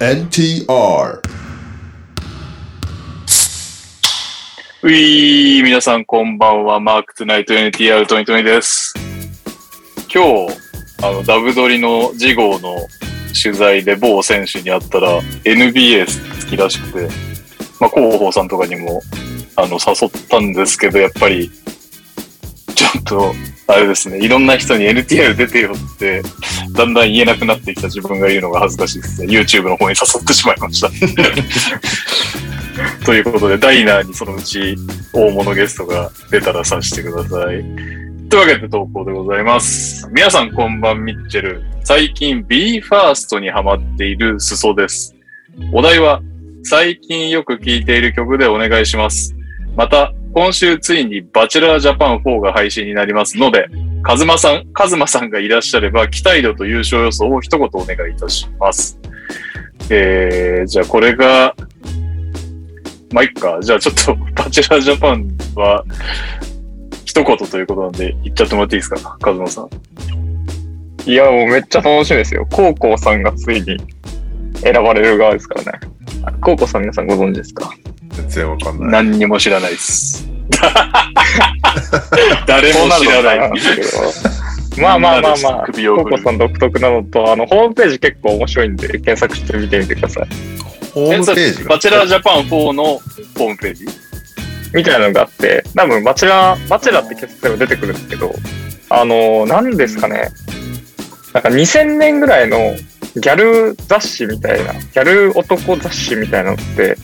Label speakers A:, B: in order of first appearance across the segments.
A: NTR
B: ういー、皆さんこんばんは、マークトゥナイト NTR トニトニです。今日、あの、ダブドリの次号の取材で某選手に会ったら NBA 好きらしくて、まあ、広報さんとかにも、あの、誘ったんですけど、やっぱり、ちょっと、あれですね、いろんな人に NTR 出てよって、だんだん言えなくなってきた自分が言うのが恥ずかしいですね。YouTube の方に誘ってしまいました。 ということで、ダイナーにそのうち大物ゲストが出たらさしてください。というわけで投稿でございます。皆さんこんばんミッチェル。最近 BE:FIRST にハマっている裾です。お題は最近よく聴いている曲でお願いします。また、今週ついにバチェラージャパン4が配信になりますので、カズマさん、カズマさんがいらっしゃれば期待度と優勝予想を一言お願いいたします。えー、じゃあこれがまあ、いっか。じゃあちょっと、 バチェラージャパンは、一言ということなんで、言っちゃってもらっていいですか、カズマさん。
C: いや、もうめっちゃ楽しみですよ。コウコウさんがついに選ばれる側ですからね。あコウコウさん皆さんご存知ですか
A: 全然わかんない。
B: 何にも知らないです。 誰も知らない。
C: そうるのかなんですけど。まあまあまあまあ、
B: 首を
C: コ
B: 振
C: ウコウ
B: る
C: さん独特なのと、あの、ホームページ結構面白いんで、検索してみてみてください。
A: ホームページが。
B: バチェラージャパン4のホームページ。
C: みたいなのがあって、多分、バチェラー、バチェラーって検索すれば出てくるんですけど、あの、何ですかね。なんか2000年ぐらいのギャル雑誌みたいな、ギャル男雑誌みたいなのって、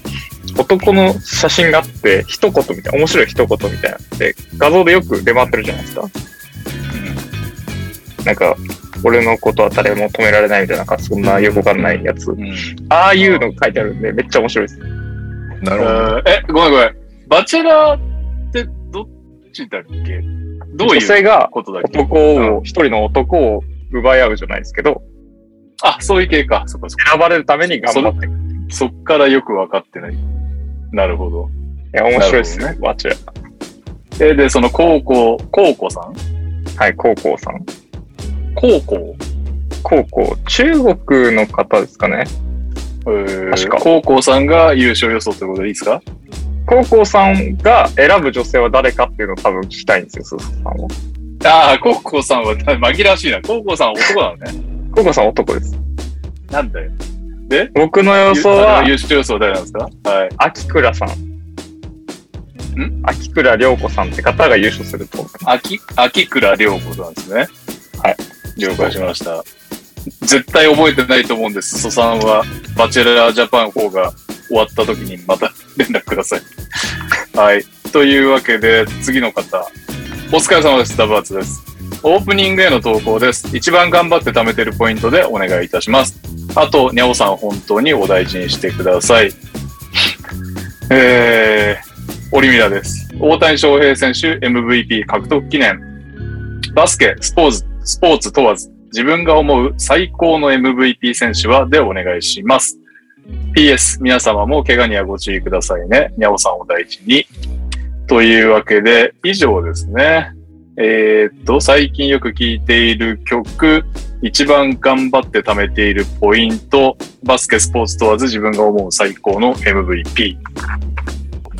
C: 男の写真があって、一言みたいな、面白い一言みたいなのって、画像でよく出回ってるじゃないですか。なんか、俺のことは誰も止められないみたいな、なんかそんなよくわかんないやつ。
B: うん
C: ああいうの書いてあるんで、めっちゃ面白いです。
A: な
B: え
A: るほど。
B: ーえ、ごめんごめん。バチェラーってどっちだっけどう
C: 女
B: いう
C: 性が
B: ことだっけ
C: 男を、一人の男を奪い合うじゃないですけど、
B: あ、そういう系か。そっかそっか
C: 選ばれるために頑張っていく。い
B: そっからよくわかってない。なるほど。
C: や、面白いです
B: な
C: ね、バチェラ
B: え、で、その、高校、高校さん
C: ー。はい、高校さん。
B: 高校
C: 高校、中国の方ですかね。
B: えー
C: 確か
B: 高校さんが優勝予想ということでいいですか
C: 高校さんが選ぶ女性は誰かっていうのを多分聞きたいんですよ、鈴鹿さんは。
B: ああ、高校さんは紛らわしいな。高校さんは男なのね。
C: 高校さん男です。
B: なんだよ。
C: 僕の予想
B: あの
C: は
B: 優、勝予想誰なんですかはい。
C: 秋倉さん。
B: ん
C: 秋倉涼子さんって方が優勝すると思う。
B: 秋、秋倉涼子さんですね。
C: はい。
B: 了解しました。絶対覚えてないと思うんです。裾さんは、バチェラージャパン4が終わった時にまた連絡ください。 はい。というわけで、次の方。お疲れ様です。ダブアツです。オープニングへの投稿です。一番頑張って貯めてるポイントでお願いいたします。あと、にゃおさん本当にお大事にしてください。 えー、オリミラです。大谷翔平選手 MVP 獲得記念。バスケ、スポーツ、スポーツ問わず、自分が思う最高の MVP 選手はでお願いします。PS、皆様も怪我にはご注意くださいね。にゃおさんを大事に。というわけで、以上ですね。えーっと、最近よく聴いている曲、一番頑張って貯めているポイント、バスケ、スポーツ問わず自分が思う最高の MVP。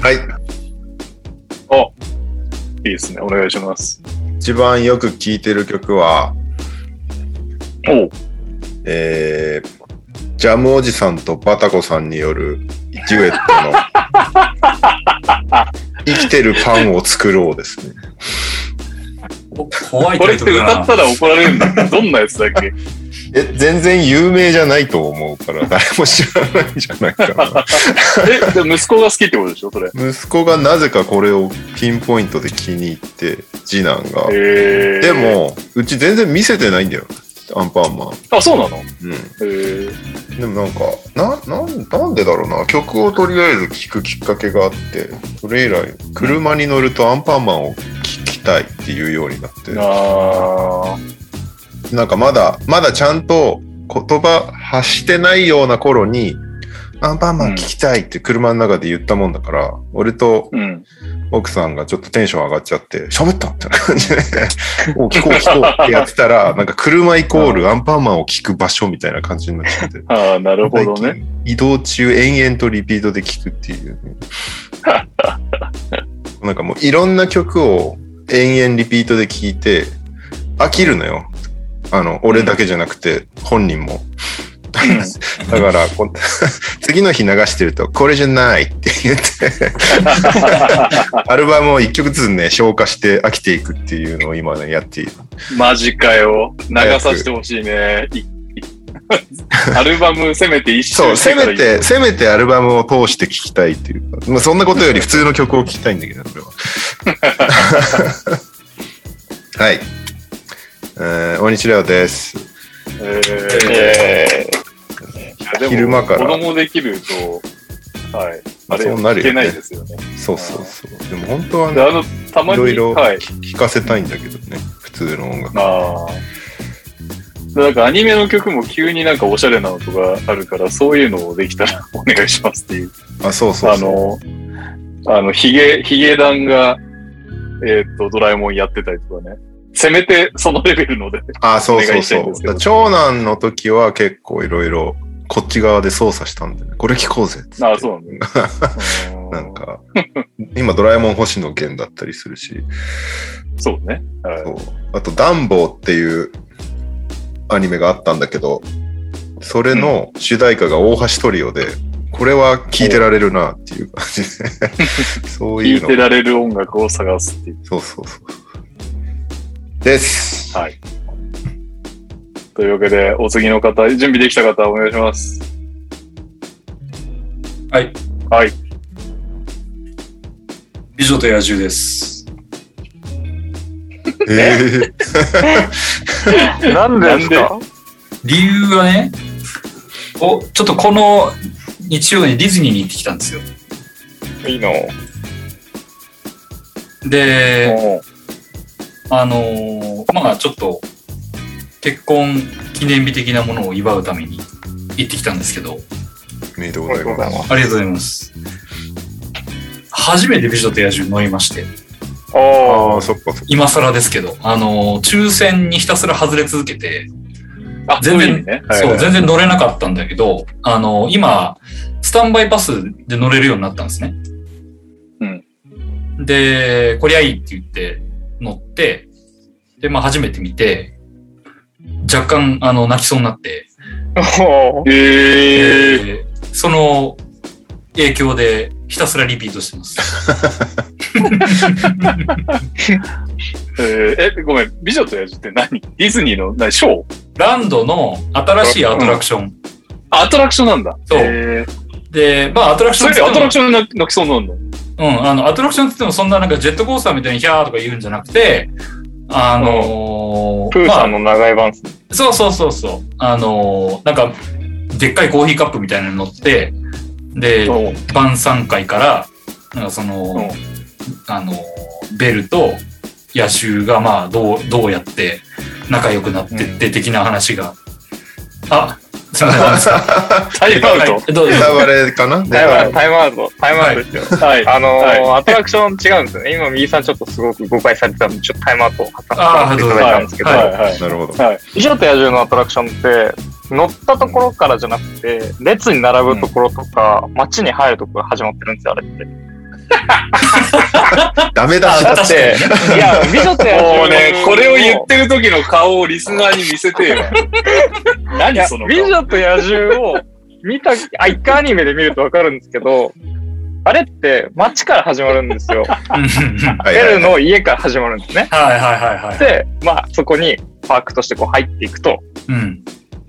A: はい。
B: あ、いいですね。お願いします。
A: 一番よく聴いてる曲は、
B: おう
A: えー、ジャムおじさんとバタコさんによるデュエットの生きてるパンを作ろうですね。
D: お怖い
B: こ
D: タ
B: れ
D: イ
B: っ
D: ト
B: て
D: ルだ
B: 歌
D: な
B: ったら怒られるんだっけどんなやつだっけ
A: え、全然有名じゃないと思うから誰も知らないんじゃないかな。
B: え、で息子が好きってことでしょそれ。
A: 息子がなぜかこれをピンポイントで気に入って、次男が。
B: えー、
A: で。も、うち全然見せてないんだよ。アンパンマン。
B: あ、そうな
A: う
B: の
A: ん。
B: えー、
A: でもなんかななんなんでだろうな曲をとりあえず聴くきっかけがあってそれ以来車に乗るとアンパンマンを聴きたいっていうようになって
B: あ
A: なんかまだまだちゃんと言葉発してないような頃にアンパンマン聴きたいって車の中で言ったもんだから、俺と
B: ーうん。
A: 奥さんがちょっとテンション上がっちゃって、喋ったみたいな感じで、お聞こう聞こうってやってたら、なんか車イコールアンパンマンを聞く場所みたいな感じになっちゃって。
B: ああ、なるほどね。
A: 最近。移動中延々とリピートで聴くって いうね、なんかもういろんな曲を延々リピートで聴いて飽きるのよ。あの、俺だけじゃなくて本人も。だから、こん 次の日流してると、これじゃないって言 って、アルバムを一曲ずつね、消化して飽きていくっていうのを今ね、やっている。
B: マジかよ。流させてほしいね。いいアルバムせめて一周
A: そう、
B: して
A: せ
B: から
A: めて、せめてアルバムを通して聴きたいっていうか、まあ、そんなことより普通の曲を聴きたいんだけど、俺は。 はい。えー、大西レオです。
B: えー
C: え
B: いやでも
A: 昼間から
B: 子供できると、はい。あれ、
A: そうなるよね
B: いけないですよね。
A: そうそうそう。でも本当は
B: で
A: ね、
B: あの、たま
A: い
B: に、
A: ろいろ
B: はい。
A: 聴かせたいんだけどね、普通の音楽。
B: ああ。なんかアニメの曲も急になんかおしゃれなのとかあるから、そういうのをできたらお願いしますっていう。
A: あ、そうそうそう。
B: あの、あの、ヒゲ、ヒゲダンが、えーっと、ドラえもんやってたりとかね。せめてそのレベルの で。
A: あ、そうそ
B: お願
A: う
B: いした
A: そ
B: い
A: う
B: んで。すけど
A: だ長男の時は結構いろいろ、こっち側で操作したんで、ね、これ聴こうぜっつって
B: ああ、そうなんだ。う
A: なん。 か、今ドラえもん星野源だったりするし、
B: そうね。はい
A: そうあと、ダンボーっていうアニメがあったんだけど、それの主題歌が大橋トリオで、これは聴いてられるなっていう感じ で、そうい
B: 聴
A: う
B: いて
A: の。
B: られる音楽を探すっていう。
A: そうそうそう。です。
B: はい。というわけで、お次の方、準備できた方、お願いします。
D: はい。
B: はい。
D: 美女と野獣です。
A: え
C: ー、なんでですか
D: 理由はね、お、ちょっとこの日曜にディズニーに行ってきたんですよ。
C: いいの、
D: で、
C: も
D: あのーまあちょっと、結婚記念日的なものを祝うために行ってきたんですけど、
A: ー、おめでとうございます。
D: ありがとうございます。初めて美女と野獣乗りまして、
C: う
A: あ
C: あ
A: あ、そっかそっか。
D: 今更ですけど、あのー抽選にひたすら外れ続けて、
B: あ
D: 全
B: そうい
D: 然
B: う意味ね。はい
D: そう、全然乗れなかったんだけど、あの、今、スタンバイバスで乗れるようになったんですね。うん。で、こりゃいいって言って乗って、で、まあ初めて見て、若干、あの、泣きそうになって、
C: あ。
B: えー、
D: えーその影響でひたすらリピートしてます。
B: えーえ、ごめん、美女と野獣って何ディズニーの何ショー
D: ランドの新しいアトラクション。
B: あアトラクションなんだ。
D: そう
B: えー
D: で、まあアトラクシ
B: そ
D: ョ
B: れ
D: ンって
B: で
D: 言
B: ア
D: って
B: ト
D: も
B: ラクションな泣きそうなんだ。
D: うん、あの、アトラクションって言ってもそんななんかジェットコースターみたいにヒャーとか言うんじゃなくて、あのー
C: プー
D: まあ
C: さんの長い番ですね。
D: そうそうそうそう。あのーなんか、でっかいコーヒーカップみたいなのに乗って、で、
B: うん
D: 晩餐会から、なんかその、
B: うん
D: あのーベルと野獣が、まあ、どう、どうやって仲良くなってって的な話が。あ、すいません、何です か
B: タイムアウ
D: えどう
A: ネタバレかなネ
C: タイ
A: タ
C: ム
A: バ
C: ア
A: レ
C: ウト、タイムアウト、タイムアウトですよ。
B: ト。はい。
C: あのー
B: は
C: アトラクション違うんですよね。今、右さんちょっとすごく誤解されてたんで、ちょっとタイムアウトを挟んでいただいたんですけど、
D: あー
B: はいはい。
A: なるほど。
C: 美女と野獣のアトラクションって、乗ったところからじゃなくて、列に並ぶところとか、街に入るところが始まってるんですよ、あれって。
A: ダメ出しだ
C: だって、いや、美女と野獣
B: もうね、これを言ってる時の顔をリスナーに見せ てよ。
C: い
B: 何
C: や
B: その
C: 美
B: 顔。
C: 女と野獣を見た、あ、一回アニメで見るとわかるんですけど、あれって街から始まるんですよ。
D: うんうんうん
A: はいはい
C: L の家から始まるんですね。
D: はいはいはいはい。
C: で、まあ、そこにパークとしてこう入っていくと。
D: うん。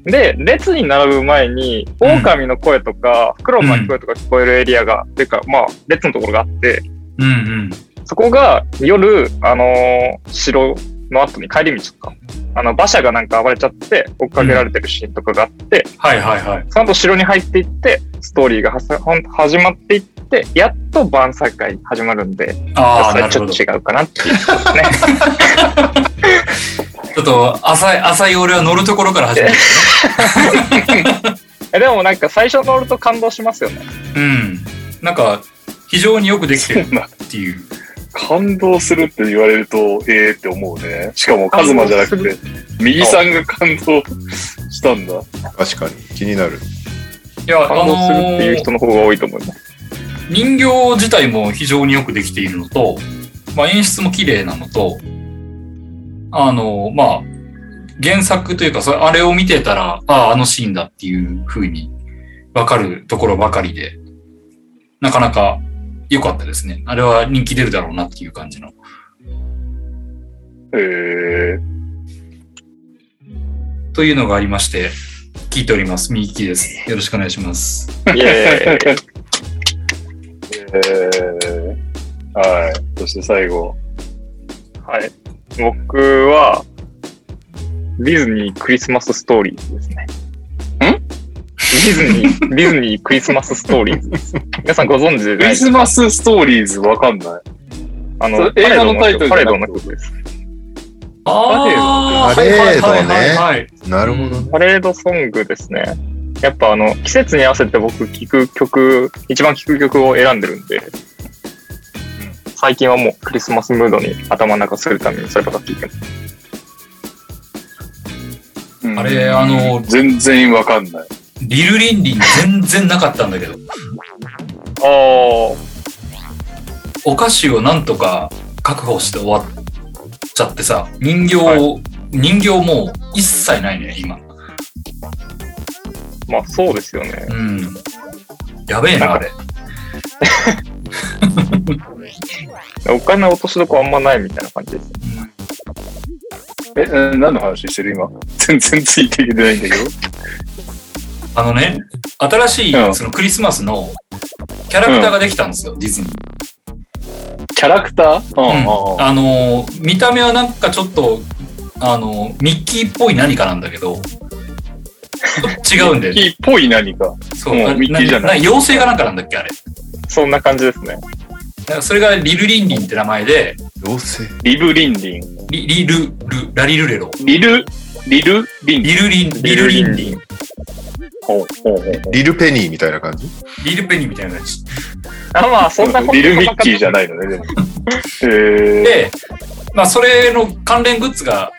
C: で、列に並ぶ前に、
D: うん
C: 狼の声とか、フクロウの声とか聞こえるエリアが、てか、まあ、列のところがあって、
D: うんうん。
C: そこが夜、あのー城の後に帰り道とか、あの、馬車がなんか暴れちゃって、追っかけられてるシーンとかがあって、
D: はいはいはい。
C: その後城に入っていって、ストーリーがはさほん始まっていって、やっと晩餐会始まるんで、
D: ああ、
C: それ
D: な
C: ちょ
D: るほ
C: っと
D: ど。ち
C: 違うかなっていう。
D: ょっと浅い、浅い俺は乗るところから始める。
C: えでもなんか最初乗ると感動しますよね。
D: うん。なんか、非常によくできてるっていう。
B: 感動するって言われると、ええって思うね。しかも、カズマじゃなくて、右さんが感動したんだ。
A: 確かに気になる。
D: いや、あ
C: 感動する
D: の
C: っていう
D: ー
C: 人の方が多いと思い ます。
D: 人形自体も非常によくできているのと、まあ、演出も綺麗なのと、あの、まあ、原作というか、それあれを見てたら、ああ、あのシーンだっていう風にわかるところばかりで、なかなか良かったですね。あれは人気出るだろうなっていう感じの。
B: ええ
D: というのがありまして、聞いております。みーきーです。よろしくお願いします。
C: いえいえ、
B: ええはい。そして最後。
C: はい。僕は、ディズニークリスマスストーリーズですね。
B: ん
C: ディズ ニー、ディズニークリスマスストーリーズです。皆さんご存知で
B: ク
C: ない
B: リスマスストーリーズわかんない。
C: あ
B: そ
C: の
B: れ、映画のタイトルじゃなくて
C: パレードの曲です。
D: あ
A: パレード
D: は
A: ね
D: いはいはいはい。
A: なるほどね。
C: パレードソングですね。やっぱあの、季節に合わせて僕聴く曲、一番聴く曲を選んでるんで、最近はもうクリスマスムードに頭の中するためにそればっか聴いてます。
B: うん
D: あれあの
B: 全然わかんない。
D: リルリンリン全然なかったんだけど。
C: ああ、
D: お菓子をなんとか確保して終わっちゃってさ、人形、
C: は
D: 人形もう一切ないね、今。
C: まあそうですよね。
D: うん。やべえな、
C: な
D: あ
C: んか
D: れ。
C: お金落としどこあんまないみたいな感じです。
B: え、え何の話してる今。全然ついていけてないんだけど。
D: あのね、新し
B: う
D: い、
B: ん
D: そのクリスマスのキャラクターができたんですよ、ディズニー。
B: キャラクターう
D: うんあのー、見た目はなんかちょっと、あのー、ミッキーっぽい何かなんだけど、ちょっと違うんだよ
B: ミッキ
D: ね。
B: ーっぽい何か。
D: そう、
B: もうミッキーじゃない
D: 妖精がなんかなんだっけ、あれ。
C: そんな感じですね。
D: だからそれがリルリンリンって名前で、
A: 妖精。
B: リブリンリン。
D: リリル、ル、ラリルレロ。
B: リル、リル、リンリン。
D: リルリン、リルリンリン。
B: ほうほうほう
A: リルペニーみたいな感じ
D: リルペニーみたいな感じ。
C: あまあそんな
B: リルミッキーじゃ
C: い。
B: ないのね、でも。え
D: で、まあ、それの関連グッズが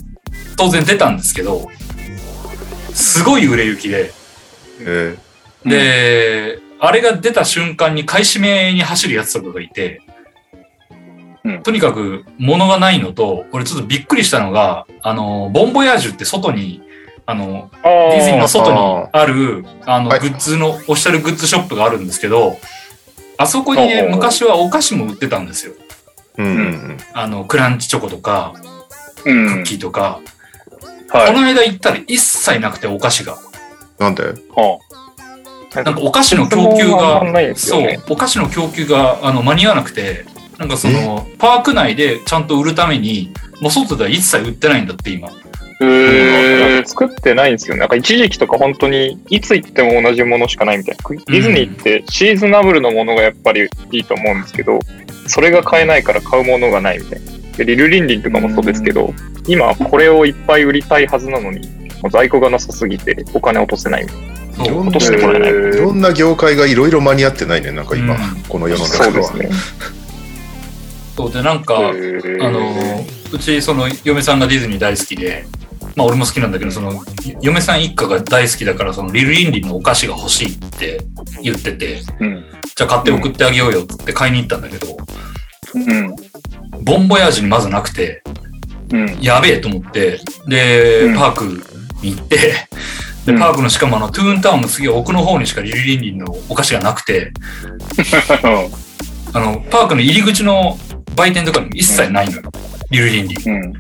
D: 当然出たんですけど、すごい売れ行きで、
A: え
D: で、あれが出た瞬間に買い占めに走るやつとかがいて、
B: うん
D: とにかく物がないのと、これちょっとびっくりしたのが、あの、ボンボヤージュって外に、あの、
C: あ
D: ディズニー
C: ー
D: の外にある、あの、
A: はい
D: グッズの、オフィシャルグッズショップがあるんですけど、あそこにね
B: おうおうおう
D: 昔はお菓子も売ってたんですよ。
A: えうんうん
D: あの、クランチチョコとか、
B: ー、う
D: クッ
B: ん。
D: キーとか、
B: は
D: こ
B: い。
D: の間行ったら一切なくてお菓子が。
A: なんで
B: は
D: なんかお菓子の供給
C: があんま
D: が、
C: ないです
D: そ
C: よ
D: う
C: ね。、
D: お菓子の供給があの間に合わなくて、なんかその、パーク内でちゃんと売るために、もう外では一切売ってないんだって今。
B: あへ
C: なんか作ってないんですよね。なんか一時期とか本当にいつ行っても同じものしかないみたいな。ディズニーってシーズナブルのものがやっぱりいいと思うんですけど、それが買えないから買うものがないみたいな。でリルリンリンとかもそうですけど、今これをいっぱい売りたいはずなのに、もう在庫がなさすぎてお金落とせないみたいな。
D: そう
A: いろん
C: 落
A: な
C: としてもらえない。
A: いろんな業界がいろいろ間に合ってないね、なんか今
D: うん、
A: この世の中
C: そうで
A: は
C: す。ね。
D: そうで、なんか、あ
B: あ
D: の、うちその嫁さんがディズニー大好きで、まあ俺も好きなんだけど、その、嫁さん一家が大好きだから、そのリルリンリンのお菓子が欲しいって言ってて、
B: うん。
D: じゃあ買って送ってあげようよって言って買いに行ったんだけど、
B: うん。
D: ボンボヤージュにまずなくて、
B: うん。
D: やべえと思って、で、
B: うん
D: パークに行って、
B: う
D: で、
B: ん
D: パークのしかもあの、トゥーンタウンの次奥の方にしかリルリンリンのお菓子がなくて、あの、パークの入り口の売店とかにも一切ないのよ。リルリンリ
B: う
D: ン。
B: ん。うん。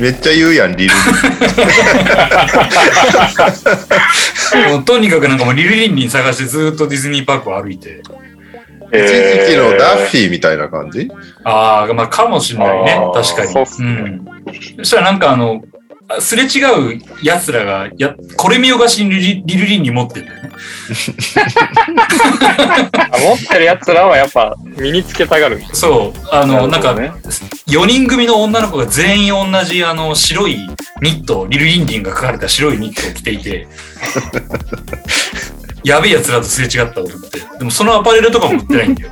A: めっちゃ言うやん、リル。
D: もう とにかくなんかもうリルリンリン探してずーっとディズニーパークを歩いて、
A: 一時期のダッ
B: フ
A: フィーみたいな感じ
D: ああ、まあかもしんないね
B: あー。
D: 確かに。
C: そうっすね
D: うん。そしたらなんかあの、あすれ違う奴らが、や、これ見よがしにリリルリンリン持ってんだよね。
C: あ持ってる奴らはやっぱ身につけたがる。
D: そう。あの、なんか、
B: ね。
D: 4人組の女の子が全員同じあの白いニット、リルリンリンが書かれた白いニットを着て いて、やべえやつらとすれ違ったと思って。でもそのアパレルとかも売ってないんだよ。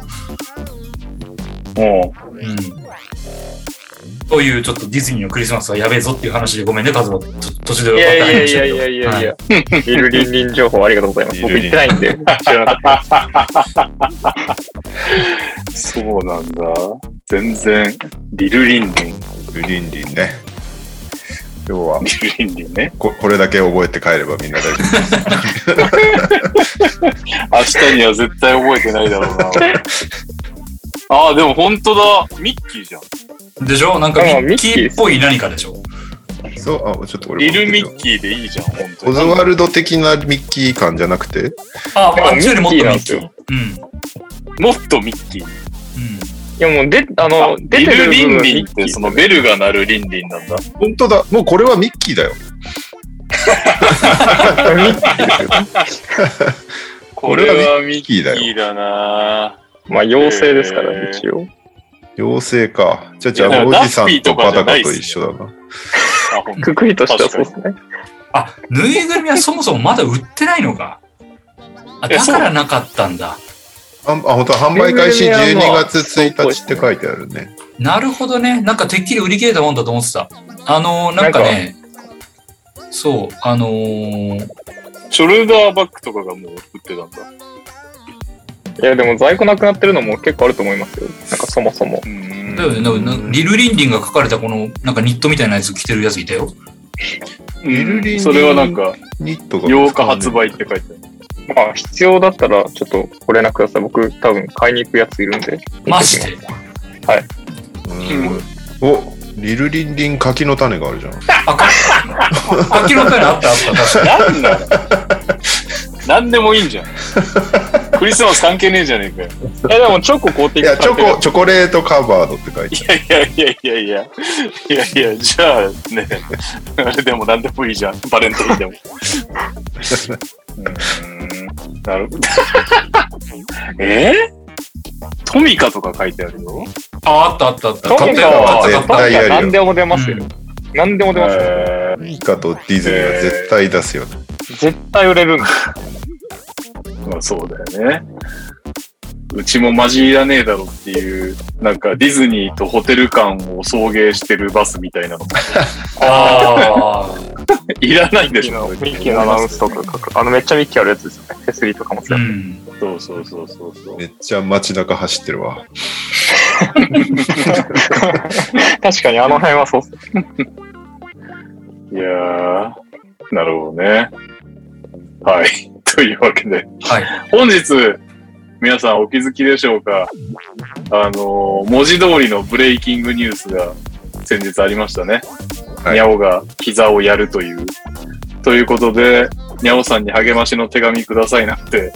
B: も
D: うん。という、ちょっとディズニーのクリスマスはやべえぞっていう話でごめんね、カズマ。ちょっと途中で
C: い
D: 分か
C: やい
D: ってない
C: や
D: まし
C: い
D: た
C: や
D: け
C: い
D: ど。
C: やいやいや。ビルリンリン情報ありがとうございます。僕行ってないんで、知らなかっ
B: う、そうなんだ。全然、リルリンリン、
A: ルリンリンね。今日は
B: リルリンリンね。
A: こ、これだけ覚えて帰ればみんな大丈夫。
B: 明日には絶対覚えてないだろうな。ああ、でも本当だ。ミッキーじゃん。
D: でしょなんかミ
C: うんミッ
D: ッ
C: キ
D: キ
C: ー
D: ーっぽい何かでしょ
A: そう、あ、ちょっと俺も
B: リルミッキーでいいじゃん、本当
A: オ
B: に
A: ズ。ワルド的なミッキー感じゃなくて、
D: あ、
C: でも
D: あっちよりもっとミ
C: ミ
D: ッ
C: ッキ
D: キ
C: ー
D: ー。
C: な
D: うん。
B: もっとミッキー。
D: うん。
C: た。いやもう、で、あ
B: あ
C: の、出
B: リ
C: てる
B: ルリン
C: 部分
B: リンって、そのベルが鳴るリンリンなんだ。
A: 本当だ、もうこれはミッキーだよ。
B: こ
A: これ
B: れ
A: は
B: はミッ
A: キ
B: キ
A: ーだよ
B: ーだな
C: まあ、妖精ですか
B: へ
C: ら、
B: ー
C: 一応。
A: 妖精か。じゃあじゃ
B: いや
A: あ、お
B: ダッフィー
A: じさんと
B: とか
A: バ
B: じゃ
A: タ
B: な
A: カ
B: いっ
A: と
B: す
A: 一緒だな。
B: あほんと
C: くくりとしてはそうですね。
D: あ、ぬいぐるみはそもそもまだ売ってないのか。あ、だからなかったんだ。
A: あ、あ本当だ販売開始
C: ルミネ
A: 12
C: はまあ
A: 月1日って書いてあるね。
D: なるほどね。なんかてっきり売り切れたもんだと思ってた。あのーなんかね、そう、あのー
B: ショルダーバッグとかがもう売ってたんだ。
C: いや、でも在庫なくなってるのも結構あると思いますよ。なんかそもそも。
B: うーん
D: だよね、なんかなリルリンリンが書かれたこの、なんかニットみたいなやつ着てるやついたよ。
B: うん
A: リルリンリン
B: それはなんか、
A: ニットが。
B: 8日発売って書いてある。
C: まあ、必要だったら、ちょっとご連絡ください。僕、多分買いに行くやついるんで。
D: まして。
A: うん。お、リルリンリン柿の種があるじゃん。
D: あ、か秋の種あったあった。確か
B: なんなのなんでもいいんじゃん。クリスマス関係ねえじゃねえかよ。
C: いや、でもチョココー
A: い
C: ティング
A: や、チョコ、チョコレートカバードって書いてある。
B: いやいやいやいや。いやいや、じゃあね、あれでもなんでもいいじゃん。バレンタインでも。うーんなる ほど。えートミカとか書いてあるよ。
D: あ、あったあったあった。
C: ト
D: 買
C: ミ
D: っ
C: カ
D: たよ、
C: は
D: 買った買
A: 絶
D: った。
A: 対あるよ
C: 何でも出ますよ
D: うん。
C: 何でも出ますよ。
B: えー
A: ミイカとディズニーは絶対出すよね。
C: 絶対売れるんで。
B: まあそうだよね。うちも混じらねえだろっていう、なんかディズニーとホテル間を送迎してるバスみたいなの。
D: あ
B: いらないんで
C: ミッキ
B: し
C: ーの
B: ょ。
C: ミッキーのアナウンスとか書く。あの、めっちゃミッキーあるやつですよね。手すりとかも
D: あ。う
C: さ。
D: ん。
B: そうそうそうそうそう。
A: めっちゃ街中走ってるわ。
C: 確かに、あの辺はそうっす。
B: いやー、なるほどね。はい。 というわけで、
D: はい
B: 本日、皆さんお気づきでしょうかあのー文字通りのブレイキングニュースが先日ありましたね。
A: はい
B: にゃおが膝をやるという。ということで、にゃおさんに励ましの手紙くださいなんて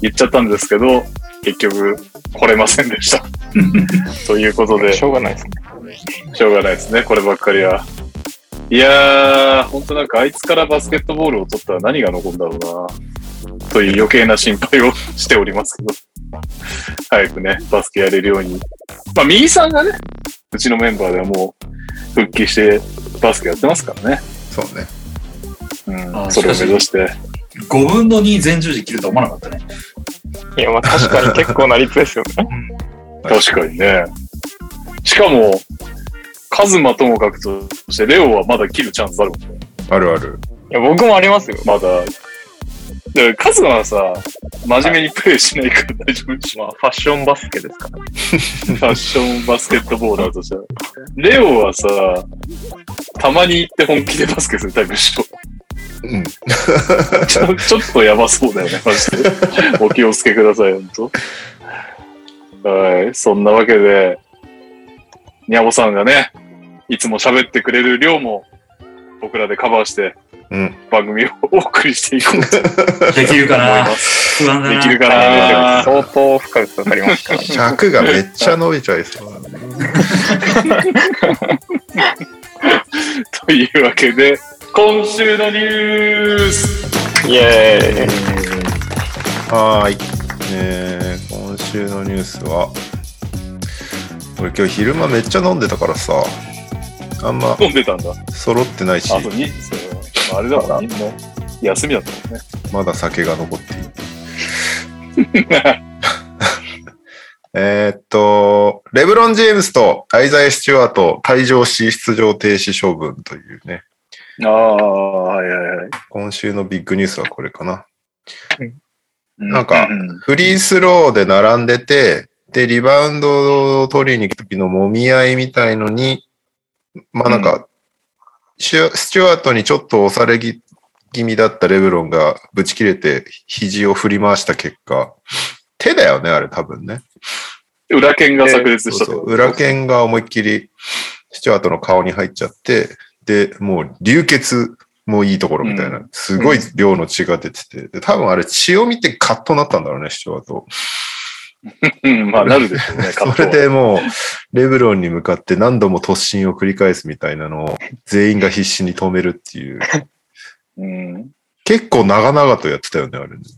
B: 言っちゃったんですけど、結局来れませんでした。ということで
C: し、ょうがないですね。
B: しょうがないですね、こればっかりは。いやー、ほんとなんかあいつからバスケットボールを取ったら何が残るんだろうな、という余計な心配をしておりますけど。早くね、バスケやれるように。まあ、右さんがね、うちのメンバーではもう復帰してバスケやってますからね。
A: そうね。
B: う
D: あ
B: ん、それを目指して。
D: 5分の2全十字切るとは思わなかったね。
C: いや、まあ確かに結構な率ですよ ね。
A: はい
B: 確かにね。しかも、カズマともかくとして、レオはまだ切るチャンスあるもんね。
A: あるある。
C: いや、僕もありますよ。
B: まだ。だからカズマはさ、真面目にプレイしないから大丈夫でし
C: まあ
B: ょ。、
C: ファッションバスケですから。
B: ファッションバスケットボーラーとしては。レオはさ、たまに行って本気でバスケするタイプでしょ。
A: うん。
B: ちょちょっとやばそうだよね、マジで。お気をつけください、ほんと。はい、そんなわけで、にゃぼさんがね、いつも喋ってくれる量も、僕らでカバーして、
A: うん
B: 番組をお送りしていこうと思い
D: できる かな
B: ます。
D: 不安だ
B: で
D: な。
B: きるかな
C: 相当負荷がかかりますから。
A: 尺がめっちゃ伸びちゃいそうだね。
B: というわけで、今週のニュース
C: イエーイ。
A: はーい。えー、今週のニュースは、俺今日昼間めっちゃ飲んでたからさ、あんま
B: 飲んでたんだ。あ、
A: 揃ってないし、
B: そう、に、そう、あれだから、みんな休みだったもんね。
A: まだ酒が残っている。えーっと、レブロン・ジェームスとアイザイ・スチュワート退場し出場停止処分というね、
B: ああ、はいはいはい。
A: 今週のビッグニュースはこれかな。
B: なん
A: か
B: うん
A: フリースローで並んでて、で、リバウンドを取りに行く時の揉み合いみたいのに、まあなんか、シュスチュワートにちょっと押され気味だったレブロンがぶち切れて肘を振り回した結果、手だよね、あれ多分ね。
B: 裏剣が炸
A: そ
B: 裂
A: う
B: した
A: そう裏剣が思いっきりスチュワートの顔に入っちゃって、で、もう流血もいいところみたいな、すごい量の血が出てて、で多分あれ血を見てカッとなったんだろうね、スチュワート。
B: うん、まあなるでし ょうね、カッ
A: そ
B: ト
A: れ
B: は。
A: でもう、レブロンに向かって何度も突進を繰り返すみたいなのを全員が必死に止めるっていう。
B: うん。
A: 結構長々とやってたよね、あれ。一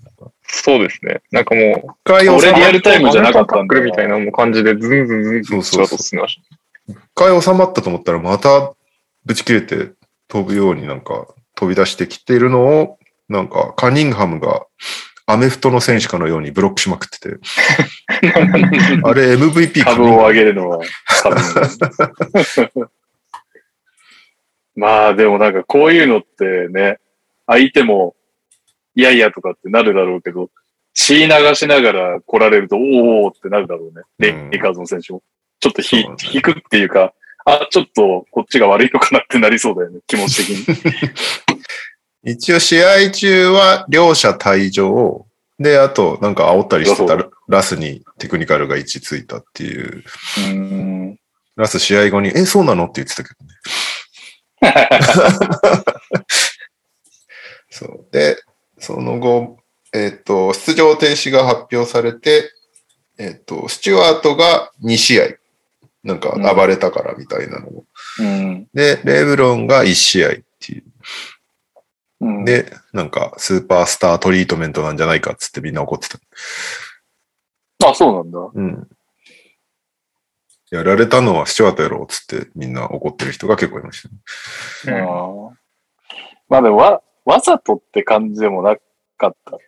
C: そうですね。なんかもう、
A: 回収
B: 俺
A: ま
B: リアルタイムじゃなかった
C: タ
B: ん
C: ッ
B: だ
C: ク
B: な
C: ルみたいなもう感じで、ずんずんずんずん
A: そうそうそう
C: 仕事進みまし
A: 一回収まったと思ったらまたぶち切れて飛ぶようになんか飛び出してきてるのを、なんかカニングハムがアメフトの選手かのようにブロックしまくってて。あれ MVP
B: 株を上げるのは株のまあでもなんかこういうのってね、相手も、いやいやとかってなるだろうけど、血流しながら来られると、おーおーってなるだろうね。レ
A: うん
B: イカーズの選手も。ちょっとひ、
A: そうだね
B: 引くっていうか、あ、ちょっとこっちが悪いのかなってなりそうだよね、気持ち的 に。
A: 一応試合中は両者退場。で、あと、なんか煽ったりしてた
B: そう
A: らラスにテクニカルが位置ついたっていう。
B: うん。
A: ラス試合後に、え、そうなのって言ってたけどね。 そう。で、その後、えっ、と、出場停止が発表されて、えっ、と、スチュワートが2試合。なんか
B: うん
A: 暴れたからみたいなのを。
B: うん。
A: で、レブロンが1試合っていう。
B: うん、
A: で、なんかスーパースタートリートメントなんじゃないかっつってみんな怒ってた。
B: あ、そうなんだ。
A: うん。やられたのはスチュワートやろうっつってみんな怒ってる人が結構いました、ね。
C: た。うん
B: ああまあでもわ、わざとって感じでもなかった。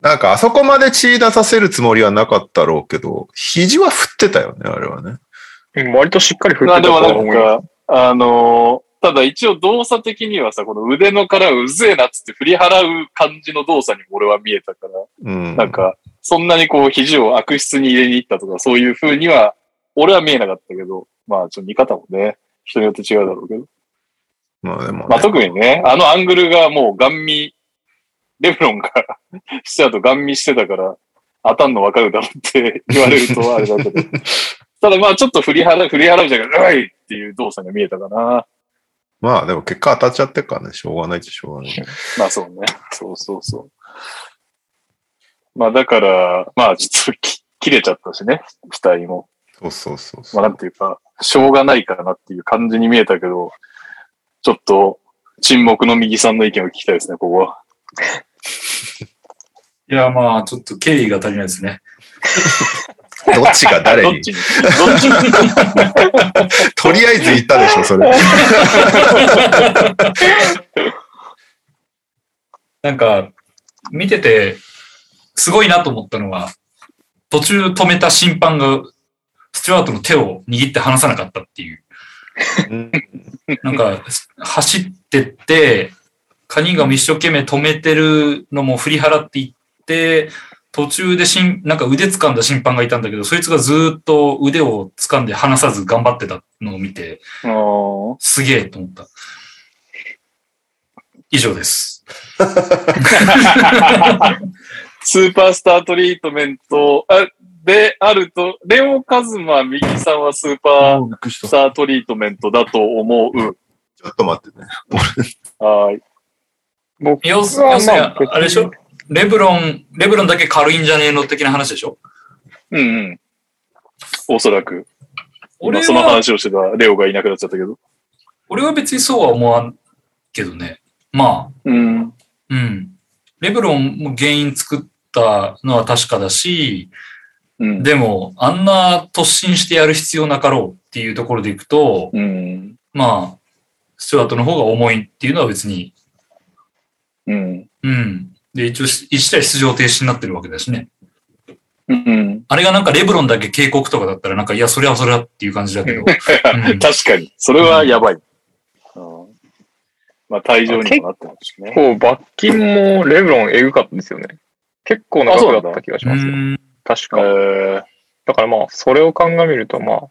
A: なんかあそこまで血出させるつもりはなかったろうけど、肘は振ってたよね、あれはね。
C: うん割としっかり振っ
B: まあ
C: てた
B: でも
C: とは
B: なん
C: 思います。
B: か、あのーただ一応動作的にはさ、この腕のからうぜえなっつって振り払う感じの動作にも俺は見えたから、
A: うん。
B: なんか、そんなにこう肘を悪質に入れに行ったとか、そういう風には、俺は見えなかったけど、まあちょっと見方もね、人によって違うだろうけど。
A: まあでも、
B: まあ特にね、あのアングルがもうガン見、レブロンが しちゃうとガン見してたから、当たんの分かるだろうって 言われるとあれだけど。 ただまあちょっと振り払う、振り払うじゃなくて、ういっていう動作が見えたかな。
A: まあでも結果当たっちゃってるからね、しょうがないっちゃしょうがない。
B: まあそうね。そうそうそう。まあだから、まあちょっとき切れちゃったしね、額も。
A: そうそうそうそ
B: ま
A: う。
B: あなんていうか、しょうがないかなっていう感じに見えたけど、ちょっと沈黙の右さんの意見を聞きたいですね、ここは。
D: いや、まあ、ちょっと敬意が足りないですね。
A: どっちが誰
B: どっ
A: に
B: ちにどっちに
A: とりあえず言ったでしょ、そ れ。
D: なんか、見てて、すごいなと思ったのは、途中止めた審判が、スチュワートの手を握って離さなかったっていう。
A: うん
D: なんか、走ってって、カニンガム一生懸命止めてるのも振り払っていって、途中でしん、なんか腕掴んだ審判がいたんだけど、そいつがずーっと腕を掴んで離さず頑張ってたのを見て、
B: あー
D: すげえと思った。以上です。
B: スーパースタートリートメントあであると、レオカズマ右さんはスーパースタートリートメントだと思う。
A: ちょっと待ってね。
B: はーい。
D: 要す
C: まあ
D: 要するに、
C: まあ
D: あれでしょレブロン、レブロンだけ軽いんじゃねえの的な話でしょ
B: うんうん。おそらく。
D: 俺
B: 今その
D: は、
B: 話をしてたレオがいなくなっちゃったけど。
D: 俺は別にそうは思わんけどね。まあ、
B: うん。
D: うん。レブロンも原因作ったのは確かだし、
B: うん。
D: でも、あんな突進してやる必要なかろうっていうところでいくと、
B: うん。
D: まあ、スチュワートの方が重いっていうのは別に、
B: うん。
D: うん。で、一応し、1対出場停止になってるわけだしね。
B: うん。
D: あれがなんかレブロンだけ警告とかだったらなんか、いや、それはそれはっていう感じだけど。うん
B: 確かに。それはやばい。うんまあ、退場にもなってますしね。
C: こう、罰金もレブロンエグかったですよね。結構な
B: あそう
C: 額
B: な
C: だ
B: んだ
C: った気がし
D: う
C: ますよ。
D: ん。
C: 確
B: え
C: か。
B: ー
C: だからまあ、それを鑑みるとまあ、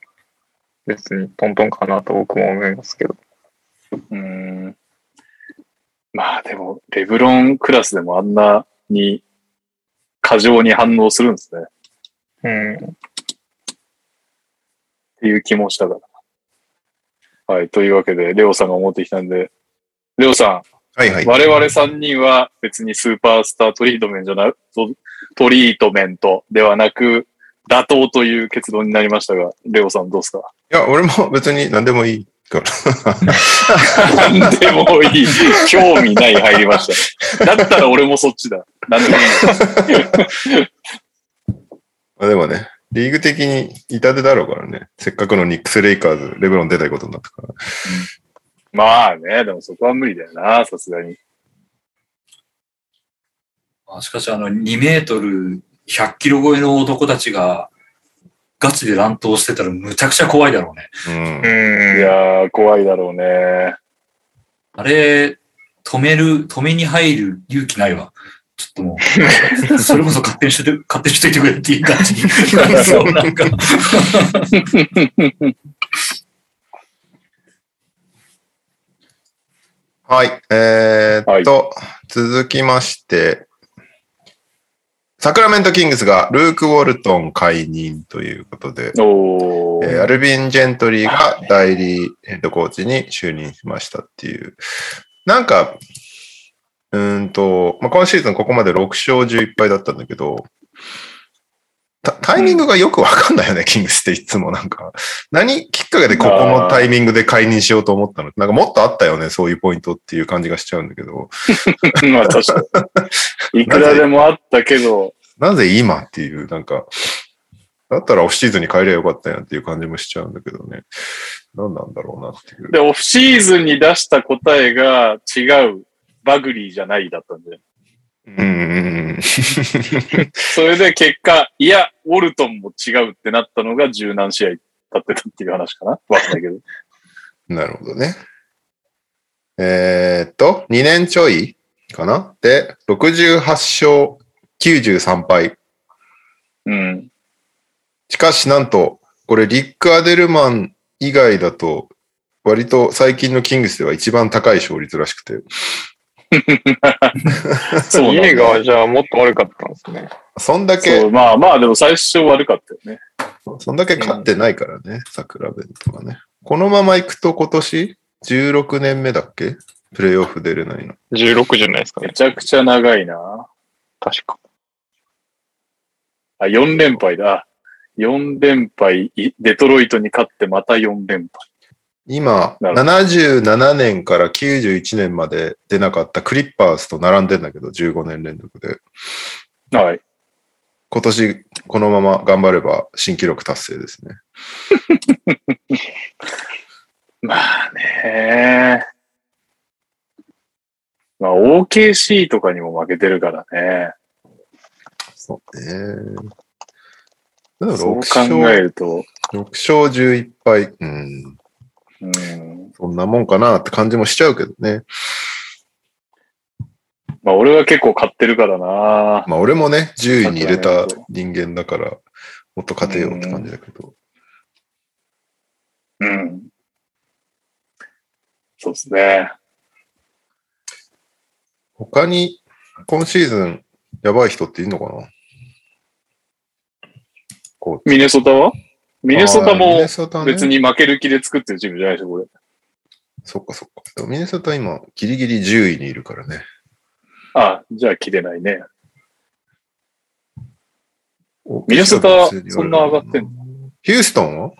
C: 別にトントンかなと僕も思いますけど。
B: うんまあでも、レブロンクラスでもあんなに過剰に反応するんですね。っ
C: うん。
B: ていう気もしたから。はい。というわけで、レオさんが持ってきたんで、レオさ
A: はいはい
B: ん、。我々3人は別にスーパースタートリートメントじゃなトトリートメントではなく、妥当という結論になりましたが、レオさんどうですか
A: いや、俺も別に何でもいいから。
B: 何でもいい。 興味ない入りました。だったら俺もそっちだ。何でもいい。
A: まあでもね、リーグ的に痛手だろうからね。せっかくのニックス・レイカーズ、レブロン出たいことになったから。
B: まあね、でもそこは無理だよな、さすがに。
D: まあしかし、あの、2メートル100キロ超えの男たちが、ガチで乱闘してたらむちゃくちゃ怖いだろうね。
A: うん
C: う。
B: い
C: ん。
B: やー、怖いだろうね。
D: あれ、止める、止めに入る勇気ないわ。ちょっと もう、それこそ勝手にしてて、勝手にしといてくれっていう感じになりそう、なんか。
A: はい。えーっと、続きまして、サクラメントキングスがルーク・ウォルトン解任ということで、
B: お
A: え
B: ー。
A: ーアルビン・ジェントリーが代理ヘッドコーチに就任しましたっていう。なんか、うーんと、まあ、今シーズンここまで6勝11敗だったんだけど、タタイミングがよくわかんないよね、キングスっていつもなんか。何きっかけでここのタイミングで解任しようと思ったのなんかもっとあったよね、そういうポイントっていう感じがしちゃうんだけど、
B: まあ確かに。いくらでもあったけど、
A: なぜ今っていう、なんか、だったらオフシーズンに帰りゃよかったやんっていう感じもしちゃうんだけどね。何なんだろうなっていう。
B: で、オフシーズンに出した答えが違う、バグリーじゃないだったんで。
A: うんうんうん。
B: それで結果、いや、ウォルトンも違うってなったのが十何試合経ってたっていう話かなわかんないけど。
A: なるほどね。えーっと、2年ちょいかなで、68勝93敗。
B: うん。
A: しかしなんと、これリック・アデルマン以外だと、割と最近のキングスでは一番高い勝率らしくて。
B: そうなんだ
C: 家がじゃあもっと悪かったんですね。
A: そんだ
B: そ
A: け、
B: う、まあまあ、でも最初悪かったよね。
A: そんだけ勝ってないからね、桜弁とかね。このまま行くと今年16年目だっけプレイオフ出れないの。
C: 16じゃないですか
B: め
C: ね。
B: ちゃくちゃ長いな。
C: 確か。
B: あ、4連敗だ。4連敗、いデトロイトに勝ってまた4連敗。
A: 今、
B: なるほ
A: 77年から91年まで出なかったクリッパーズと並んでんだけど、15年連続で。
B: はい。
A: 今年、このまま頑張れば新記録達成ですね。
B: まあね。まあ OKC とかにも負けてるからね。
A: そうね。でも
B: そう
A: 6
B: 考
A: 勝、
B: え
A: 6
B: ると、
A: 勝11敗。うん。
B: うん。
A: そんなもんかなって感じもしちゃうけどね。
B: まあ俺は結構勝ってるからな。
A: まあ俺もね、10位に入れた人間だから、もっと勝てよって感じだけど。
B: うん。そうですね。
A: 他に、今シーズン、やばい人っているのかなこう
B: ミネソタはミネソタ
A: あーミ
B: も
A: ネソタね
B: 別に負ける気で作ってるチームじゃないでしょ、これ。
A: そっかそっか。でもミネソタ今、ギリギリ10位にいるからね。
B: あ、じゃあ切れないね。ミネソタはそんな上がってんの
A: ヒューストンは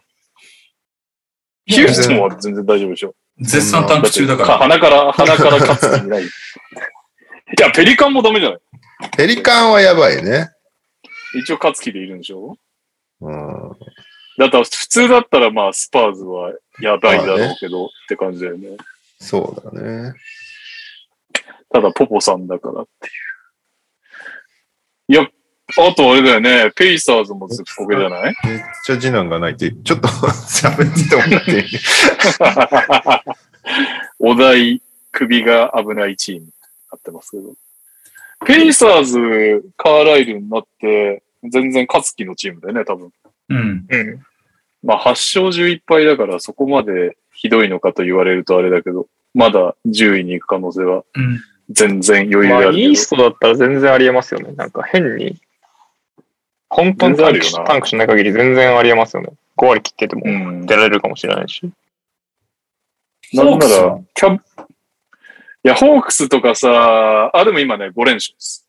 B: ヒューストンは全然大丈夫でしょ。
D: 絶賛タンク中だから。
B: 鼻から、鼻から勝つ気 ない。いや、ペリカンもダメじゃない
A: ペリカンはやばいね。
B: 一応勝つ気でいるんでしょ
A: うん。
B: だったら普通だったらまあスパーズはやばいだろうけど、って感じだよね。
A: そうだね。
B: ただポポさんだからっていう。いや、あとあれだよね、ペイサーズもずっこけじゃ ない
A: めっちゃ次男が泣いて、ちょっと喋ってもらっていい
B: お題、首が危ないチームになってますけど。ペイサーズ、カーライルになって、全然勝つ気のチームだよね、多分。
D: うん。
C: うん。
B: まあ、8勝11敗だからそこまでひどいのかと言われるとあれだけど、まだ10位に行く可能性は
D: うん。
B: 全然余裕
C: ま
B: があ
C: あ、
B: る
C: い
B: け
C: い
B: ど。
C: 人だったら全然ありえますよね。なんか変に。本当
B: 全
C: に
B: 然あ
C: タ
B: るよ
C: ンク
B: な
C: しタンクしない限り全然ありえますよね。5割切ってても
B: うん
C: 出られるかもしれないし。
B: なんな
D: ホー
B: ら、キャップ、いや、ホークスとかさ、あ、でも今ね、5連勝です。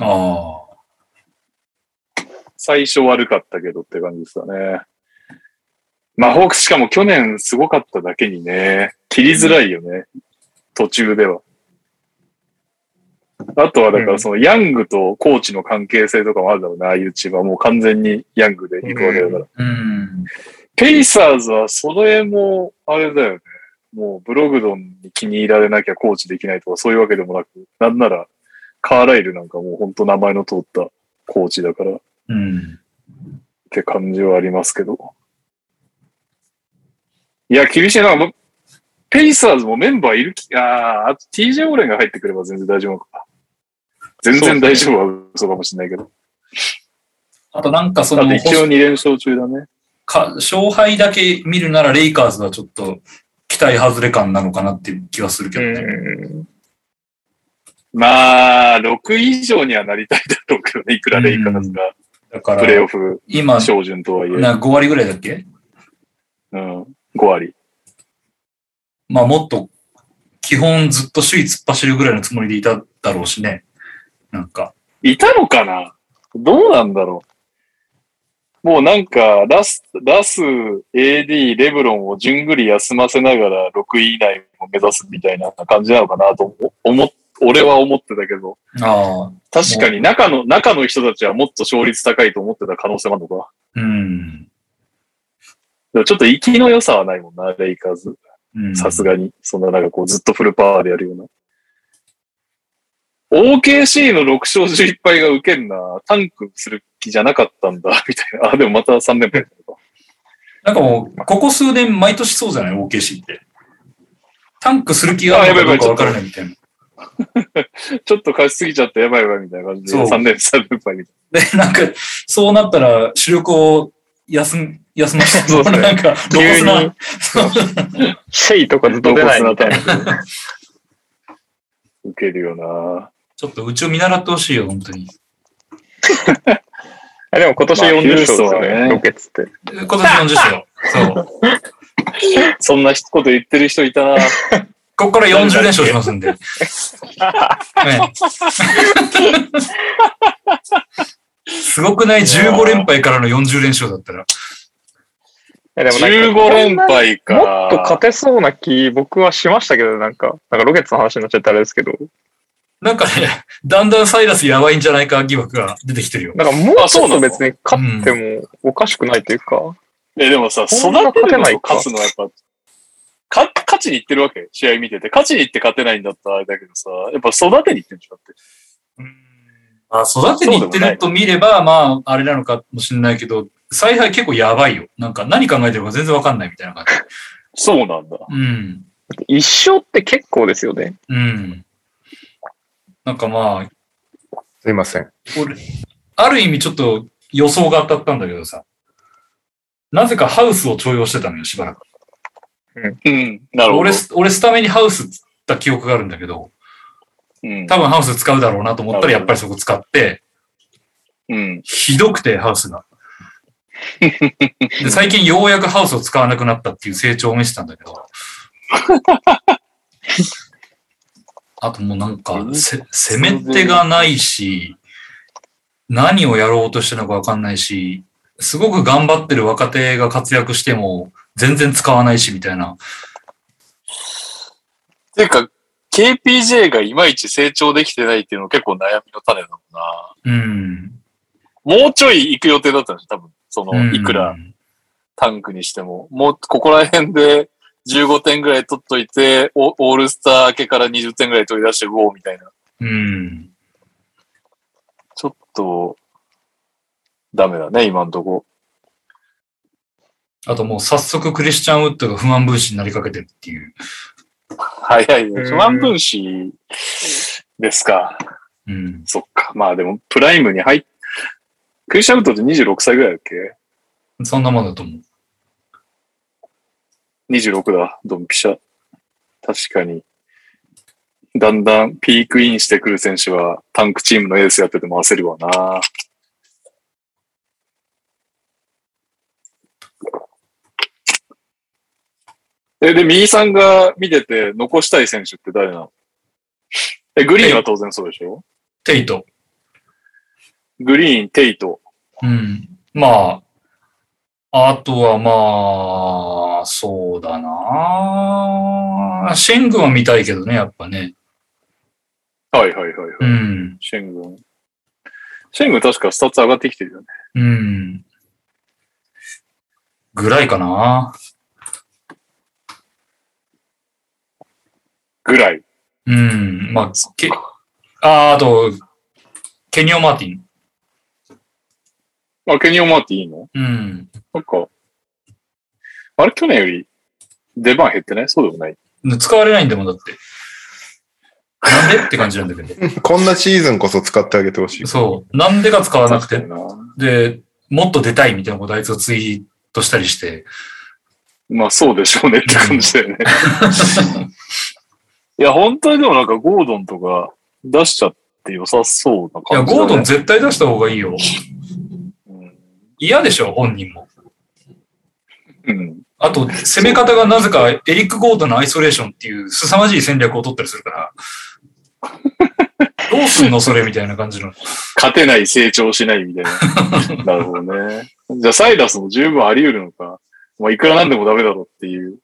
D: ああ。
B: 最初悪かったけどって感じですよね。まあ、ホークスしかも去年すごかっただけにね、切りづらいよね。途中では。あとは、だか
C: う
B: ら
C: ん
B: その、ヤングとコーチの関係性とかもあるだろうな、ああいうチームはもう完全にヤングで行くわけだから。
D: うん。
B: ペイサーズは、それも、あれだよね。もう、ブログドンに気に入られなきゃコーチできないとか、そういうわけでもなく、なんなら、カーライルなんかもう本当名前の通ったコーチだから、
D: うん。
B: って感じはありますけど。いや、厳しいな。もうペイサーズもメンバーいるき、あーあと TJ オーレンが入ってくれば全然大丈夫か。全然大丈夫は嘘かもしれないけど。
D: あとなんかそ
B: だっ
D: の
B: て、一応2連勝中だね。
D: か勝敗だけ見るならレイカーズはちょっと期待外れ感なのかなっていう気はするけ
C: う
D: どね。
C: ん。
B: まあ、6以上にはなりたいだろうけどね、いくらレイカーズが
D: だか
B: プレー
D: ら
B: オ、フ
D: 今、
B: 照準とはいえ、
D: な5割ぐらいだっけ
B: うん、5割。
D: まあもっと基本ずっと首位突っ走るぐらいのつもりでいただろうしね。なんか。
B: いたのかなどうなんだろうもうなんか、ラス、ラス、AD、レブロンをじゅんぐり休ませながら6位以内を目指すみたいな感じなのかなと思っ、俺は思ってたけど、
D: ああ。
B: 確かに中の、中の人たちはもっと勝率高いと思ってた可能性もあるのか。
D: うん。
B: でもちょっと生きの良さはないもんな、レイカーズ。
D: うん
B: さすがに。そんななんかこうずっとフルパワーでやるような。OKC の6勝11敗が受けんな。タンクする気じゃなかったんだ、み たいな。あ、でもまた3連敗だとか。
D: なんかもう、ここ数年毎年そうじゃない ?OKC って。タンクする気があるのかどうかわからないみたいな。
B: ちょっと勝ちすぎちゃってやばいやばいみたいな感じで
D: そう
B: 3連3連敗みたい
D: で、なんか、そうなったら、主力を休ん、休ませて、
C: そうですね
D: なんか、露骨
C: 急
D: な
C: に、シェイとかずっと出ないみたいな。
B: な。 受けるよな。
D: ちょっとうちを見習ってほしいよ、本当に。
C: あでも今年
B: まあ
C: 40勝
B: ヒュー
C: ですよ
B: ストンは
C: ね、
B: ね
C: ロケッツって。
D: 今年40勝。そう。
B: そんなこと言ってる人いたな。
D: ここから40連勝しますんで。ね、すごくない ?15 連敗からの40連勝だったら。
C: いやでもなんか
B: 15連敗か。
C: もっと勝てそうな気、僕はしましたけど、なんか、なんかロケッツの話になっちゃってあれですけど、
D: なんかね、だんだんサイラスやばいんじゃないか疑惑が出てきてるよ。
C: なんかもう
B: あ
C: ち
B: そ
C: ょ
B: う
C: っ
B: なの
C: と別に勝ってもおかしくないというか、
B: え、でもさ、育
C: こんな
B: て
C: 勝
B: る
C: て
B: の
C: ない
B: と
C: か
B: 勝つのはやっぱ、か勝ちに行ってるわけ試合見てて。勝ちに行って勝てないんだったらあれだけどさ、やっぱ育てに行ってんじゃんだって。
D: まあ、育てに行ってると見れば、まあ、あれなのかもしれないけど、采配結構やばいよ。なんか何考えてるか全然わかんないみたいな感じ。
B: そうなんだ。
D: うん。
C: 一勝って結構ですよね。
D: うん。なんかまあ、
A: すいません。
D: 俺、ある意味ちょっと予想が当たったんだけどさ、なぜかハウスを重用してたのよ、しばらく。
B: うん。なるほど
D: 俺ス、俺スタメンにハウスつった記憶があるんだけど、
B: うん。
D: 多分ハウス使うだろうなと思ったら、やっぱりそこ使って、
B: うん。
D: ひどくて、ハウスが。で最近ようやくハウスを使わなくなったっていう成長を見せたんだけど。 あともうなんか、せ攻め手がないし、何をやろうとしてるのかわかんないし、すごく頑張ってる若手が活躍しても全然使わないしみたいな。
B: ていうか、KPJ がいまいち成長できてないっていうの結構悩みの種だもんな。
D: うん。
B: もうちょい行く予定だったんでしょ多分。その、いくら
D: うん。
B: タンクにしても。もう、ここら辺で15点ぐらい取っといて、オオールスター明けから20点ぐらい取り出して、ウォーみたいな。
D: うん。
B: ちょっと、ダメだね、今んとこ。
D: あともう早速クリスチャンウッドが不満分子になりかけてるっていう。
B: 早いね。
C: うん
B: 不安分子ですか。
D: うん。
B: そっか。まあでも、プライムに入っ、クリスチャンウッドって26歳ぐらいだっけ
D: そんなもんだと思う。
B: ?26 だ、ドンピシャ。確かに。だんだんピークインしてくる選手は、タンクチームのエースやってても焦るわな。え、で、右さんが見てて残したい選手って誰なのえ、グリーンは当然そうでしょ
D: テイト。
B: グリーン、テイト。
D: うん。まあ、あとはまあ、そうだなシェングは見たいけどね、やっぱね。
B: はいはいはいはい。
D: うん。
B: シェングン。シェングン確かスタッツ上がってきてるよね。
D: うん。ぐらいかな
B: ぐらい。
D: うん。まあ、け、あ、あと、ケニオ・マーティン。
B: あ、ケニオン・マーティンいいの
D: うん。
B: なんか、あれ去年より出番減ってないそうでもない。
D: 使われないんだもん、だって。なんでって感じなんだけど。
A: こんなシーズンこそ使ってあげてほしい。
D: そう。なんでか使わなく
B: 確か
D: て
B: に。な。
D: で、もっと出たいみたいなことあいつがツイートしたりして。
B: まあそうでしょうねって感じだ よね。いや、本当にでもなんかゴードンとか出しちゃって良さそうない
D: や、
B: 感じ、ね。
D: ゴードン絶対出した方がいいよ。
B: ン。
D: 嫌でしょ、本人も。
B: うん。
D: あと、攻め方がなぜかエリック・ゴードンのアイソレーションっていう凄まじい戦略を取ったりする から。どうすんのそれみたいな感じの。
B: 勝てない、成長しないみたい な。なるほどね。じゃあサイラスも十分あり得るのか。まあいくらなんでもダメだろうっていう。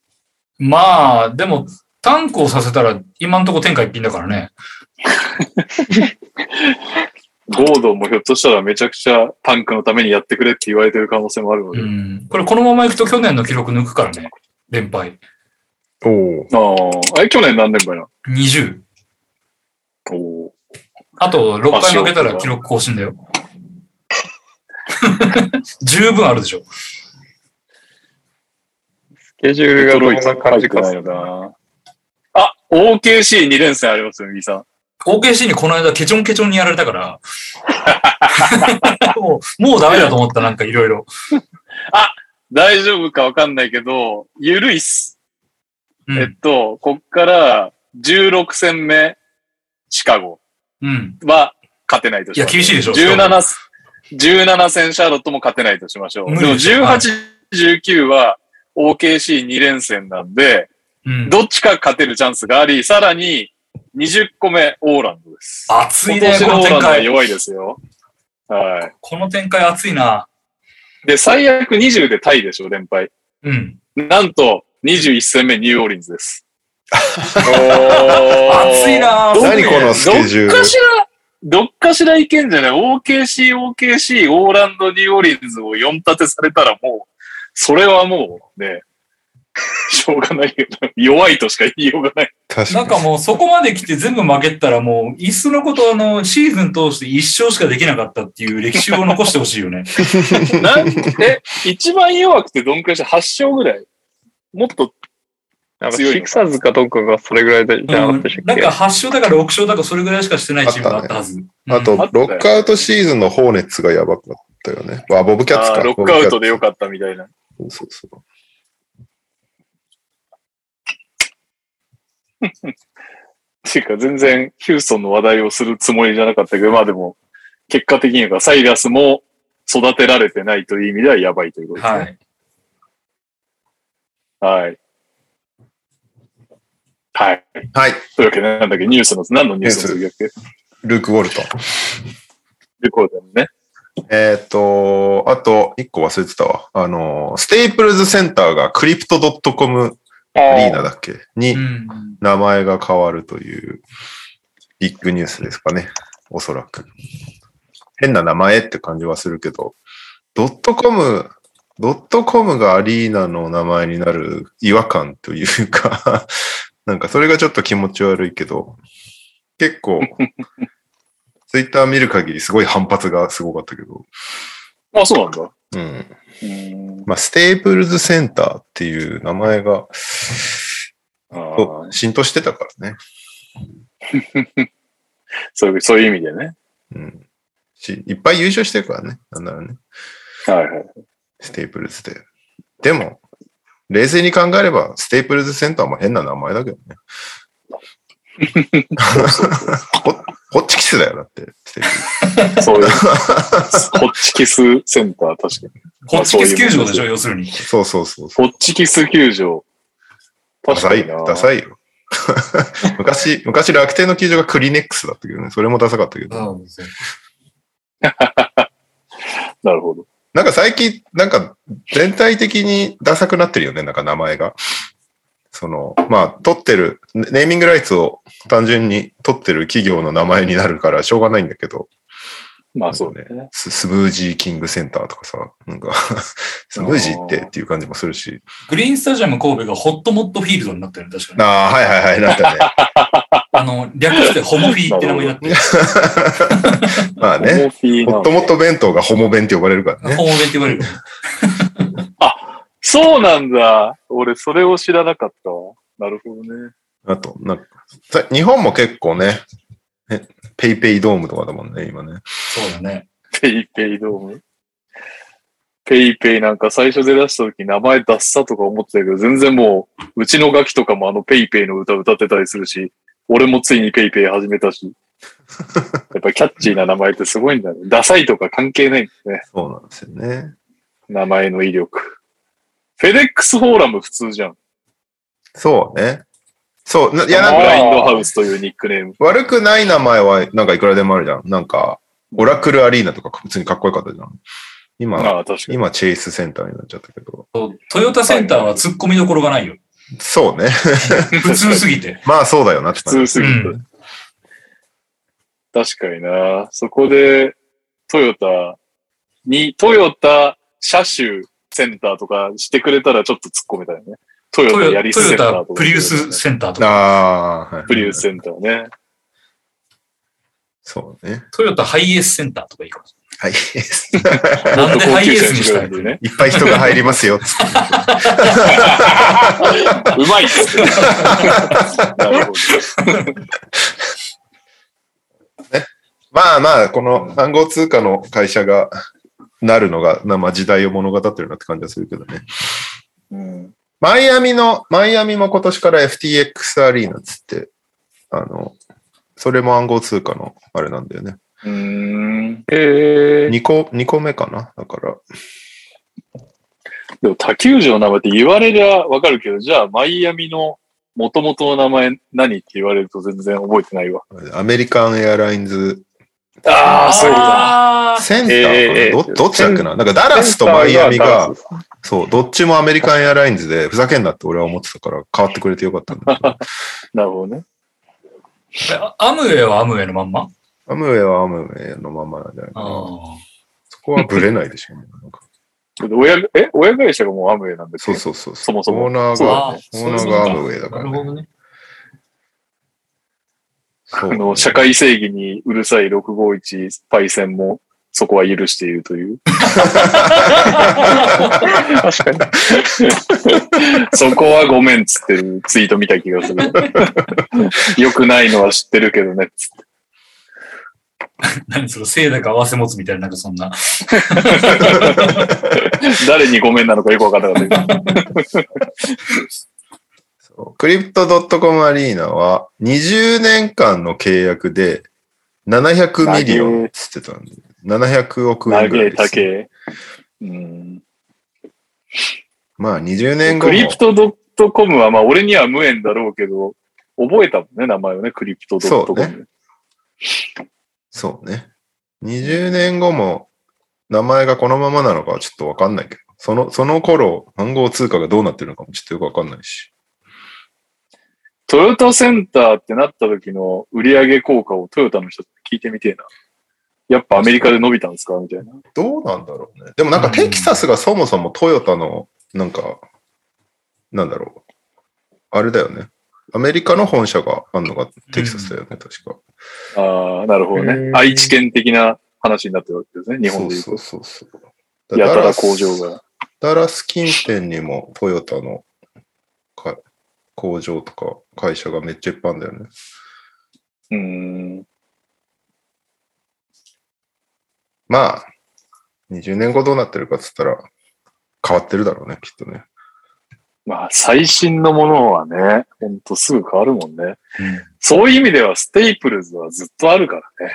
D: まあ、でも、タンクをさせたら今んとこ天下一品だからね。
B: ゴードンもひょっとしたらめちゃくちゃタンクのためにやってくれって言われてる可能性もあるの
D: う
B: で。
D: ん。これこのまま行くと去年の記録抜くからね。連敗。
A: おお。
B: ああ、え、去年何年前な
D: 20。
B: のおー
D: あと6回負けたら記録更 新だよ。十分あるでしょ。
C: スケジュールがどんな感
B: 入
C: じ
B: って
C: か
B: ないのかな。あ、OKC2 連戦ありますよ、右さん。
D: OKC にこの間ケチョンケチョンにやられたから。 もう、もうダメだと思った、なんかいろいろ。
B: 大丈夫かわかんないけど、ゆるいっす。
D: う
B: えっ
D: ん。
B: と、こっから16戦目、シカゴ
D: うん。
B: は勝てないとしましょう。
D: いや厳しいでしょ
B: 17す、17戦シャーロットも勝てないとしましょう。
D: 無
B: で
D: 理
B: も
D: でしょ
B: 18、19は OKC2 連戦なんで、
D: うん。
B: どっちか勝てるチャンスがあり、さらに20個目オーランドです。
D: 熱い
B: 今
D: ね、
B: 年
D: こ
B: のオ
D: の
B: ーラ
D: 展
B: ンドは
D: 開。
B: 弱いですよ。は
D: この展開熱いな。
B: い。で、最悪20でタイでしょ、連敗。
D: うん。
B: なんと、21戦目ニューオーリンズです。 熱
D: 熱いな
A: 何このスケジュール
B: どっかしら、どっかしらいけんじゃない ?OKC、OKC、オーランド、ニューオーリンズを4立てされたらもう、それはもうね、 しょうがないよな。弱いとしか言いようが ない。
A: 確
D: なん
A: か
D: かもうそこまで来て全部負けたらもう、いっそのことあの、シーズン通して一勝しかできなかったっていう歴史を残してほしいよね。
B: なんえ、一番弱くてどんくらいして ?8 勝ぐらいもっと、
C: なんか
B: 強いのか
C: シクサーズかどっかがそれぐらいでじゃなかったでしたっ
D: なん
C: け、
D: か8勝だから6勝だからそれぐらいしかしてないチームがあったはず。
A: に。あと、
B: あった
A: ロックアウトシーズンのホーネッツがやばかったよね。あ、ボブキャッツ
B: あ
A: か。
B: ーロックアウトでよ
A: かっ
B: かったみたいな。
A: た。そうそう
B: ていうか、全然ヒューストンの話題をするつもりじゃなかったけど、まあでも、結果的にはサイラスも育てられてないという意味ではやばいということです
D: は
B: ね。
D: い。
B: はい。はい。
A: はい。
B: というわけで、なんだっけ、ニュースの、何のニュースの続きだっけ
A: ルーク・ウォルトン。
B: レコードのね。
A: えっ、と、あと、一個忘れてたわ。あの、ステイプルズセンターがクリプト .com アリーナだっけに
D: うん。
A: 名前が変わるというビッグニュースですかね。おそらく。変な名前って感じはするけど、ドットコム、ドットコムがアリーナの名前になる違和感というか、 なんかそれがちょっと気持ち悪いけど、結構、ツイッター見る限りすごい反発がすごかったけど。
B: あ、そうなんだ。う
A: うん。
B: ーん。
A: まあ、ステープルズセンターっていう名前が
B: あー
A: こう浸透してたからね。
B: そういう、そういう意味でね。
A: うん。し、いっぱい優勝してるからね。なんならね。
B: はいはい。
A: ステープルズで。でも、冷静に考えれば、ステープルズセンターも変な名前だけど ね。ホホッチキスだよ、だって。ステープルズ
B: そ ういう。ホッチキスセンター、確かに。
D: ホッチキス球場でし
B: そう
D: ょ、要するに。
A: そうそうそうそう。
B: ホッチキス球場。
A: ダ
B: 確
A: サ
B: か
A: い
B: にな
A: よ。ダサいよ。 昔、昔楽天の球場がクリネックスだったけどね。それもダサかったけど。
B: なるほど。
A: なんか最近、なんか全体的にダサくなってるよね、なんか名前が。その、まあ、取ってる、ネネーミングライツを単純に取ってる企業の名前になるからしょうがないんだけど、
B: まあそうだね。
A: ススムージーキングセンターとかさ、なんか、スムージーってっていう感じもするし。
D: グリーンスタジアム神戸がホットモットフィールドになってる確かに。
A: ああ、はいはいはい、なったね。
D: あの、略してホモフィーって名前になってる。
A: まあね、
B: ホモフィー
A: も
B: な
A: っ
B: ん
A: と
B: だ
A: もっと弁当がホモ弁って呼ばれるから ね。
D: ホモ弁って言われる。
B: そうなんだ。俺、それを知らなかったわ。なるほどね。
A: あと、なんか、さ日本も結構ね、ねペイペイドームとかだもんね、今ね。
D: そうだね。
B: ペイペイドーム。ペイペイなんか最初で出した時名前出したとか思ってたけど、全然もう、うちのガキとかもあのペイペイの歌歌ってたりするし、俺もついにペイペイ始めた し。やっぱキャッチーな名前ってすごいんだね。ダサいとか関係ないんですね。
A: そうなんですよね。
B: 名前の威力。フェデックスフォーラム普通じゃん。
A: そうね。そう。ない
B: ブ
A: や、なんか
B: ラインドハウスというニックネーム。
A: 悪くない名前は、なんかいくらでもあるじゃん。なんか、オラクルアリーナとか普通にかっこよかったじゃん。今、
B: ああ、確かに。
A: 今、チェイスセンターになっちゃったけど。
D: そうトヨタセンターは突っ込みどころがないよ。
A: そうね。
D: 普通すぎて。
A: まあそうだよなって
B: 普通
A: 感じ。
B: すぎて。
D: う
B: 確かにな。そこで、トヨタに、トヨタ車種センターとかしてくれたらちょっと突っ込めたよね。トヨ
D: ト
B: タヤ
D: ヨ
B: リ
D: ト
B: スセン
D: ヨ
B: タ
D: タ
B: ーとか。
D: プリウスセンターとか、
A: ああ、はい。
B: プリウス。センターね。
A: そうね。
D: トヨタハイエースセンターとかいいかもし
A: はい。
D: れない。なんでハイエースにしたい
B: んでね。
A: いっぱい人が入りますよ。
B: うまいっすね なるほど。
A: まあまあ、この暗号通貨の会社が、なるのが、なまあ時代を物語ってるなって感じはするけどね。
B: うん
A: マイアミの、マイアミも今年から FTX アリーナっつって、あの、それも暗号通貨のあれなんだよね。
B: うーん。
C: えー、
A: 2個、二個目かなだから。
B: でも、他球場の名前って言われりゃわかるけど、じゃあ、マイアミの元々の名前何って言われると全然覚えてないわ。
A: アメリカンエアラインズ
B: ああ、そういうことだ。
D: あー
A: センターかな、
C: えー
A: どどっちだっけななんかダラスとマイアミ
C: ダ
A: が
C: ラ、ス
A: そう、どっちもアメリカンエアラインズで、ふざけんなって俺は思ってたから、変わってくれてよかったんだけど。
B: なるほどね。
D: あアムウェイはアムウェイのまんま
A: アムウェイはアムウェイのまんまなんじゃないか
D: あ
A: な。
D: ー
A: そこはブレないでしょうね。なんか
B: 親が、え、親会社がもうアムウェイなんです
A: そう
B: よ。
A: そうそう。
B: そもそも
A: オーナー
B: そう
A: が、
B: だ
D: あー、
A: オ
D: そう
A: ー
D: いう
A: ナ
D: こ
A: ー
D: と
A: がアムウェイだから
D: なる
A: ね、
D: ほど
A: そ
D: ね。
A: う
B: あの、社会正義にうるさい651パイセンも、そこは許しているという。
C: 確かに。
B: そこはごめんっつってるツイート見た気がする。 良くないのは知ってるけどねっつって。
D: 何それ、せいだか合わせ持つみたいな、なんかそんな。
B: 誰にごめんなのかよくわからなかったけど。
A: そうクリプト .com アリーナは20年間の契約で700ミリオンっつってたんで、700億円ぐ
B: 長
A: ら
B: え
A: いです、ね。
B: 竹。うん。
A: まあ20年後
B: クリプ
A: も、
B: トドットコムは、まあ俺には無縁だろうけど、覚えたもんね、名前をね、クリプトドット
A: そ
B: コ
A: う
B: ム。
A: そうね。20年後も名前がこのままなのかはちょっとわかんないけど、その、その頃、暗号通貨がどうなってるのかもちょっとよくわかんないし。
B: トヨタセンターってなった時の売上効果をトヨタの人に聞いてみてえな。やっぱアメリカで伸びたんですかみたいな。
A: どうなんだろうね。でもなんかテキサスがそもそもトヨタの、なんか、なんだろう。あれだよね。アメリカの本社があるのがテキサスだよね、確か。
B: ああ、なるほど
C: へ
B: ね。
C: ー
B: 愛知県的な話になってるわけですね、日本で言う
A: そ
B: と
A: う。そうそうそう。
B: やた
A: ダ
B: ら
A: ラス
B: 工場。が。
A: ダラス近辺にもトヨタのか工場とか会社がめっちゃいっぱいあるんだよね。
B: うーん。
A: まあ、20年後どうなってるかっつったら変わってるだろうね、きっとね。
B: まあ、最新のものはね、ほんとすぐ変わるもんね。そういう意味では、ステイプルズはずっとあるからね。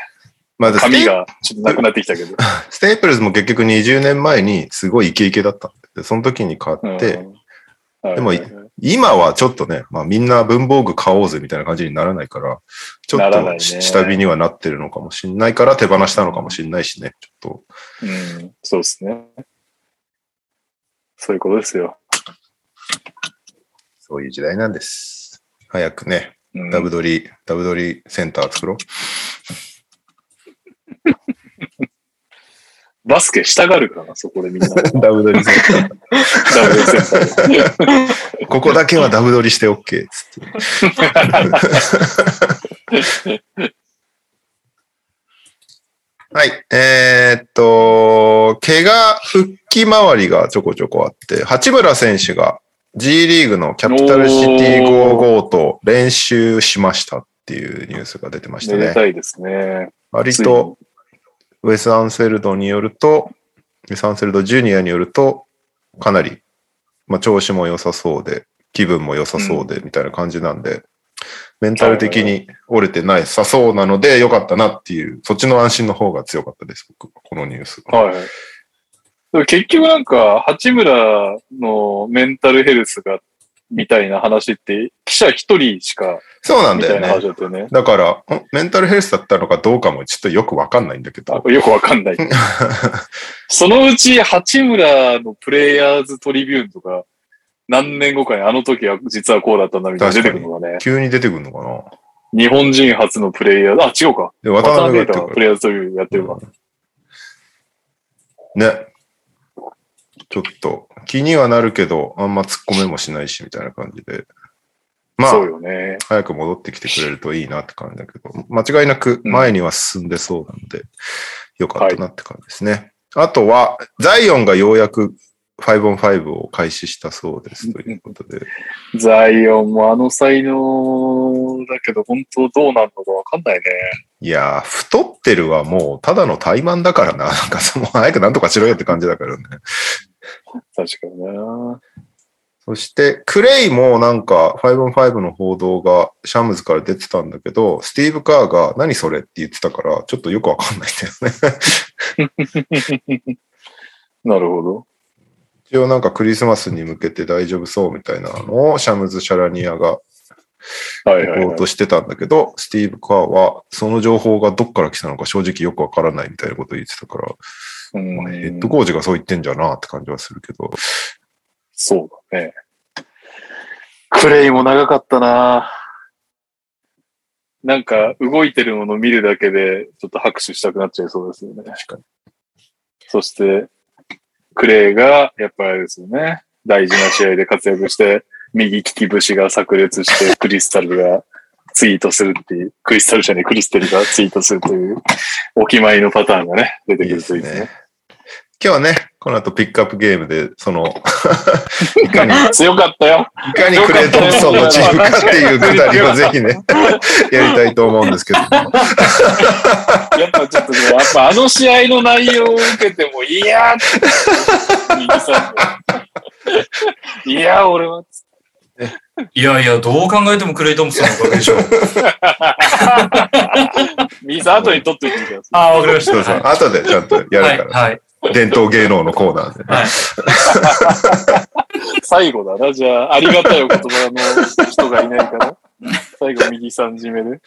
A: まあ、でステ
B: 紙
A: イ
B: がちょっとなくなってきた けど。
A: ステイプルズも結局20年前にすごいイケイケだったんで、その時に買
B: うん
A: って、、
B: はい
A: でも
B: はいはい
A: 今はちょっとね、まあみんな文房具買おうぜみたいな感じにならないから、ちょ
B: な
A: っ
B: らないね
A: とし下火にはなってるのかもしんないから手放したのかもしんないしね、ちょっと。
B: うん、そうですね。そういうことですよ。
A: そういう時代なんです。早くね、
B: うん
A: ダブドリ、ダブドリセンター作ろう。
B: バスケしたがるからな、そこで みんな。ダ
A: ダブドリセンタ
B: ブルセンターで。
A: ー。ここだけはダブドリして OK っつって。はい。えーっと、怪我復帰周りがちょこちょこあって、八村選手が G リーグのキャピタルシティ55と練習しましたっていうニュースが出てました
B: めで
A: ね。
B: たいですね。
A: 割とウェス・アンセルドによると、ウェス・アンセルドジュニアによると、かなり、まあ、調子も良さそうで、気分も良さそうで、みたいな感じなんで、メンタル的に折れてないさそうなので、良かったなっていう、そっちの安心の方が強かったです、僕はこのニュース。
B: はい。でも結局なんか、八村のメンタルヘルスが、みたいな話って、記者一人しか、
A: そうなん
B: み
A: だ
B: たいな
A: よね。
B: 話だったよね。
A: だから、んメンタルヘルスだったのかどうかもちょっとよくわかんないんだけ
B: あ
A: ど、
B: よくわかんない。そのうち、八村のプレイヤーズトリビューンとか、何年後かにあの時は実はこうだったんだみたいな出てくるのがね、
A: 急に出てくるのかな
B: 日本人初のプレイヤー、あ、違うか。
A: で、渡
B: 渡
A: 辺
B: 辺
A: が出
B: が
A: てく
B: プ
A: る。
B: レイヤーズトリビューンやってるわ。
A: ね。ちょっと気にはなるけど、あんま突っ込めもしないし、みたいな感じで。まあ
B: そ、うよね。
A: 早く戻ってきてくれるといいなって感じだけど、間違いなく前には進んでそうなので、よかったなって感じですね。あとは、ザイオンがようやく 5on5 を開始したそうですということで、
B: ザイオンもあの才能だけど、本当どうなるのかわかんないね。
A: いやー、太ってるはもうただの怠慢だからな、なんかその早くなんとかしろよって感じだからね。
B: 確かにな。
A: そして、クレイもなんか 5on5 の報道がシャムズから出てたんだけど、スティーブ・カーが何それって言ってたから、ちょっとよくわかんないんだよね。
B: なるほど。
A: 一応なんかクリスマスに向けて大丈夫そうみたいなのをシャムズ・シャラニアが
B: はい
A: レ
B: はい、
A: ポ
B: は
A: ー
B: い。
A: トしてたんだけど、スティーブ・カーはその情報がどっから来たのか正直よくわからないみたいなことを言ってたから、
B: う
A: まあヘッ
B: ん
A: ド、コーチがそう言ってんじゃなって感じはするけど、
B: そうだね。クレイも長かったな。なんか、動いてるもの見るだけで、ちょっと拍手したくなっちゃいそうですよね。
A: 確かに。
B: そして、クレイが、やっぱりあれですよね。大事な試合で活躍して、右利き節が炸裂して、クリスタルがツイートするっていう、クリスタル社にクリステルがツイートするという、お決まりのパターンがね、出て
A: いい
B: く
A: で
B: ると
A: す
B: いいですね。
A: ね。今日はね、この後ピックアップゲームで、その、いかに、
B: 強かったよ。
A: いかにクレイ・トンプソンのチームかっていうくだりをぜひね、やりたいと思うんですけども。
B: やっぱちょっとね、やっぱあの試合の内容を受けても、いやー右サイドいやー俺は、
D: いやいや、どう考えてもクレイトンプソンのおかげでしょう。
B: 右サイド後に取っておいてくださ
D: ああ、わかりました。
A: そうそう、後でちゃんとやるか
D: は
A: ら
D: い、。はい。
A: 伝統芸能のコーナーで。
D: はい
B: い。最後だな、じゃあ、ありがたいお言葉の人がいないから。最後、右さん締めで。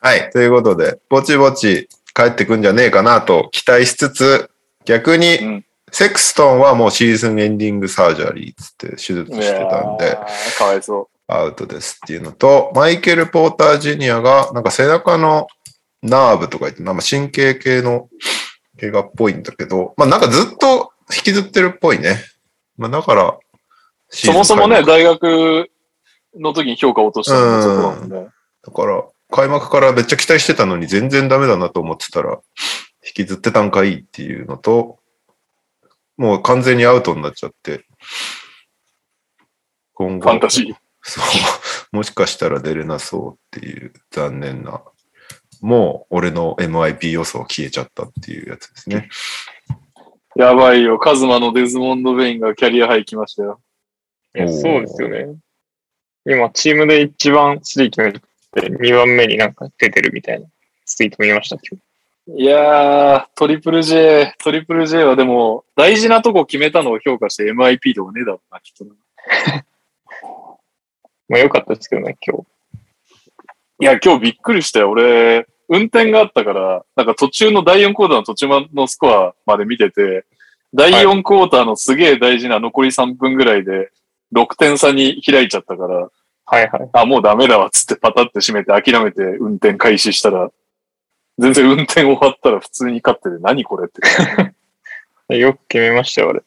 A: はい。ということで、ぼちぼち帰ってくんじゃねえかなと期待しつつ、逆に、
B: うん
A: セクストンはもうシーズンエンディングサージャリーっつって手術
B: い
A: して
B: や
A: たんで、
B: ーかわいそ
A: アウトですっていうのと、マイケル・ポーター・ジュニアが、なんか背中のナーブとか言って、なんか神経系の怪我っぽいんだけど、まあなんかずっと引きずってるっぽいね。まあだから、
B: う。そもそもね、大学の時に評価を落としたのがそこなんで。
A: だから、開幕からめっちゃ期待してたのに全然ダメだなと思ってたら、引きずってたんかいっていうのと、もう完全にアウトになっちゃって、今
B: ファンタジー。
A: そう。も しかしたら出れなそうっていう残念な。もう俺の MIP 予想消えちゃったっていうやつですね。
B: やばいよ。カズマのデズモンド・ベインがキャリアハイ来ましたよ。
C: いやそうですよね。今、チームで一番スリー決めて、2番目になんか出てるみたいなツイート見ましたけど。
B: いやー、トリプル J、トリプル J はでも、大事なとこ決めたのを評価して MIP でもねえだろうな、きっとな。
C: まあ良かったですけどね、今日。
B: いや、今日びっくりしたよ。俺、運転があったから、なんか途中の第4クォーターの途中のスコアまで見てて、第4クォーターのすげえ大事な残り3分ぐらいで、6点差に開いちゃったから、
C: はいはい。
B: あ、もうダメだわ、つってパタって閉めて諦めて運転開始したら、全然運転終わったら普通に勝ってて、何これって。
C: よく決めましたよ、あれ。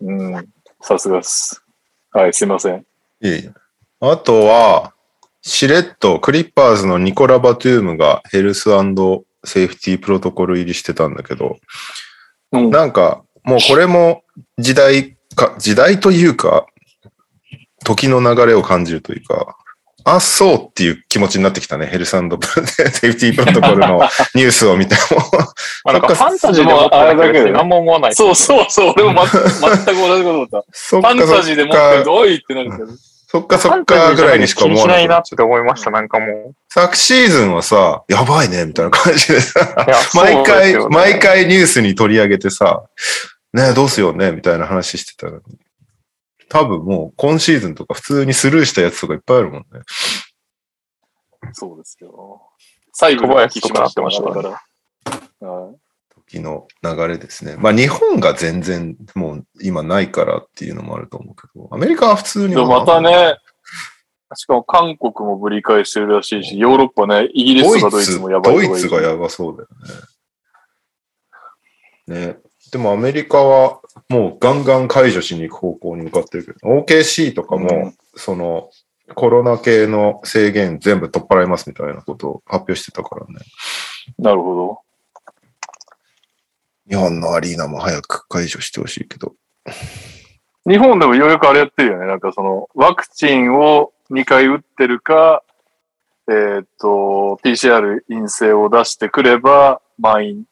B: うん、さすがっす。はい、すいません。
A: いえいえあとは、しれっとクリッパーズのニコラ・バトゥームがヘルスセーフティープロトコル入りしてたんだけど、
B: うん
A: なんかもうこれも時代か、時代というか、時の流れを感じるというか、あ、そうっていう気持ちになってきたね。ヘルスセーフティープロトコルのニュースを見ても。
C: あなんかフ
A: そっか
C: ァンタジーでもあれだけど、何も思わない。
B: そうそうそう、俺も、ま、 全く同じことだっ。
A: そった
B: ファ
A: か
B: ン
A: そ
B: タジーで
A: っ
B: 持ってる
A: か、
B: と、おいってなるけど。
A: そっか
C: フ
A: そ
C: ァ
A: っ
C: ンタ
A: かぐ
C: ジー
A: らい
C: に
A: にしか
C: 気に
A: 思わ
C: し
A: な
C: ないいなって思いました、なんかも
A: 昨シーズンはさ、やばいね、みたいな感じで
C: う
A: さ、
C: いや。そう
A: 毎
C: です
A: 回、
C: よね
A: 毎。回ニュースに取り上げてさ、ねえどうすようね、みたいな話してたのに。多分もう今シーズンとか普通にスルーしたやつとかいっぱいあるもんね。
B: そうですけど。最後
C: 小林とかなってま
B: まし
C: し
B: たた
C: か
B: から。はい
A: 時の流れですね。まあ日本が全然もう今ないからっていうのもあると思うけど、アメリカは普通に
B: でもまた。ね、しかも韓国もぶり返してるらしいし、ヨーロッパね、イギリ
A: ド
B: ス
A: イ
B: とかドイ
A: ツ、
B: ツもやばい
A: ド
B: とか
A: イ
B: 言う
A: ツがやばそうだよね。ね。でもアメリカはもうガンガン解除しに行く方向に向かってるけど、OKC とか
B: う
A: も
B: ん、
A: その、コロナ系の制限全部取っ払いますみたいなことを発表してたからね。
B: なるほど。
A: 日本のアリーナも早く解除してほしいけど。
B: 日本でもようやくあれやってるよね。なんかその、ワクチンを2回打ってるか、えーっと、PCR 陰性を出してくれば、満員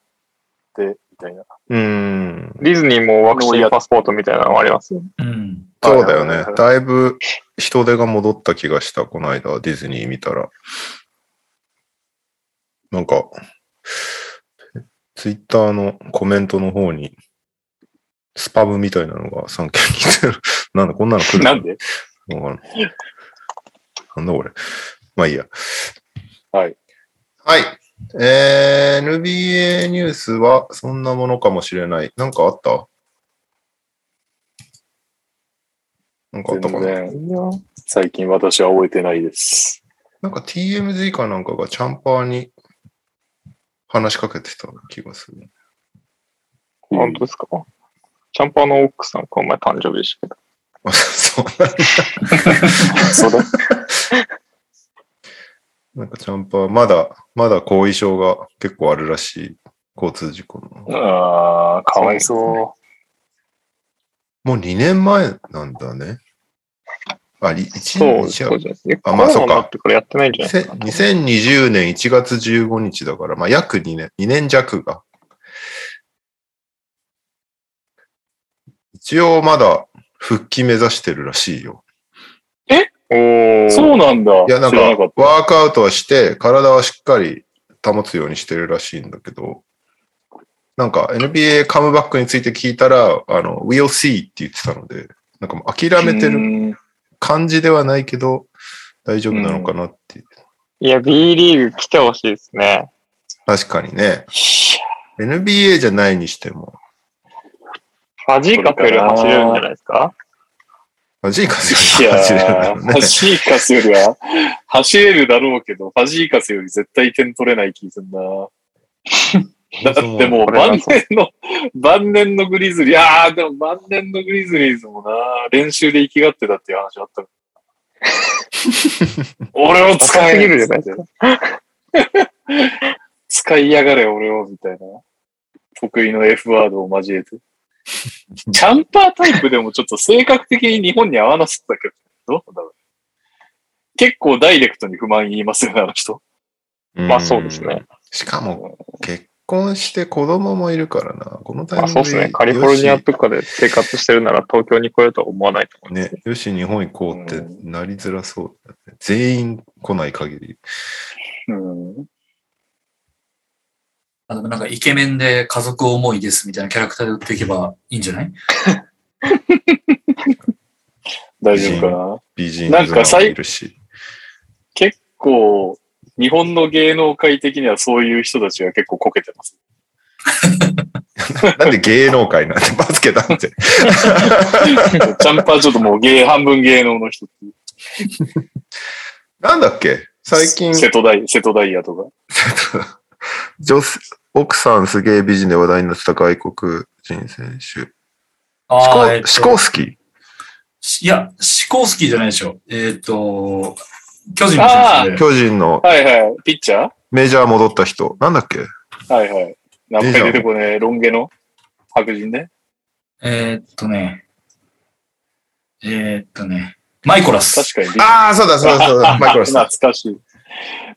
B: で、みたいな。
A: うーん。
C: ディズニーもワクチンパスポートみたいなのありますよね。
D: うん。
A: そうだよ
B: はいはいはいは
A: ね。
B: い
A: だいぶ人手が戻った気がした、この間、ディズニー見たら。なんか、ツイッターのコメントの方に、スパムみたいなのが3件来てる。 なんだ、こんなの来る
B: なんで
A: わからんなんだこれ。まあいいや。
B: はい。
A: はい。えー、NBA ニュースはそんなものかもしれない。なんかあったなんかあったか
B: 全
A: な
B: 然、最近私は終えてないです。
A: なんか TMZ かなんかがチャンパーに話しかけてた気がする。
C: 本当ですかチャンパーの奥さん、この前誕生日でしたけど。
A: あそうなんだ
B: そ れ
A: なんかチャンパー、まだ、まだ後遺症が結構あるらしい。交通事故の。
B: ああ、かわいそ
A: もう2年前なんだね。あ、り一
C: そう、
A: 一
C: そうじゃないですか。
A: あまあ
C: コロ
A: そっ
C: ナに
A: か
C: なってからやってないんじゃないですか。
A: 2020年1月15日だから、まあ、約2年、2年弱が。一応まだ復帰目指してるらしいよ。
C: お
B: う。
C: ー。
B: そうなんだ。
A: いや、なん
B: 知
A: から
B: なかった。
A: ワークアウトはして、体はしっかり保つようにしてるらしいんだけど、なんか NBA カムバックについて聞いたら、あの、we'll see って言ってたので、なんかもう諦めてる
B: る。
A: 感じではないけど、大丈夫なのかなっていう。
C: いや、B リーグ来てほしいですね。
A: 確かにね。NBA じゃないにしても、
C: 恥かける走れるんじゃないですか
A: ファジーカスよ
B: い
A: り
B: や
A: 走れるから
B: ー、ファ
A: ね。
B: ジーカスよりは、 走れるだろうけど、ファジーカスより絶対点取れない気すんな。だってもう晩年の、晩年のグリズリー、ああ、でも晩年のグリズリーズもな、練習で生きがってたっていう話あったか俺を使
C: 若
B: え
C: すぎるじゃないですか。
B: 使いやがれ、俺を、みたいな。得意の F ワードを交えて。チャンパータイプでもちょっと性格的に日本に合わなそうだけど、どうなんだろう。結構ダイレクトに不満言いますよね、あの人。
C: まあそうですね。。
A: しかも、結婚して子供もいるからな。このタイミ
C: ま
A: ン
C: あ
A: グ
C: そうですね。カリフォルニアとかで生活してるなら東京に来ようとは思わないと思います。
A: ね、よし、日本行こうってなりづらそうだね、全員来ない限り。
B: うん。
D: あの、なんかイケメンで家族思いですみたいなキャラクターで売っていけばいいんじゃない
B: 大丈夫かな
A: 美人
B: なんか
A: 妻
B: さい
A: もいるし。
B: 結構、日本の芸能界的にはそういう人たちが結構こけてます。
A: なんで芸能界なんて、バスケなんて。
B: チャンパーちょっともう芸、半分芸能の人っていう
A: なんだっけ最近、
B: 瀬戸大、瀬戸大也とか。
A: 女性奥さんすげえ美人で話題になってた外国人選手。シ
D: あ
A: コ
D: ーえっと
A: シコースキー。
D: いや、シコースキーじゃないでしょ。えーっ、と、巨人
B: あー
D: の選手で。
A: 巨人の
B: はいはい。ピッチャ
A: メジャー戻った人。なんだっけ
B: ーはいはい。やっぱり出てこね、ロン毛の白人ね。
D: えーっ、とね。えーっ、とね。マイコラス。
B: 確かに。
A: ああ、そうだ、そうだ、そう だ。マイクロス
B: 懐かしい。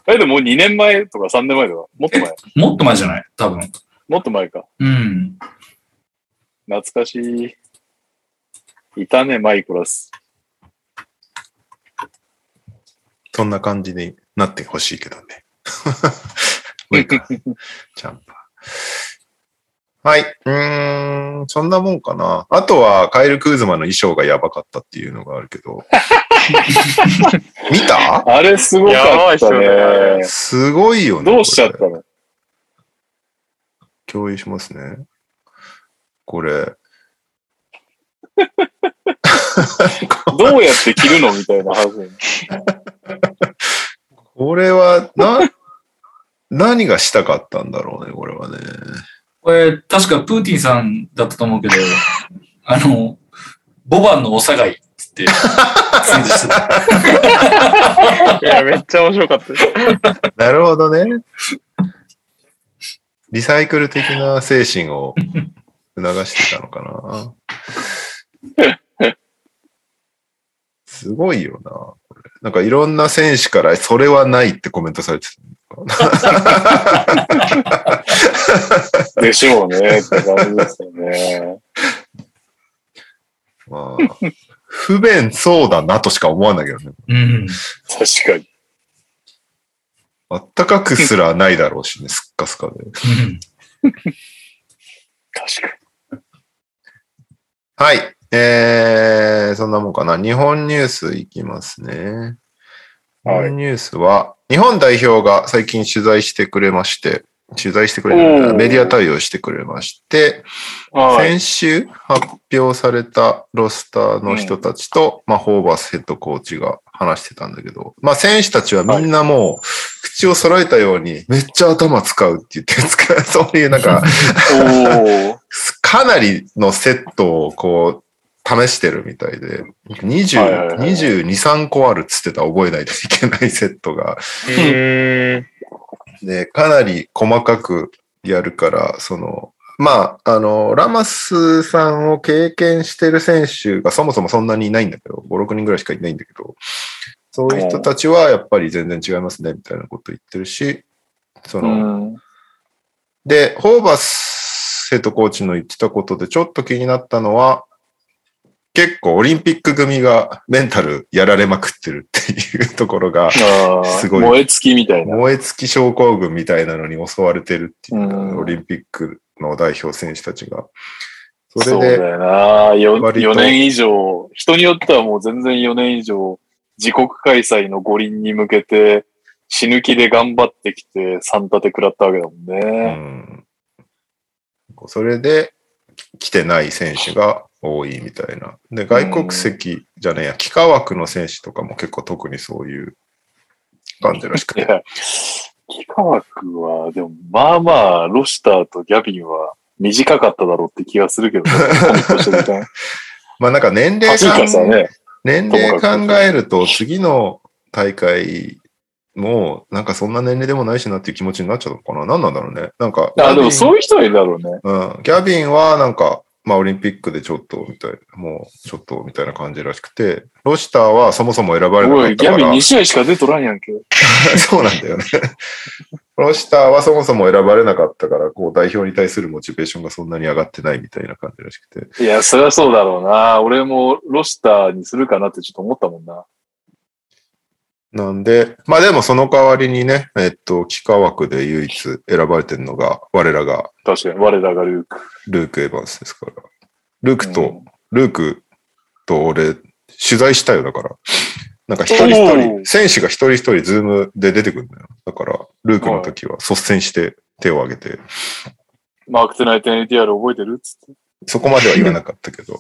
B: え、でももう2年前とか3年前とか、もっと前。
D: もっと前じゃない多分。
B: もっと前か。
D: うん。
B: 懐かしい。いたね、マイコラス。
A: そんな感じになってほしいけどね。 もういい かジャンパー。はい。うーん、そんなもんかな。あとは、カエル・クーズマの衣装がやばかったっていうのがあるけ ど。見た
B: あれすご
C: やば
B: か
C: い
B: っ
C: っすよ
B: たね。
C: ね
A: すごいよね。
B: どうしちゃっ
A: これ
B: たの
A: 共有しますね。これ。
B: どうやって着るのみたいな話。
A: これは、な、 何がしたかったんだろうね、これはね。
D: これ、確かプーティンさんだったと思うけど、あの、ボバンのお下がいっつって、ツイートしてた。
C: いや、めっちゃ面白かったです。
A: なるほどね。リサイクル的な精神を促してたのかな。すごいよな。これなんかいろんな選手からそれはないってコメントされてた。
B: でしょうね。って感じですよね。
A: まあ、不便そうだなとしか思わないけどね。
D: うん。
B: 確かに。
A: あったかくすらないだろうしね、すっかすかで。
D: うん
B: 確かに。
A: はい。えー、そんなもんかな。日本ニュースいきますね。日
B: はい
A: 本ニュースは、日本代表が最近取材してくれまして、取材してくれる
B: おー
A: メディア対応してくれまして、
B: は
A: 先
B: い。
A: 週発表されたロスターの人たちと、まあ、ホーバスヘッドコーチが話してたんだけど、まあ、選手たちはみんなもう、口を揃えたように、めっちゃ頭使うって言って、使うそういうなんか、
B: おー。
A: かなりのセットをこう、試してるみたいで、
B: はいはい
A: 20
B: はい
A: 22、3個あるっつってた覚えないといけないセットが。
C: うーん。
A: で、かなり細かくやるから、その、まあ、あの、ラマスさんを経験してる選手がそもそもそんなにいないんだけど、5、6人ぐらいしかいないんだけど、そういう人たちはやっぱり全然違いますね、みたいなこと言ってるし、そうの、
B: ん。
A: で、ホーバスヘッドコーチの言ってたことでちょっと気になったのは、結構オリンピック組がメンタルやられまくってるっていうところが、
B: あ
A: す
B: ー
A: ごい
B: 燃え尽きみたいな。
A: 燃え尽き症候群みたいなのに襲われてるっていうか、
B: うん
A: オリンピックの代表選手たちが。
B: そ
A: そうれ
B: だ
A: で、
B: よな4。
A: 割と
B: 4年以上、人によってはもう全然4年以上、自国開催の五輪に向けて、死ぬ気で頑張ってきて、三立て食らったわけだもん
A: う
B: ね。
A: ん、それで来てない選手が多いみたいな。で、外国籍じゃねえや、幾何枠の選手とかも結構特にそういう感じらしく
B: い
A: て。
B: や、幾何学は、でも、まあまあ、ロシターとギャビンは 短かっただろうって気がするけどね、コミットしてる時間
A: まあなんか年齢
B: パスーカーさ
A: 感
B: んね。
A: 年齢考えると、次の大会も、なんかそんな年齢でもないしなっていう気持ちになっちゃうのかな。何なんだろうね。なんか、
B: あ、でもそういう人はいるだろうね。
A: うん。ギャビンはなんか、まあオリンピックでちょっとみたいな、もうちょっとみたいな感じらしくて、ロシターはそもそも選ばれな
B: お
A: か
B: い、
A: っ
B: ギ
A: た
B: ャ
A: か
B: ビン
A: ら、
B: 2試合しか出とらんやんけ。
A: そうなんだよね。ロシターはそもそも選ばれなかったから、こう代表に対するモチベーションがそんなに上がってないみたいな感じらしくて。
B: いや、そりゃそうだろうな。俺もロシターにするかなってちょっと思ったもんな。
A: なんで、まあでもその代わりにね、えっと、幾何枠で唯一選ばれてるのが、我らが
B: 確かに、我らがルーク。
A: ルーク・エヴァンスですから。ルークと、
B: うん
A: ルークと俺、取材したよ、だから。なんか一人一
B: おー
A: 人、選手が一人一人ズームで出てくるんだよ。だから、ルークの時は率先して手を挙げて、
B: マーク・テナイテン ATR 覚えてるつ って。
A: そこまでは言わなかったけど、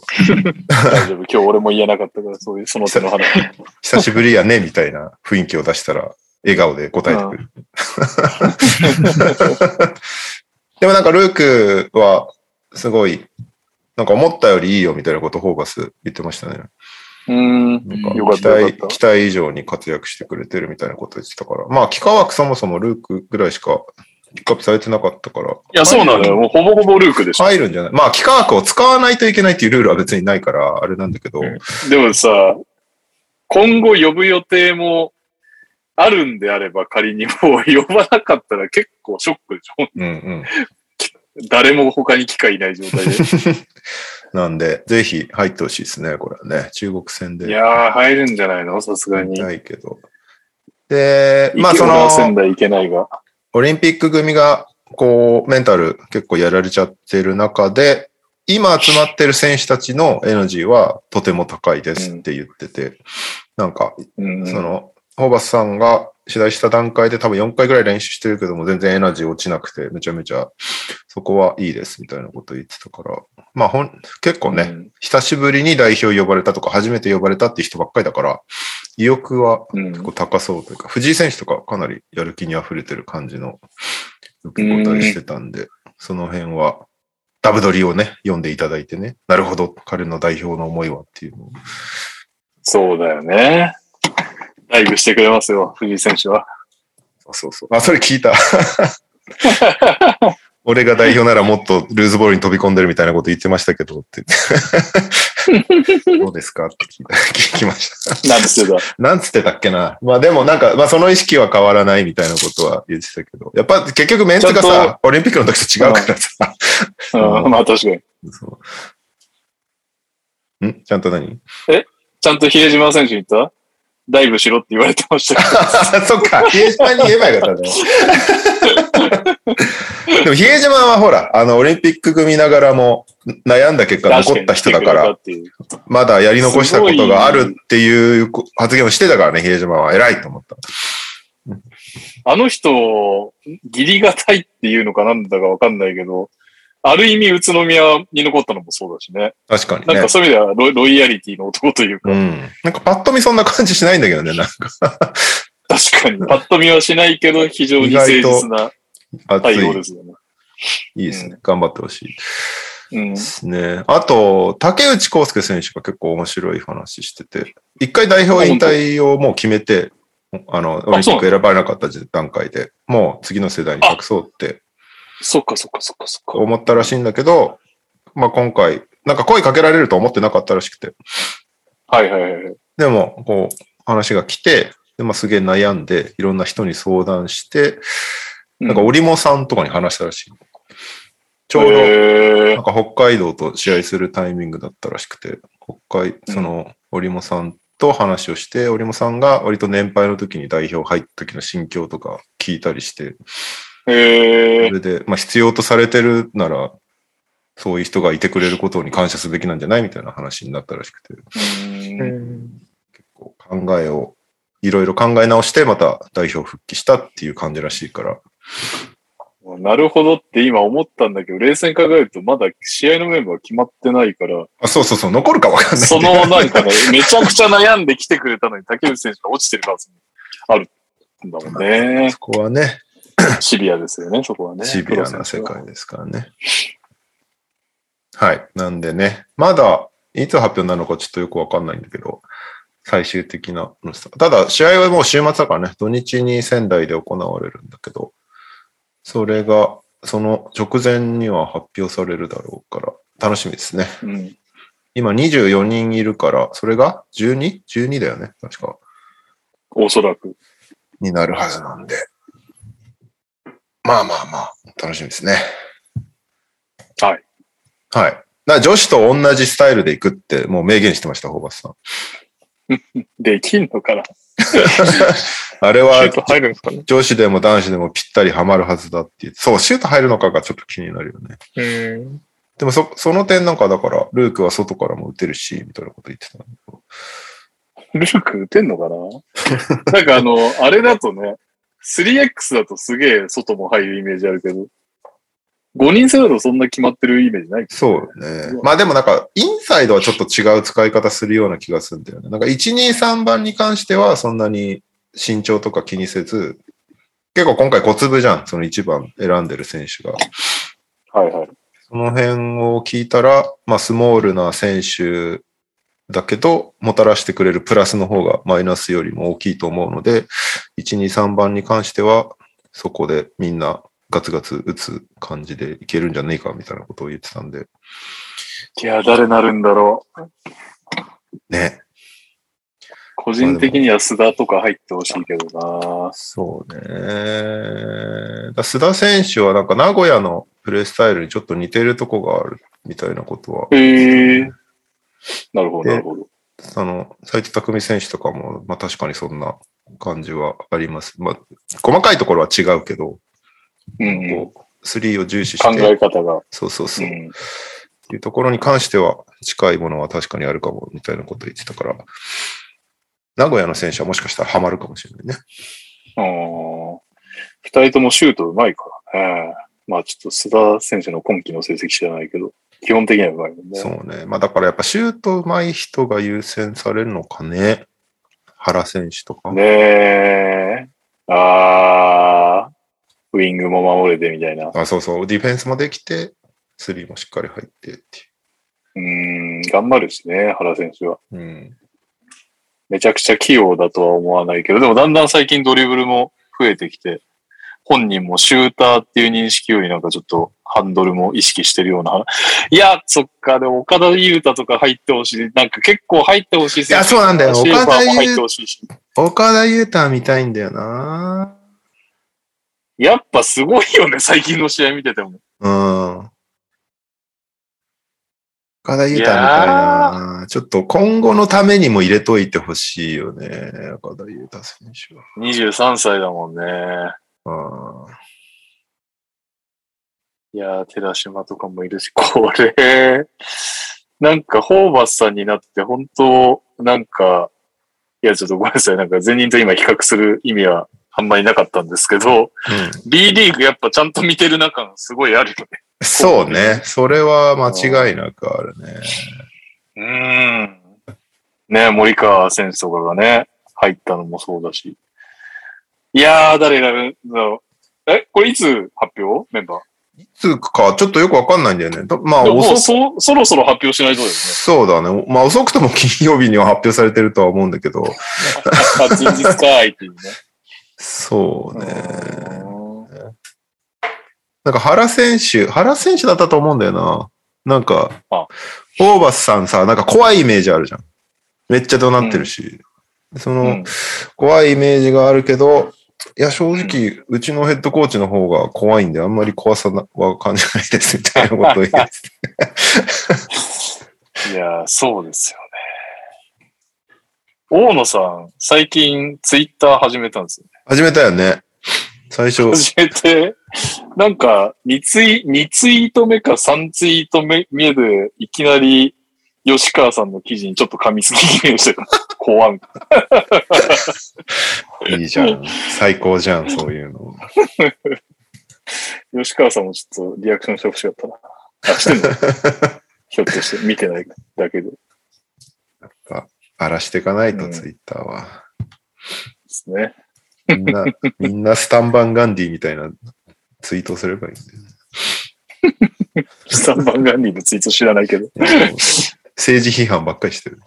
B: 大丈夫。今日俺も言えなかったから、そういう、その手の 話。
A: 久しぶりやね、みたい な雰囲気を出したら、笑顔で答えてくる。 でもなんかルークは、すごい、なんか思ったよりいいよみたいなことホーバス言ってましたね。
B: うーん。
A: なんか
B: よかっ
A: 期
B: たよ
A: 待
B: かった
A: 期待以上に活躍してくれてるみたいなこと言ってたから。まあ、幾何学そもそもルークぐらいしかピックアップされてなかったから、
B: いや、そうなのよ。もうほぼほぼルークでしょ。
A: 入るんじゃないまあ、幾何学を使わないといけないっていうルールは別にないから、あれなんだけど、
C: ん
B: でもさ、今後呼ぶ予定もあるんであれば仮にもう呼ばなかったら結構ショックでしょ。
A: うんうん。
B: 誰も他に機会いない状態 で。
A: なんで、ぜひ入ってほしいですね、これはね。中国戦で。
B: いやー、入るんじゃないのさすが
A: 見
B: に。
A: たいけど。で、ま
B: ま
A: あ、
B: あ、
A: そ
B: その。仙
A: の、
B: 台行けないが。
A: オリンピック組が、こう、メンタル結構やられちゃってる中で、今集まってる選手たちのエナジーはとても高いですって言ってて、なんか、
B: うん。
A: その、ホーバスさんが取材した段階で多分4回ぐらい練習してるけども全然エナジー落ちなくてめちゃめちゃそこはいいですみたいなこと言ってたから、まあほん、結構ね、
B: うん
A: 久しぶりに代表呼ばれたとか初めて呼ばれたっていう人ばっかりだから、意欲は
B: うん
A: 結構高そうというか、藤井選手とかかなりやる気に溢れてる感じの受け答えしてたんで、その辺はダブドリをね、読んでいただいてね、なるほど、彼の代表の思いはっていうのを
B: そうだよね。ライブしてくれますよ、藤井選手は。
A: あそうそう。あ、それ聞いた。俺が代表ならもっとルーズボールに飛び込んでるみたいなこと言ってましたけどって。どうですかって聞いた聞きました。
B: なんです けど。
A: なんつってたっけな。まあでもなんか、まあその意識は変わらないみたいなことは言ってたけど。やっぱ結局メンツが
B: ちゃん
A: さ、オリンピックの時と違うからさ。
B: うん、まあ確かに。
A: そううんちゃんと何
B: ちゃんと比江島選手に言ったダイブしろって言われてましたけ
A: そっか、比江島に言えばよか ったね。でも比江島はほら、あの、オリンピック組ながらも悩んだ結
B: ど。
A: 果 残った人だか
B: 確
A: ら
B: に来てくれた、っていう
A: まだやり残したことがあるっていう発言をしてたからね、比江島は。偉いと思った。
B: あの人、義理がたいっていうのかなんだかわかんないけど、ある意味宇都宮に残ったのもそうだしね。
A: 確かに
B: なん
A: ね
B: か。そういう意味ではロイロイヤリティの男というか、
A: うん。なんかパッと見そんな感じしないんだけどね、なんか。
B: 確かにパッと見はしないけど、非常に誠実な
A: 熱
B: 対
A: い。
B: 応
A: い
B: ですよね。
A: いですね。頑張ってほしいで
B: うん。
A: すね。あと、竹内康介選手が結構面白い話してて、一回代表引退をもう決めて、あの、オリンピック選ばれなかった段階で、もう次の世代に託そうって
B: そっかそっかそっかそっか。
A: 思ったらしいんだけど、まあ今回、なんか声かけられると思ってなかったらしくて、
B: はいはいはいはい。
A: でも、こう、話が来て、でまあ、すげえ悩んで、いろんな人に相談して、
B: うん
A: なんか、織茂さんとかに話したらしい。ちょうど、
B: へ
A: なんか北海道と試合するタイミングだったらしくて、北海、その、織茂さんと話をして、織茂さんが割と年配の時に代表入った時の心境とか聞いたりして、
B: ーへ
A: そ
B: ー
A: れで、まあ、必要とされてるなら、そういう人がいてくれることに感謝すべきなんじゃないみたいな話になったらしくて。
B: うん
A: こう考えを、いろいろ考え直して、また代表復帰したっていう感じらしいから。
B: なるほどって今思ったんだけど、冷静に考えるとまだ試合のメンバー決まってな いから、
A: あ、そうそうそう、残るかわかんない。
B: そのなんかね、めちゃくちゃ悩んで来てくれたのに竹内選手が落ちてる数もあるんだもんね
A: そ。こはね、
B: シビアですよね、そこはね。
A: シビアな世界ですからね。はい。なんでね、まだ、いつ発表なのかちょっとよくわかんないんだけど、最終的なのさ。ただ、試合はもう週末だからね、土日に仙台で行われるんだけど、それが、その直前には発表されるだろうから、楽しみですね。
B: うん。
A: 今24人いるから、それが 12?12 だよね、確か。
B: おそらく。
A: になるはずなんで。まあまあまあ、楽しみですね。
B: はい。
A: はい。だから女子と同じスタイルで行くって、もう明言してました、ホーバスさん。
B: できんのかな
A: あれ
C: シュ
A: は
C: ート入るんですかね。
A: 女子でも男子でもぴったりハマるはずだって言ってそう、シュート入るのかがちょっと気になるよね。
C: うん。
A: でもそ、その点なんかだから、ルークは外からも打てるし、みたいなこと言ってたんだけど。
B: ルーク打てんのかな なんかあの、あれだとね、3X だとすげえ外も入るイメージあるけど、5人制だとそんな決まってるイメージない
A: そうよね。まあでもなんか、インサイドはちょっと違う使い方するような気がするんだよね。なんか、1、2、3番に関してはそんなに身長とか気にせず、結構今回小粒じゃん、その1番選んでる選手が。
B: はいはい。
A: その辺を聞いたら、まあスモールな選手だけど、もたらしてくれるプラスの方がマイナスよりも大きいと思うので、1、2、3番に関しては、そこでみんなガツガツ打つ感じでいけるんじゃねえかみたいなことを言ってたんで、
B: いや、誰なるんだろう。
A: ね。
B: 個人的には須田とか入ってほしいけどな
A: そうね。だ須田選手はなんか名古屋のプレースタイルにちょっと似てるとこがあるみたいなことは、
B: へえー。なるほど、なるほど。
A: その、斎藤匠選手とかも、まあ確かにそんな感じはあります。まあ、細かいところは違うけど、
B: うんうん。
A: こう、スリーを重視
B: 考
A: して、
B: え方が。
A: そうそうそうう、っ
B: ん。
A: ていうところに関しては近いものは確かにあるかも、みたいなこと言ってたから、名古屋の選手はもしかしたらハマるかもしれないね。
B: あー二人ともシュートうまいからね。まあちょっと須田選手の今季の成績知らないけど、基本的にはうまいもんね。
A: そうね。まあだからやっぱシュート上手い人が優先されるのかね。原選手とか。
B: ねえ。あー、ウィングも守れてみたいな。う
A: あ、そうそう。ディフェンスもできて、スリーもしっかり入ってって
B: ーん、頑張るしね、原選手は。
A: いう。うん。
B: めちゃくちゃ器用だとは思わないけど、でもだんだん最近ドリブルも増えてきて、本人もシューターっていう認識よりなんかちょっとハンドルも意識してるような。 いや、そっか、でも岡田優太とか入ってほしい。なんか結構入ってほしい選
A: いや
B: 手
A: そうなんだよ
B: シェーファー
A: 岡
B: も
A: 田
B: 入
A: 優
B: ってほしいし。
A: 岡田優太見たいんだよな
B: やっぱすごいよね、最近の試合見てても。
A: うん。岡田優太みたいな。ちょっと今後のためにも入れといてほしいよね。岡田優太選手は。
B: 23歳だもんね。
A: ああ
B: いやー、寺島とかもいるし、 これ、なんか、ホーバスさんになって、本当なんか、いや、ちょっとごめんなさい。なんか、全人と今比較する意味はあんまりなかったんですけど、
A: うん、
B: B リーグやっぱちゃんと見てる中すごいあるよ
A: そうね。それは間違いなくあるね。
B: ね。うーん。ね森川選手とかがね、入ったのもそうだし。いやー、誰選ぶんだろう。え、これいつ発表メンバー。
A: つうか、ちょっとよくわかんないんだよね。とまあ、
B: でももう
A: 遅く、
B: そ、そろそろ発表しないとだよね。
A: そうだね。まあ、遅くとも金曜日には発表されてるとは思うんだけど。
B: あ、前日かーいっていうね。
A: そうね。
B: うん
A: なんか原選手、原選手だったと思うんだよな。なんか
B: あ、
A: オーバスさんさ、なんか怖いイメージあるじゃん。めっちゃ怒鳴ってるし。その、
B: うん
A: 怖いイメージがあるけど、いや、正直、うちのヘッドコーチの方が怖いんで、あんまり怖さなは感じないです、みたいなことを言って。
B: いやー、そうですよね。大野さん、最近ツイッター始めたんですよ。
A: 始めたよね。最初、
B: 始めて、なんか2ツイ、二ツイート目か3ツイート目目で、いきなり吉川さんの記事にちょっと噛みすぎ気味をしてた。怖ん。
A: いいじゃん。最高じゃん、そういうの。
B: 吉川さんもちょっとリアクションしてほしかったな。あ、してんのひょっとして見てないだけど。
A: 荒らしていかないと、
B: うん
A: ツイッターは。
B: ですね。
A: みんな、みんなスタンバンガンディみたいなツイートすればいいんだよね
B: 3番ガンディのツイート知らないけど。
A: いやでも 政治批判ばっかりしてる。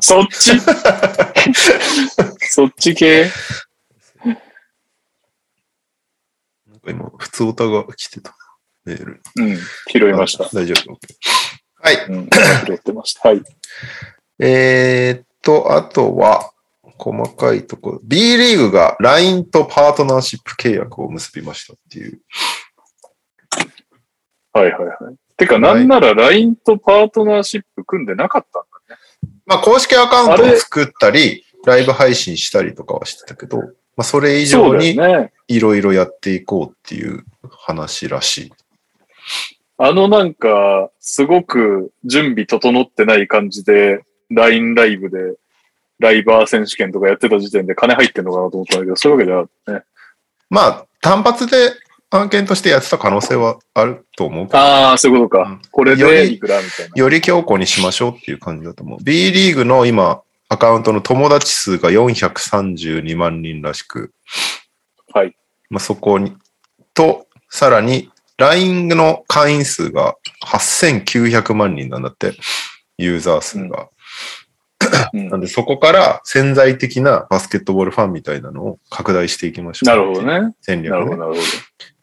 B: そっちそっち系
A: なんか今、普通オタが来てたな。メール。
B: うん。拾いました
A: あ。大丈夫。はい。
B: うん。拾ってました。はい。
A: えーっと、あとは、細かいところ。B リーグが LINE とパートナーシップ契約を結びましたっていう。
B: はいはいはい。てか、なんなら LINE とパートナーシップ組んでなかったん
A: まあ、公式アカウントを作ったり、ライブ配信したりとかはしてたけど、まあ、それ以
B: だ。
A: 上
B: そうだ
A: に
B: よね。
A: いろいろやっていこうっていう話らしい。
B: あのなんか、すごく準備整ってない感じで、LINE ライブで、ライバー選手権とかやってた時点で金入ってんのかなと思ったんだけど、そういうわけじゃなかったね。
A: まあ、単発で案件としてやってた可能性はあると思うけど
B: ああ、そういうことか。
A: うん
B: これ
A: よ
B: で
A: り
B: いくらみたいな。
A: より強固にしましょうっていう感じだと思う。B リーグの今、アカウントの友達数が432万人らしく、
B: はい。
A: まあ、そこに、と、さらに、LINE の会員数が8900万人なんだって、ユーザー数が。
B: うん
A: なんで、そこから潜在的なバスケットボールファンみたいなのを拡大していきましょう。
B: なるほど。ね。
A: 戦略
B: な
A: ね、
B: るほど、なるほど。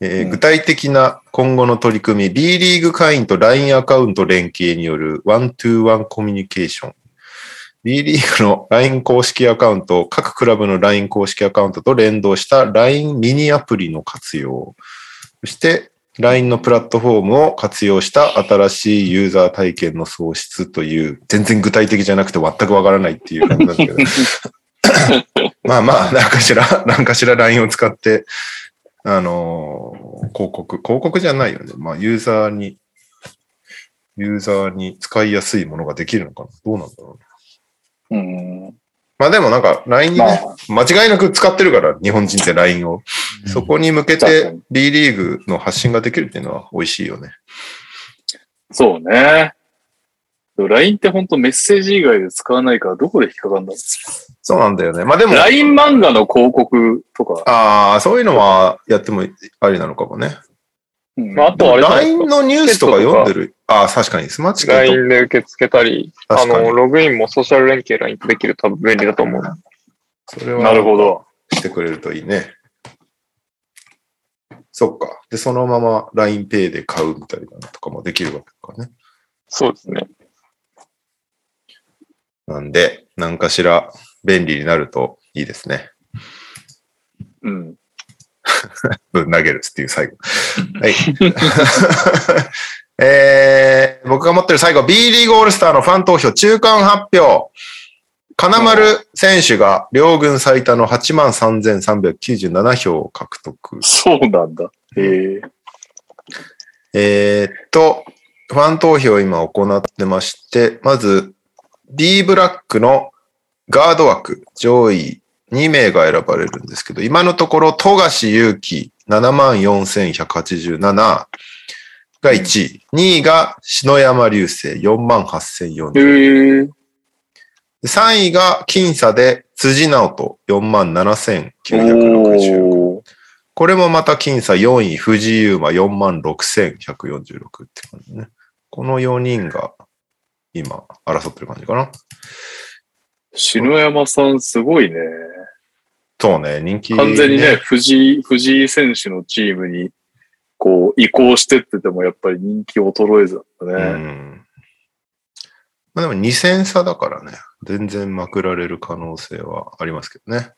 A: えー
B: うん
A: 具体的な今後の取り組み、B リーグ会員と LINE アカウント連携によるワントゥーワンコミュニケーション。B リーグの LINE 公式アカウント、各クラブの LINE 公式アカウントと連動した LINE ミニアプリの活用。そして、LINE のプラットフォームを活用した新しいユーザー体験の創出という、全然具体的じゃなくて全くわからないっていう感じなんだけ ど。まあまあ、なんかしら、なんかしら LINE を使って、あのー広告、広告じゃないよね。まあ、ユーザーに、ユーザーに使いやすいものができるのかな。どうなんだろうね。
B: うん。
A: まあでもなんか LINE に
B: ま
A: ね、
B: あ、
A: 間違いなく使ってるから、日本人って LINE を。そこに向け
B: 確か
A: て
B: に
A: B リーグの発信ができるっていうのは美味しいよね。
B: そうね。でも LINE って本当メッセージ以外で使わないからどこで引っかかるんだろ
A: そうなんだよね。まあで
B: う。
A: も、
B: LINE 漫画の広告とか。
A: ああ、そういうのはやってもありなのかもね。
B: うん
C: まあ、あとはあれじゃないですか
A: LINE のニュースとか読んでる。ああ、確かに。スマッチケット。
C: LINE で受け付けたり、あ
A: 確かに
C: の、ログインもソーシャル連携 LINE とできると多分便利だと思う。
A: それ
B: なる
A: は
B: ほど。
A: してくれるといいね。そっか。で、そのまま LINEPay で買うみたいなのとかもできるわけだからね。
C: そうですね。
A: なんで、何かしら便利になるといいですね。
B: うん。
A: ぶん投げるっていう最後。はい。 えー、僕が持ってる最後、B リーグオールスターのファン投票、中間発表。金丸選手が両軍最多の8万3397票を獲得。
B: そうなんだ。へえ。
A: えーっと、ファン投票を今行ってまして、まず D ブラックのガード枠、上位2名が選ばれるんですけど、今のところ、富樫勇樹74,187が1位、2位が篠山流星48,040。
B: へえ。
A: で3位が僅差で辻直人47,960。
B: おー
A: これもまた僅差4位、藤井優馬4万6146って感じね。この4人が今争ってる感じかな。
B: 篠山さんすごいね。
A: そうね、人気、
B: 完全にね、。藤井、藤井選手のチームに、こう、移行してってても、やっぱり人気衰えずだったね
A: う。ん。まあでも2戦差だからね、全然まくられる可能性はありますけどね。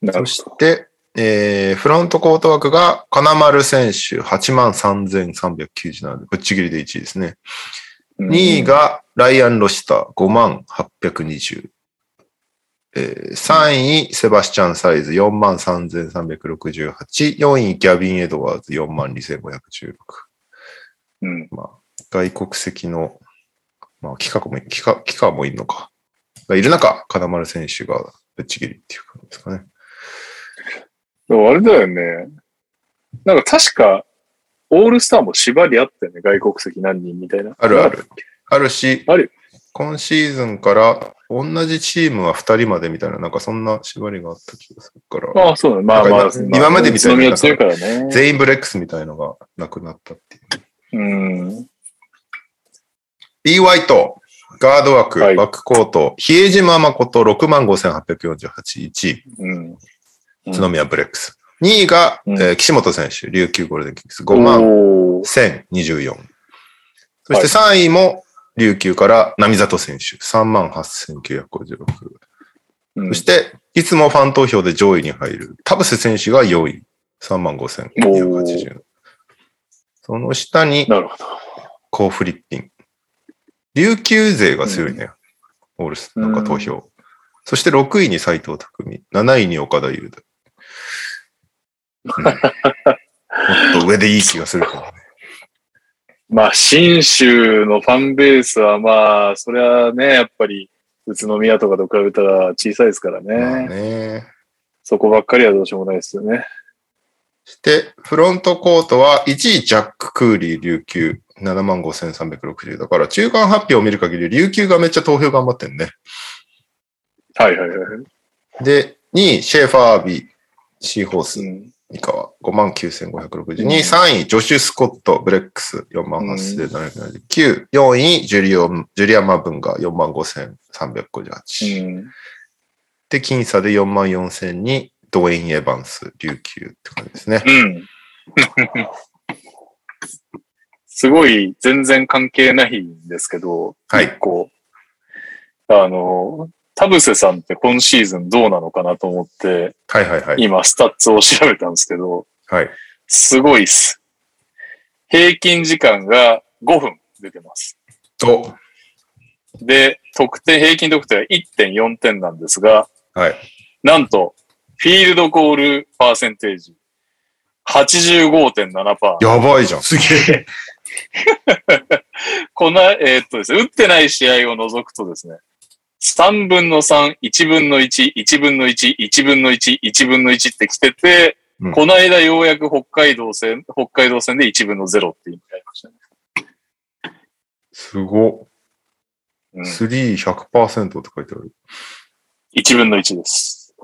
B: なる
A: そ
B: ほ
A: して、えー、フロントコート枠が金丸選手8万3397で、ぶっちぎりで1位ですね。
B: どうん
A: 2位がライアン・ロシター、5万820。えー3位、セバスチャン・サイズ、4万3368。4位、ギャビン・エドワーズ、4万2516。
B: うん。
A: 外国籍の、まあ、キカも、キカ、キカもいるのか。がいる中、金丸選手がぶっちぎりっていう感じですかね。
B: でもあれだよね。なんか確か、オールスターも縛りあったよね。外国籍何人みたいな。
A: あるある。あるし、
B: ある
A: 今シーズンから同じチームは2人までみたいな、なんかそんな縛りがあった気がするから。
B: ああ、そうだね。まあま
A: な
B: あ
A: んか、今までみたい
B: に。
A: に
B: 宇都宮強いからね。
A: 全員ブレックスみたいのがなくなったっていう。
B: うん。
A: B ワイト、ガード枠、
B: はい
A: バックコート、比江島誠65,848、1位、
B: うん。うん
A: 津宮ブレックス。2位が、
B: うん
A: えー岸本選手、琉球ゴールデンキングス、
B: おー
A: 51,024。そして3位も、琉球から並里選手、38,956。
B: うん
A: そして、いつもファン投票で上位に入る、田臥選手が4位、35,980。その下に、
B: なるほど。
A: コー・フリッピン。琉球勢が強いね。オールスなんか投票。そして6位に斎藤匠、7位に岡田優太。うんもっと上でいい気がする かもね。
B: まあ、新州のファンベースはまあ、それはね、やっぱり、宇都宮とかと比べたら小さいですからね。
A: まあね。
B: そこばっかりはどうしようもないですよね。
A: そして、フロントコートは1位ジャック・クーリー、琉球。75,360だから、中間発表を見る限り、琉球がめっちゃ投票頑張ってんね。
B: はいはいはい。
A: で、2位、シェーファー・アービー、シーホース
B: う。ん
A: 以下は59,562、
B: うん
A: 3位、ジョシュ・スコット、ブレックス、48,779、4位、ジュリオン、ジュリアン・マーブンが45,358、
B: うん
A: で、僅差で44,000に、ドウェイン・エヴァンス、琉球って感じですね。
B: うん。 すごい、全然関係ないんですけど、
A: はい
B: 結構、あの、田臥さんって今シーズンどうなのかなと思って、
A: はいはいはい。
B: 今、スタッツを調べたんですけど、
A: はい。
B: すごいっす。平均時間が5分出てます。
A: と、
B: で、得点、平均得点は1.4点なんですが、
A: はい。
B: なんと、フィールドゴールパーセンテージ、85.7%。
A: やばいじゃん。
D: すげえ。
B: この、えーっとですね、打ってない試合を除くとですね、3分の3、1分の1、1分の1、1分の1、1分の1って来てて、
A: うん
B: この間ようやく北海道戦、北海道戦で1分の0って言いましたね。
A: すご。
B: うん、
A: スリー100%って書いてある。
B: 1分の1です。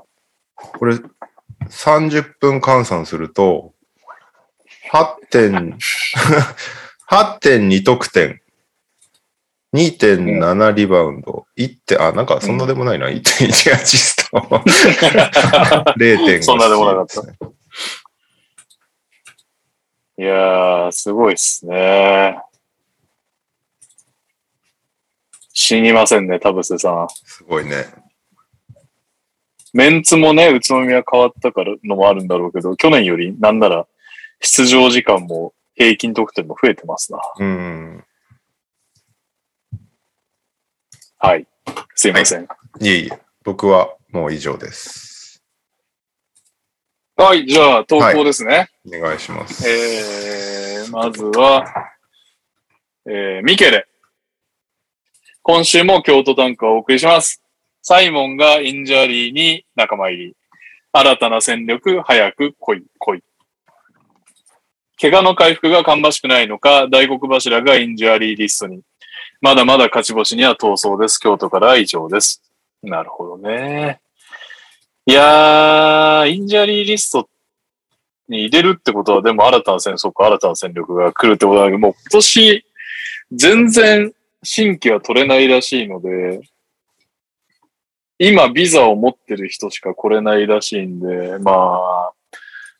A: これ、30分換算すると、8点、8.2得点、2.7リバウンド、1点、あ、なんかそんなでもないな、1.1アシス ト、0.5。
B: そんなでもなかった
A: た。
B: いやー、すごいっすね。死にませんね、田臥さん。
A: すごいね。
B: メンツもね、宇都宮変わったからのもあるんだろうけど、去年よりなんなら出場時間も平均得点も増えてますな。
A: うん。
B: はい。すいません。
A: いえいえ、僕はもう以上です。
B: はい、じゃあ投稿ですね。
A: お願いします。
B: えー、まずは、えー、ミケレ。今週も京都短歌をお送りします。サイモンがインジャリーに仲間入り。新たな戦力、早く来い、来い。怪我の回復が芳しくないのか、大黒柱がインジャリーリストに。まだまだ勝ち星には闘争です。京都からは以上です。なるほどね。いやー、インジャリーリストに入れるってことは、でも新たな戦争か新たな戦力が来るってことだけど、もう今年、全然新規は取れないらしいので、今ビザを持ってる人しか来れないらしいんで、まあ、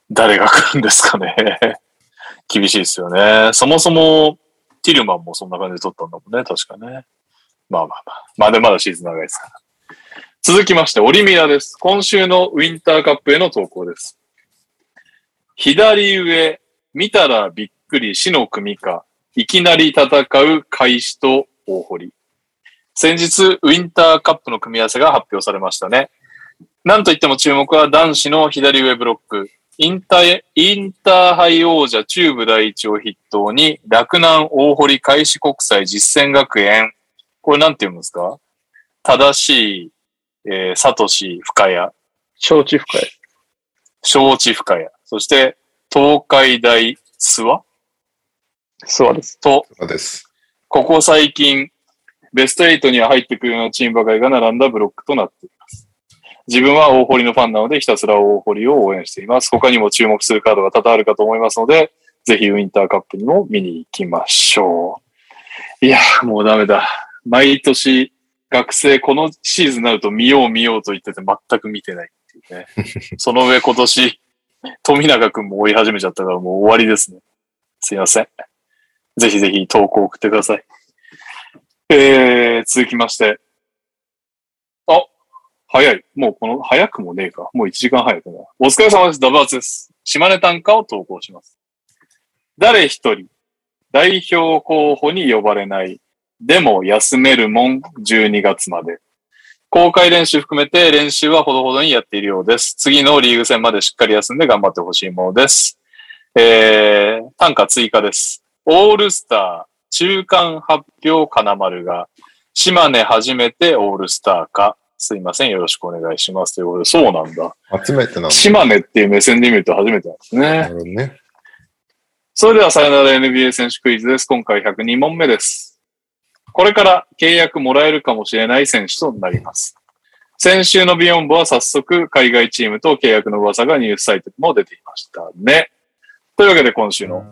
B: 誰が来るんですかね。 厳しいですよね。そもそも、ティルマンもそんな感じで取ったんだもんね、確かね。まあまあまあ。まあでまだシーズン長いですから。続きまして、オリミラです。今週のウィンターカップへの投稿です。左上、見たらびっくり死の組か、いきなり戦う開始と大堀。先日、ウィンターカップの組み合わせが発表されましたね。なんといっても注目は男子の左上ブロック。インター、インターハイ王者中部第一を筆頭に、洛南大堀開始国際実践学園。これなんて言うんですか正しい、えー、サトシ、深谷。
C: 承知深い。
B: 承知深谷。そして、東海大諏訪
C: そうです。
B: と、
A: そうです。
B: ここ最近、ベスト8には入ってくるようなチームばかりが並んだブロックとなっています。自分は大堀のファンなので、ひたすら大堀を応援しています。他にも注目するカードが多々あるかと思いますので、ぜひウィンターカップにも見に行きましょう。いや、もうダメだ。毎年、学生、このシーズンになると見よう見ようと言ってて全く見てないっていうね。その上今年、富永くんも追い始めちゃったからもう終わりですね。すいません。ぜひぜひ投稿送ってください。えー、続きまして。あ、早い。もうこの、早くもねえか。もう1時間早くな。お疲れ様です。ダブアツです。島根短歌を投稿します。誰一人、代表候補に呼ばれない。でも休めるもん、12月まで。公開練習含めて練習はほどほどにやっているようです。次のリーグ戦までしっかり休んで頑張ってほしいものです。えー、単価追加です。オールスター、中間発表金丸が、島根初めてオールスターか。すいません、よろしくお願いします。ということで、そうなんだ。
A: 集めてなんだ
B: 島根っていう目線で見ると初めてなんですね
A: な。るほどね。
B: それではさよなら NBA 選手クイズです。今回102問目です。これから契約もらえるかもしれない選手となります。先週のビヨンボは早速海外チームと契約の噂がニュースサイトにも出ていましたね。というわけで今週の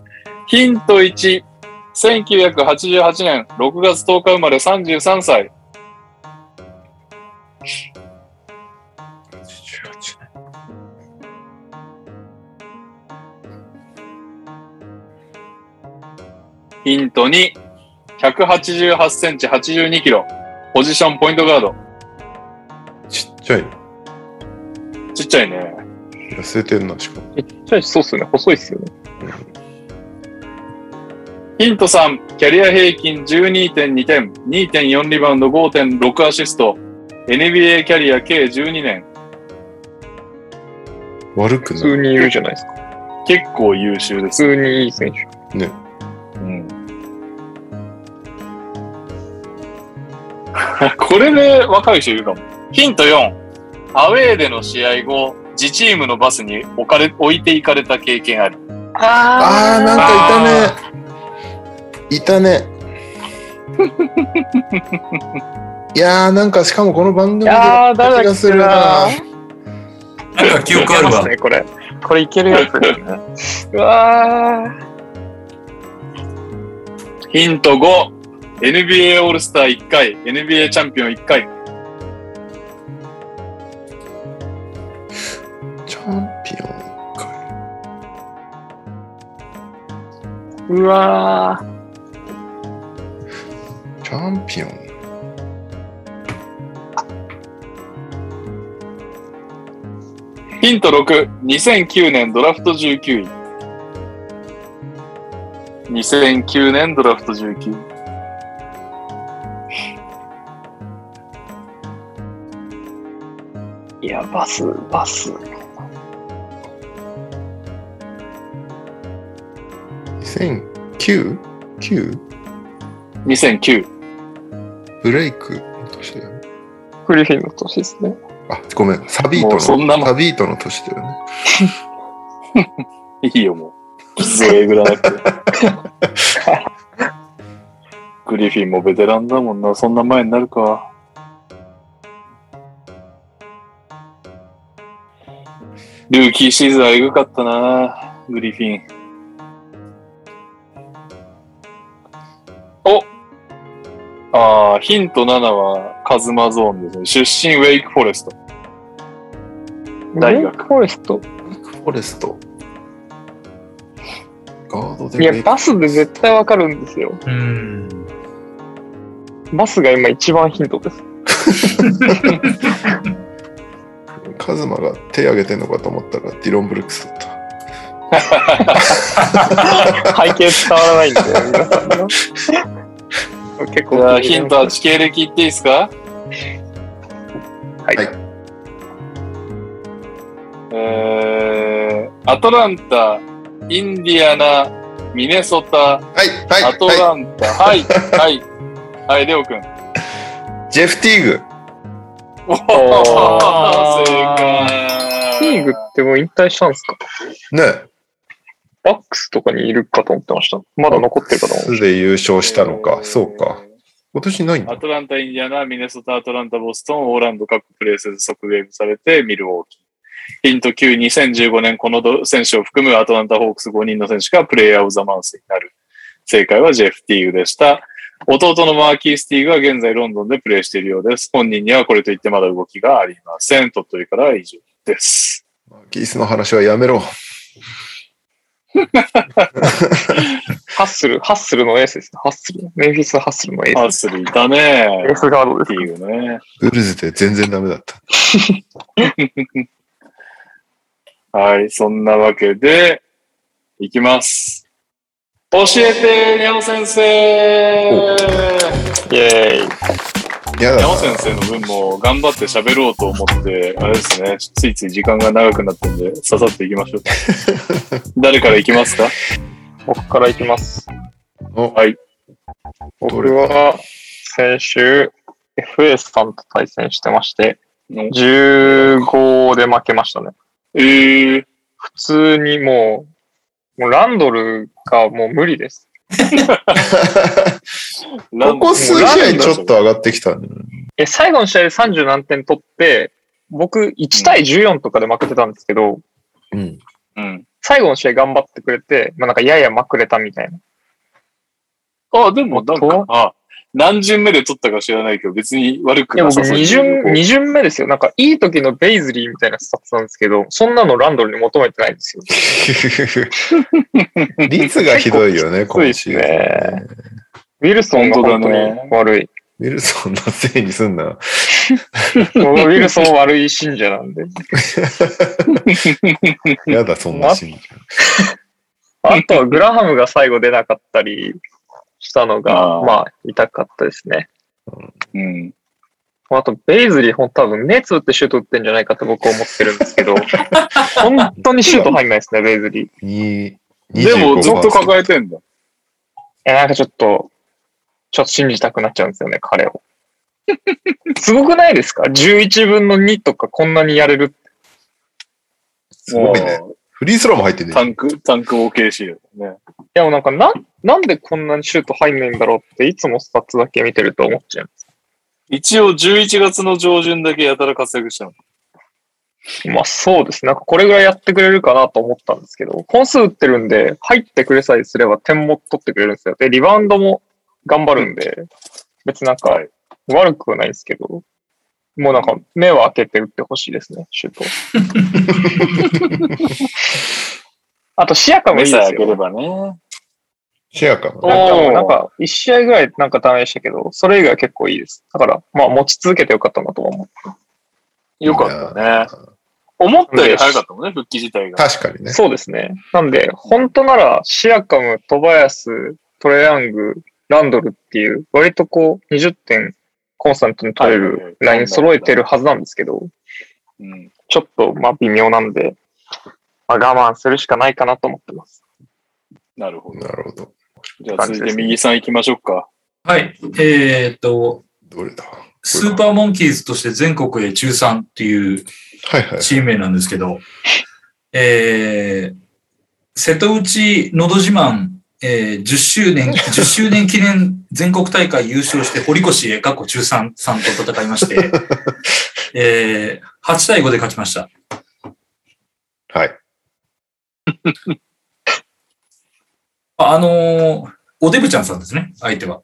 B: ヒント1。1988年6月10日生まれ33歳。ヒント2。188センチ82キロ。ポジションポイントガード。
A: ちっちゃい。
B: ちっちゃいね。
A: 痩せてんな、しかも。
C: ちっちゃいし、そうっすよね。細いっすよね。
B: ヒント3、キャリア平均12.2点、2.4リバウンド、5.6アシスト、NBA キャリア計12年、
A: 悪く
C: 普
A: な
C: 通
A: い。
C: にいるじゃないですか。
B: 結構優秀で
C: 普
B: す。
C: 通にいい選手。
B: うん、 これで若い人いるかも。ヒント4、アウェーでの試合後、自チームのバスに置かれ置いていかれた経験あり。
A: あー、なんかいたね。いたね。いやー、なんかしかもこの番組でやった気がするな。
D: なんか記憶あ
C: いけ
D: る
C: ま
D: わ
C: す。ね、これ。これいけるやつですね。 うわー。
B: ヒント5、NBA オールスター1回、NBA チャンピオン1回。
A: チャンピオンか。
C: うわー。
A: チャンピオン。
B: ヒント6、2009年ドラフト19位。2009年ドラフト19位。
C: いや、バス、バス。
A: 2009? 9?
B: 2009。
A: ブレイクの年だよね。
C: グリフィンの年ですね。
A: あ、ごめん。サビート
B: もうそんな
A: の。
B: もん
A: サビートの年だよね。
B: いいよ、もう。傷をえぐらなくて。グリフィンもベテランだもんな。そんな前になるか。ルーキーシーズンはエグかったな、グリフィン。おああ、ヒント7はカズマゾーンですね。出身ウェイクフォレスト。大学
C: レイクフォレスト。
A: フォレスト。ガードでブ
C: い
A: レ
C: や、
A: イク
C: バスで絶対わかるんですよ。
D: うん。
C: バスが今一番ヒントです。
A: カズマが手挙げてんのかと思ったらディロン・ブルックスだった。
C: 背景伝わらないんで、皆さんの。結
B: じゃあ
C: 構
B: ヒント8系列いっていいですか
C: はい
A: はい
B: えー、アトランタ、インディアナ、ミネソタ、
A: はい、はい、
B: アト
A: は
B: ランタ、はい、はい、はい、レオ君。
A: い。ジェフ・ティーグ。
B: お
C: おー
B: 正解。
C: キーグってもう引退したんですか
A: ね。
C: バックスとかにいるかと思ってました。まだ残ってるかと思って
A: 素で優勝したのか。そうか。。今年ないん
B: ア
A: だ。
B: トランタ、インディアナ、ミネソタ、アトランタ、ボストン、オーランド各プレイスで即ゲームされて、ミルウォーキー。ヒント9、2015年、このど選手を含むアトランタ・ホークス5人の選手がプレイヤー・オブ・ザ・マンスになる。正解はジェフ・ティーグでした。弟のマーキー・スティが現在ロンドンでプレーしているようです。本人にはこれといってまだ動きがありません。鳥取からは以上です。
A: キースの話はやめろ。
C: ハッスル、ハッスルのエースです。ハッスル。メンフィスハッスルのエ
B: ハ
C: ー
B: ッ
C: ス。
B: スルいた
C: エー
B: ね。
C: スガードで
B: って
C: す。
B: いうね。
A: ウルズで全然ダメだった。
B: はい、そんなわけで、いきます。教えて、にゃお先生
C: イェーイ。
A: いや
B: にゃ
A: だ
B: お先生の分も頑張って喋ろうと思って、あれですね、ついつい時間が長くなったんで、ささっといきましょう。 誰からいきますか
C: 僕からいきます。
A: おどれ
C: 僕は、先週、FA さんと対戦してまして、
B: の
C: 15で負けましたね。
B: えー、
C: 普通にもう、もうランドルがもう無理です。
A: ここ数試合ちょっと上がってきた ね。
C: え、最後の試合で30何点取って、僕1対14とかで負けてたんですけど、
A: うん。
B: うん。
C: 最後の試合頑張ってくれて、まあなんかややまくれたみたいな。
B: あ、でもなん
C: 本
B: か、あ何巡目で取ったか知らないけど、別に悪く
C: いや
B: な
C: 僕
B: さそう
C: 2巡、二巡目ですよ。なんかいい時のベイズリーみたいなスタッツなんですけど、そんなのランドルに求めてないんですよ。
A: 率がひどいよね、
C: 構
A: 今
C: きつ
A: シ
C: い
A: ー
C: です
A: ズン
C: ね
A: ね。
C: ウィルソンが本当
B: 本
C: に
B: 当だね
C: 悪い。
A: ウィルソンのせいにすんな。
C: 僕ウィルソンは悪い信者なんで。
A: やだ、そんなシーン。
C: あとはグラハムが最後出なかったりしたのが、
B: あー
C: まあ痛かったですね。
B: うん。
C: あと、ベイズリー、ほん多分、目つぶってシュート打ってんじゃないかと僕は思ってるんです けど、本当にシュート入んないですね、ベイズリー。い
A: に
B: でもずっと
A: え
B: 抱えてんだ。
C: や、なんかちょっと、ちょっと信じたくなっちゃうんですよね、彼を。 すごくないですか ?11 分の2とかこんなにやれる。
A: すごいね。
B: もう
A: フリースローも入ってね
B: タ。ンク、タンク OKC だよね。
C: いや、もうなんか、なん、なんでこんなにシュート入んないんだろうって、いつもスタッツだけ見てると思っちゃいま
B: 一応11月の上旬だけやたら活躍したの。
C: す。まあ、そうですね。なんか、これぐらいやってくれるかなと思ったんですけど、本数打ってるんで、入ってくれさえすれば点も取ってくれるんですよ。で、リバウンドも頑張るんで、別になんか、
B: はい。
C: 悪くはないですけど、もうなんか目を開けて打ってほしいですね、シュー ト。あと、シアカもい
B: 目
C: い
B: さえ
C: です
B: 開けれ
C: よ。
B: ばね。
A: シェアかも
B: ば
A: ね。
C: なんかも
B: お
C: う
B: ー
C: なんか、一試合ぐらいなんかダメでしたけど、それ以外は結構いいです。だから、まあ持ち続けてよかったなとは思う。
B: よかったね。思ったより早かったもんね、復帰自体が。
A: 確かにね。
C: そうですね。なんで、本当なら、シアカム、トバヤス、トレヤング、ランドルっていう、割とこう、20点コンスタントに取れ
B: はいはいはい
C: るライン揃えてるはずなんですけど、
B: うん。
C: ちょっとまあ微妙なんで、まあ、我慢するしかないかなと思ってます。
B: なるほど。
A: なるほど。
B: じゃあ続いて右さん行きましょうか。
D: はい。えーっと、
A: どれだ
D: スーパーモンキーズとして全国へ中3っていう
A: はいはい。
D: チーム名なんですけど、えー、瀬戸内のど自慢、えー10周 年、10周年記念全国大会優勝して、堀越へ、過去中3さんと戦い まして、えー、8対5で勝ちました。
A: はい。
D: ああのーおデブちゃんさんですね、相手は。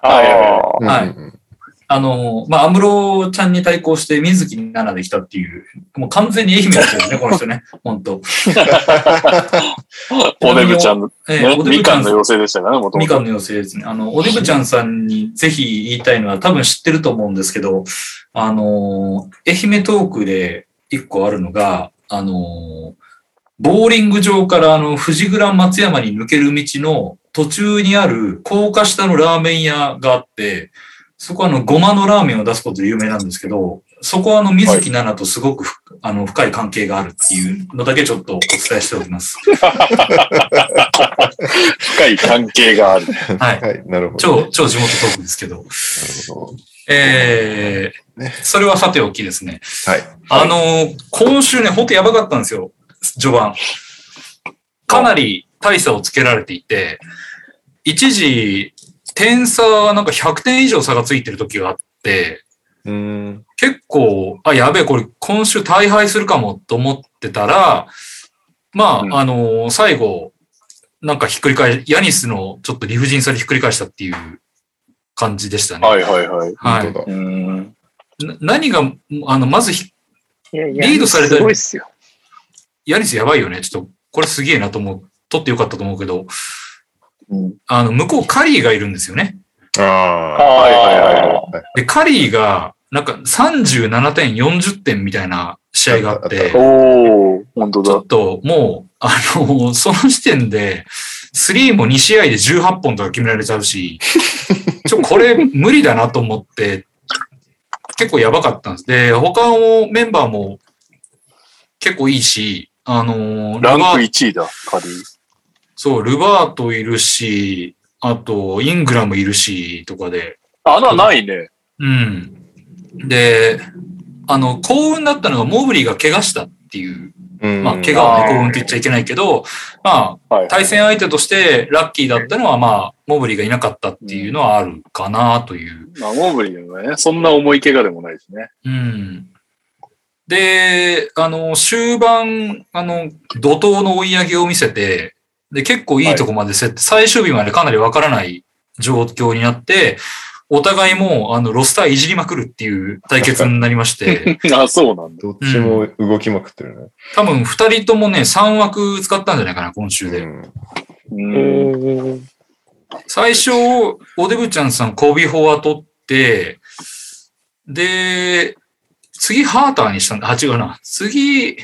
B: あ
C: あ
A: うん
D: はい
A: うんうん
D: あの、まあ、安室ちゃんに対抗して水木奈々できたっていう、もう完全に愛媛の人ですね、この人ね。本当。
B: おデブちゃん、ね、
D: えーおで
B: み
D: ぶち
B: か
D: ゃ
B: ん
D: ん
B: の
D: さ
B: 妖
D: ん。
B: 精でしたからね、もとも
D: みか
B: と。
D: んの妖精ですね。あの、おでぶちゃんさんにぜひ言いたいのは多分知ってると思うんですけど、あの、愛媛トークで一個あるのが、あの、ボーリング場からあの、藤倉松山に抜ける道の途中にある高架下のラーメン屋があって、そこはあの、ごまのラーメンを出すことで有名なんですけど、そこはあの、水木奈々とすごくふ、あの、深い関係があるっていうのだけちょっとお伝えしておきます。
B: 深い関係がある。
D: はい。
A: はい、なるほど。
D: 超、超地元トークですけど。
A: なるほど
D: ええ
A: ね
D: それはさておきですね。
A: はい。
D: あのー今週ね、ほんとやばかったんですよ、序盤。かなり大差をつけられていて、一時、点差はなんか100点以上差がついてる時があって、
A: うーん。
D: 結構、あ、やべえ、これ今週大敗するかもと思ってたら、まあ、
B: うん
D: あのー最後、なんかひっくり返、ヤニスのちょっと理不尽さでひっくり返したっていう感じでしたね。
B: はいはいはい。
D: はい。
A: 本当だ
B: うん。
D: な何が、あの、まずひ、
C: いやいや
D: リードされたり
C: すごいっすよ。
D: ヤリスやばいよね。ちょっと、これすげえなと思う。取ってよかったと思うけど、
B: うん
D: あの、向こうカリーがいるんですよね。
A: ああ。
B: はいはいはい
C: あ
A: はい
D: で、カリーが、なんか37点、40点みたいな試合があっ、
A: あってた
D: ち
B: おー、本当
D: ょ
B: だ。
D: っともう、あの、その時点で、スリーも2試合で18本とか決められちゃう し、ちょ、これ無理だなと思って、結構やばかったんです。で、他のメンバーも結構いいし、あの、
B: ラン
D: ルバ
B: ク
D: ー
B: 1位だ、カリー。
D: そう、ルバートいるし、あと、イングラムいるし、とかで、
B: あ、な、ないね。
D: うん。で、あの、幸運だったのが、モーブリーが怪我したっていう、
A: うん
D: まあ、怪我は
B: あ
D: ね、
B: ー
D: 幸運って言っちゃいけないけど、まあ、
B: はい。
D: 対戦相手としてラッキーだったのは、まあ、モーブリーがいなかったっていうのはあるかなという。
B: まあ、モーブリーもね、そんな重い怪我でもないしね。
D: うん。で、あの、終盤、あの、怒涛の追い上げを見せて、で、結構いいとこまで競って、最終日までかなりわからない状況になって、お互いもう、あの、ロスターいじりまくるっていう対決になりまして、
B: あ、そうなんだ。
A: どっちも動きまくってるね。
D: 多分二人ともね、3枠使ったんじゃないかな、今週で。
A: うん
B: うん。
C: ーう
D: 最初、おデブちゃんさん、コビホア取って、で、次、ハーターにしたんだ。あ、違うな。次、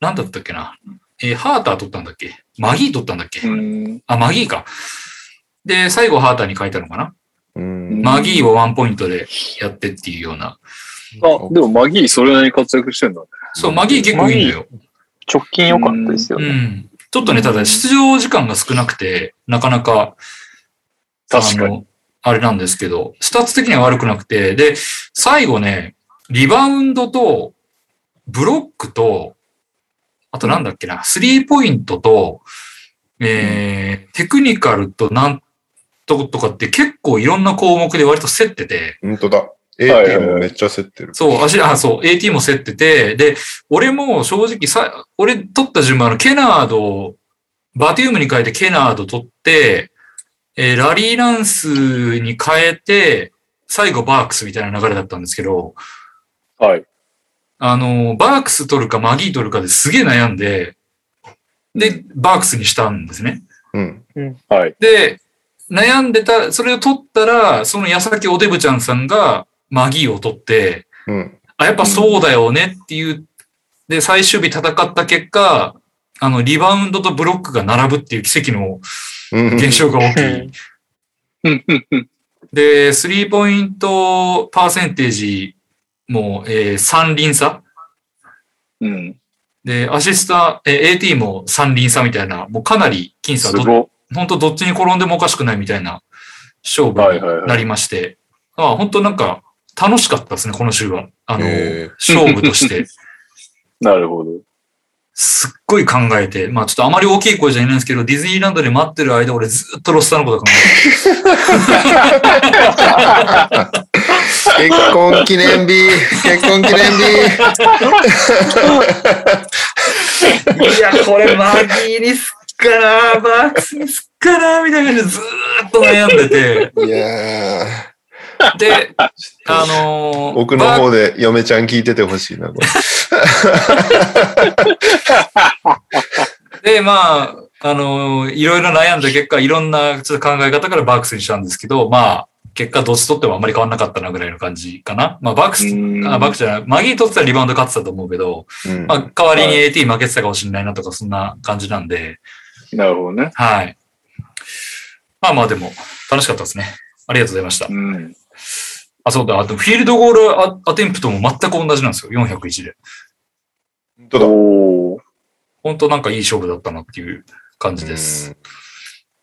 D: なんだったっけな。えーハーター取ったんだっけマギー取ったんだっけ、
B: うん。
D: あ、マギーか。で、最後、ハーターに変えたのかな、
A: うん。
D: マギーをワンポイントでやってっていうような。
B: あ、でもマギーそれなりに活躍してんだね。
D: そう、マギー結構いいんだよ。
C: 直近良かったですよ
D: う
C: ね。
D: ん。ちょっとね、ただ出場時間が少なくて、なかなか
B: 確かに。
D: あの。あれなんですけど、スタッツ的には悪くなくて、で、最後ね、リバウンドと、ブロックと、あとなんだっけな、スリーポイントと、えー、テクニカルとなんととかって結構いろんな項目で割と競ってて、
A: 本当だ。
B: はい
A: AT もめっちゃ競ってる。
D: そう、あしあ、そう、AT も競ってて、で、俺も正直さ、俺取った順番、あの、ケナードを、バティウムに変えてケナード取って、えーラリーランスに変えて、最後バークスみたいな流れだったんですけど、
B: はい。
D: あのー、バークス取るかマギー取るかですげえ悩んで、で、バークスにしたんですね。
A: うん。
B: はい。
D: で、悩んでた、それを取ったら、その矢先おデブちゃんさんがマギーを取って、
A: うん。
D: あ、やっぱそうだよねっていう、で、最終日戦った結果、あの、リバウンドとブロックが並ぶっていう奇跡の
A: うん
D: 現象が起き、
C: うん
B: うんうんうん
D: で、スリーポイントパーセンテージも、えー、3輪差
B: うん。
D: で、アシスタ、えー、AT も3輪差みたいな、もうかなり僅差
B: す
D: ど、
B: ご
D: 本当どっちに転んでもおかしくないみたいな勝負
B: はいはいはい
D: になりまして、まあ本当なんか楽しかったですね、この週は。あの、
A: へ
D: 勝負として。
B: い。なるほど。
D: すっごい考えて、まあちょっとあまり大きい声じゃ言えないんですけど、ディズニーランドで待ってる間、俺ずっとロスターのこと考え
A: 結婚記念日結婚記念日
D: てる。いや、これマギーにすっかな、バックスにすっかな、みたいな感じでずーっと悩んでて、
A: いやー。
D: で、あのー
A: 奥の
D: バー
A: 方で嫁ちゃん聞いててほしいな、これ。
D: で、まあ、あのーいろいろ悩んだ結果、いろんなちょっと考え方からバックスにしたんですけど、まあ、結果どっち取ってもあんまり変わんなかったなぐらいの感じかな。まあ、バックス、
B: うん
D: あバックスじゃない、マギー取ってたらリバウンド勝ってたと思うけど、
A: うん
D: まあ、代わりに
B: は
D: AT 負けてたかもしれないなとか、そんな感じなんで、
B: なるほどね。
D: はい。まあまあでも、楽しかったですね。ありがとうございました。
B: うん。
D: あ、そうだ。あと、フィールドゴールアアテンプトも全く同じなんですよ。401で。
A: 本当
B: おー。
D: 本当なんかいい勝負だったなっていう感じ
A: だ。
D: です。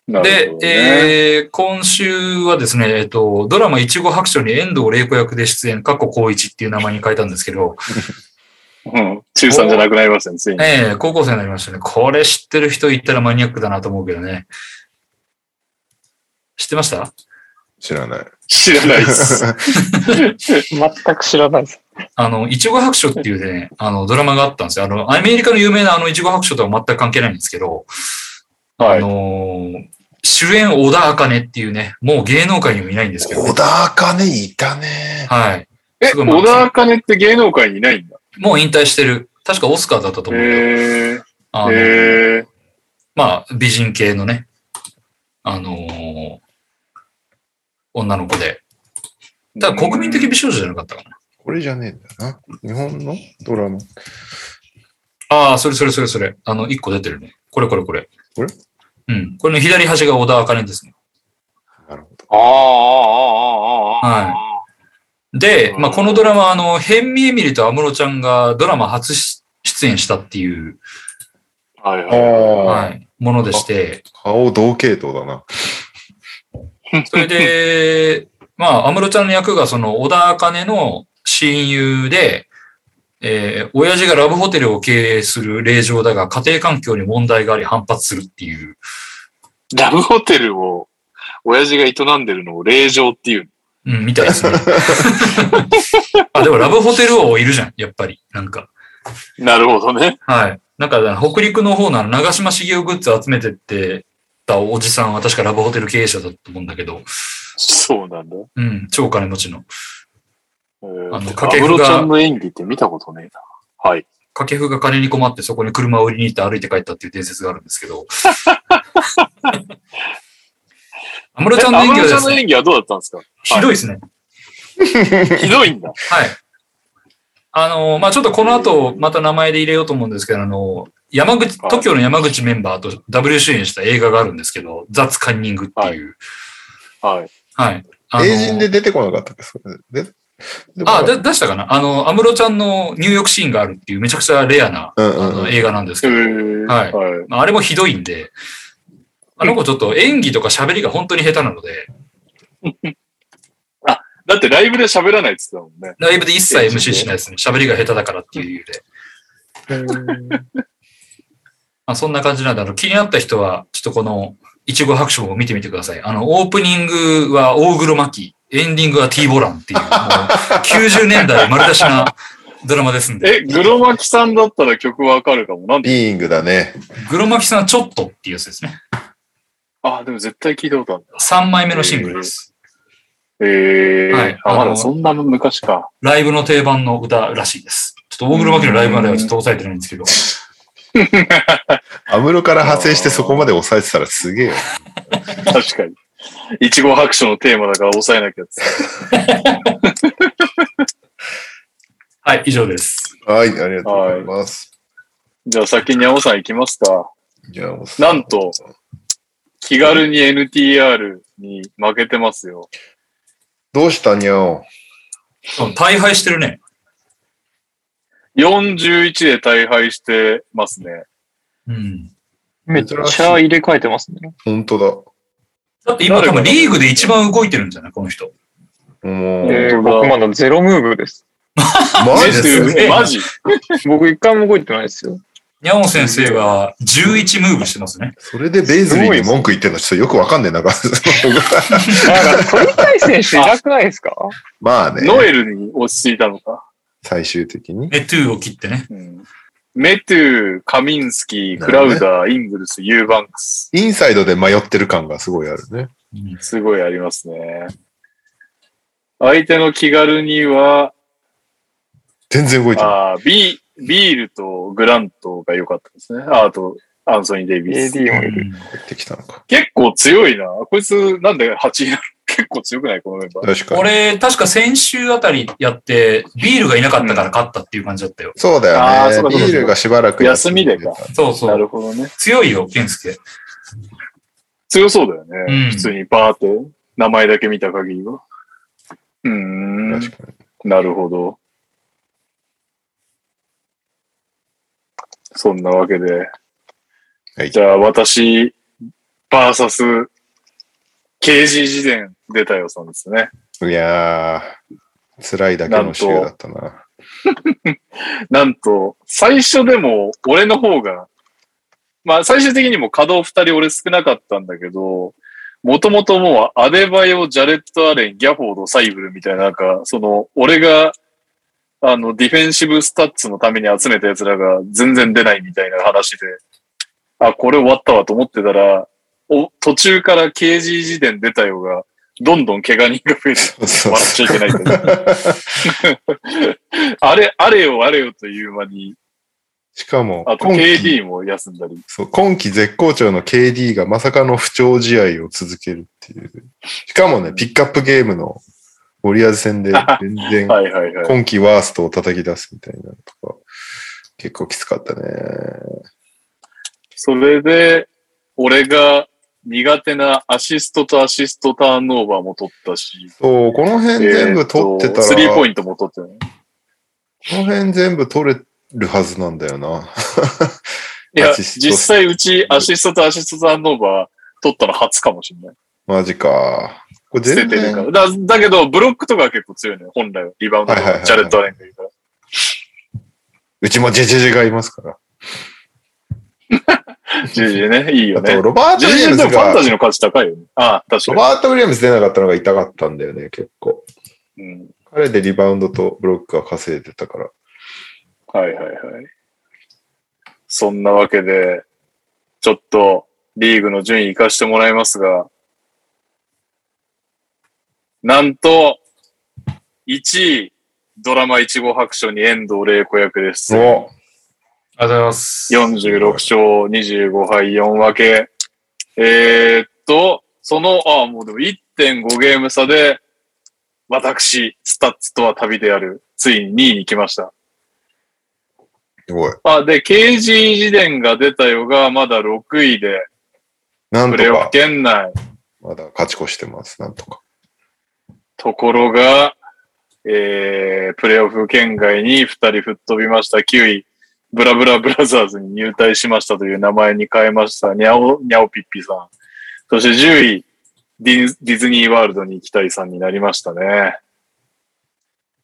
B: なる
D: で
B: ほど、ね。
D: えー今週はですね、えっと、ドラマいちご白書に遠藤玲子役で出演、過去高一っていう名前に変えたんですけど、
B: うん。中3じゃなくなりましたね、ついに。
D: えー高校生になりましたね。これ知ってる人いたらマニアックだなと思うけどね。知ってました
A: 知らない。
B: 知らないっす。
C: 全く知らないです。
D: あの、いちご白書っていうね、あの、ドラマがあったんですよ。あの、アメリカの有名なあの、いちご白書とは全く関係ないんですけど、
B: はい
D: あのー主演小田茜っていうね、もう芸能界にもいないんですけど、
A: 小田茜いたね。
D: はい。
B: え、
D: すごい満
B: 小
D: 足
B: 田茜って芸能界にいないんだ。
D: もう引退してる。確かオスカーだったと思うけど。
B: へえ。
D: あの
B: へえ。
D: まあ、美人系のね、あのー女の子で。ただ国民的美少女じゃなかったかな。
A: これじゃねえんだよな。日本のドラマ。
D: ああ、それそれそれそれ。あの、一個出てるね。これこれこれ。
A: これ
D: うん。これの左端が小田茜ですね。
A: なるほど。
C: ああ、ああ、ああ、ああ。
D: で、
B: うん
D: まあ、このドラマ、あの、ヘンミエミリとアムロちゃんがドラマ初し出演したっていう、
B: はいはいはい。
A: あ
D: は
A: あ、
D: い、ものでして、
A: 顔同系統だな。
D: それで、まあ、アムロちゃんの役がその、小田茜の親友で、えー、親父がラブホテルを経営する令嬢だが、家庭環境に問題があり反発するっていう。
B: ラブホテルを、親父が営んでるのを霊場っていう。
D: うん、みたいですね。あ、でもラブホテル王いるじゃん、やっぱり。なんか。
B: なるほどね。
D: はい。なんか、北陸の方のあの長島茂雄グッズ集めてってたおじさんは確かラブホテル経営者だと思うんだけど、
B: そうなんだ。
D: うん、超金持ちの。
B: えー
D: あの
B: ア
D: 掛布が
B: ムロちゃんの演技って見たことねえな。はい。
D: 掛布が金に困ってそこに車を売りに行って歩いて帰ったっていう伝説があるんです けど。
B: え
D: 安室ちゃんの演技は
B: アムロち
D: で
B: ゃん
D: す
B: の
D: ね、
B: 演技はどうだったんですか
D: ひどいですね。
B: ひどいんだ。
D: はい。あの、まあ、ちょっとこの後、また名前で入れようと思うんですけど、あの、山口、
B: はい
D: TOKIO の山口メンバーとダブル主演した映画があるんですけど、雑カンニングっていう。
B: はい。
D: はい。あの
A: 英人で出てこなかったっけそれで。でも
D: あ、だ出したかなあの、安室ちゃんの入浴シーンがあるっていうめちゃくちゃレアな、
A: うんう
D: あ
A: んう
D: の
A: ん。
D: 映画なんです
B: え
D: けど、
B: ー
D: はい
B: はい。
D: まあ、あれもひどいんで、あの子ちょっと演技とか喋りが本当に下手なので、
B: だってライブで喋らないって言ってたもんね。
D: ライブで一切 MC しないですね。喋りが下手だからっていう理由で。まあ、そんな感じなんで、あの、気になった人は、ちょっとこの、いちご白書を見てみてください。あの、オープニングは大黒摩季、エンディングは T ボランっていう、もう90年代丸出しなドラマですん
B: え、
D: で。
B: グロマキさんだったら曲わかるかも。なんで
A: ビーイングだね。
D: グロマキさんはちょっとっていうやつですね。
B: あ、でも絶対聞いたことある。
D: 3枚目のシングルです。
B: ええ
D: はい
B: あ、ま
D: あ
B: だ
D: の
B: そんな昔か。
D: ライブの定番の歌らしいです。ちょっと大黒摩季のライブまではちょっと抑えてないんですけど。
A: アムロから派生してそこまで抑えてたらすげえよ。
B: 確かに。いちご白書のテーマだから抑えなきゃって。
D: はい、以上です。
A: はい、ありがとうございます。
B: じゃあ先に青さん行きますか。
A: じゃあもう
B: なんと気軽に NTR に負けてますよ。
A: どうしたにゃお。
D: 大敗してるね。
B: 41で大敗してますね。
D: うん。
C: めっちゃ入れ替えてますね。
A: 本当
D: だって今多分リーグで一番動いてるんじゃないこの人。
A: だ。もう、
C: えー、僕まだゼロムーブです。
A: マジです
D: ね
B: えマジ
C: 僕一回も動いてないですよ。
D: ニャオン先生が11ムーブしてますね。
A: それでベイズリーに文句言ってんのちょっとよくわかんねえな、 なんか
C: なんか、鳥海選手いなくないですか
A: まあね、
B: ノエルに落ち着いたのか。
A: 最終的に。
D: メトゥーを切ってね。
B: うんメトゥー、カミンスキー、クラウダー、イングルス、ユーバンクス。
A: インサイドで迷ってる感がすごいあるね。
D: うん
B: すごいありますね。相手の気軽には、
A: 全然動いてない。
B: あービービールとグラントが良かったですね。ああと、アンソニー・デイビス。
C: ?AD もいる。
A: 入ってきたのか。
B: 結構強いな。こいつ、なんで8位なの 結構強くないこのメンバー。
A: 確かに。
D: 俺、確か先週あたりやって、ビールがいなかったから勝ったっていう感じだったよ。
A: そうだ
B: あーそ
A: よ
B: うか
A: ね。
B: そうか
A: ビールがしばらくん
B: 休みで
D: そうそ
B: な
D: う。
B: るほどね。
D: 強いよ、ケンスケ。
B: 強そうだよね。
D: うん
B: 普通にバーっと名前だけ見た限りは。うーん。
A: 確かに。
B: なるほど。そんなわけで。
A: はい
B: じゃあ私、バーサス、KG 事伝出たよさんですね。
A: いやー、辛いだけの週だったな。
B: なんと、最初でも俺の方が、まあ最終的にも稼働二人俺少なかったんだけど、もともともうアデバイオ、ジャレット・アレン、ギャフォード、サイブルみたいな、なんか、その、俺が、あの、ディフェンシブスタッツのために集めた奴らが全然出ないみたいな話で、あ、これ終わったわと思ってたら、お途中から KG 時点出たよが、どんどん怪我人が増えて、
A: そうそう
B: 笑っちゃいけ ないけど。あれ、あれよあれよという間に、
A: しかも
B: あ、と
A: 今季、
B: KD も休んだり。
A: そう今季絶好調の KD がまさかの不調試合を続けるっていう。しかもね、ピックアップゲームのウォリアーズ戦で全然
B: はいはいはい。
A: 今季ワーストを叩き出すみたいなのとか、結構きつかったね。
B: それで、俺が苦手なアシストとアシストターンオーバーも取ったし、
A: そう、この辺全部取ってたら、
B: スリーポ
A: こ
B: イントも取ってない。
A: の辺全部取れるはずなんだよな。
B: い や、
A: アシスト
B: 実際うちアシストとアシストターンオーバー取ったの初かもしれない。
A: マジか。これ
B: 捨て
A: 全
B: てるか
A: 然、
B: ら。だだけど、ブロックとかは結構強いのよ、本来は。リバウンドと
A: はいはいはい
B: か、
A: はい
B: ジャレット・アレンがいるから。
A: うちもジェジェジェがいますから。
B: ジェジェね、いいよ
A: あと、
B: ね。
A: ロバー
B: ジ
A: ト・
B: ェ
A: ウィリア
B: ジェ
A: ム
B: で
A: ズ
B: もファンタ
A: が、
B: ジーの価値高いよね。ああ、確か
A: ロ
B: に。
A: バート・ウィリアムズ出なかったのが痛かったんだよね、結構。
B: うん、
A: 彼でリバウンドとブロックは稼いでたから。
B: はいはいはい。そんなわけで、ちょっとリーグの順位行かしてもらいますが、なんと、1位、ドラマいちご白書に遠藤玲子役です。
A: お
D: ありがとうございます。
B: 46勝25敗4分け。えーっと、その、ああ、もうでも1.5ゲーム差で、私、スタッツとは旅である、ついに2位に来ました。
A: すごい。
B: あ、で、KG 時点が出たよが、まだ6位で、
A: なん
B: プ
A: と
B: レーオフ
A: か、
B: 圏内。
A: まだ勝ち越してます、なんとか。
B: ところが、えー、プレーオフ圏外に2人吹っ飛びました。9位、ブラブラブラザーズに入隊しましたという名前に変えました。にゃお、にゃおぴっぴさん。そして10位、ディズディズニーワールドに行きたいさんになりましたね。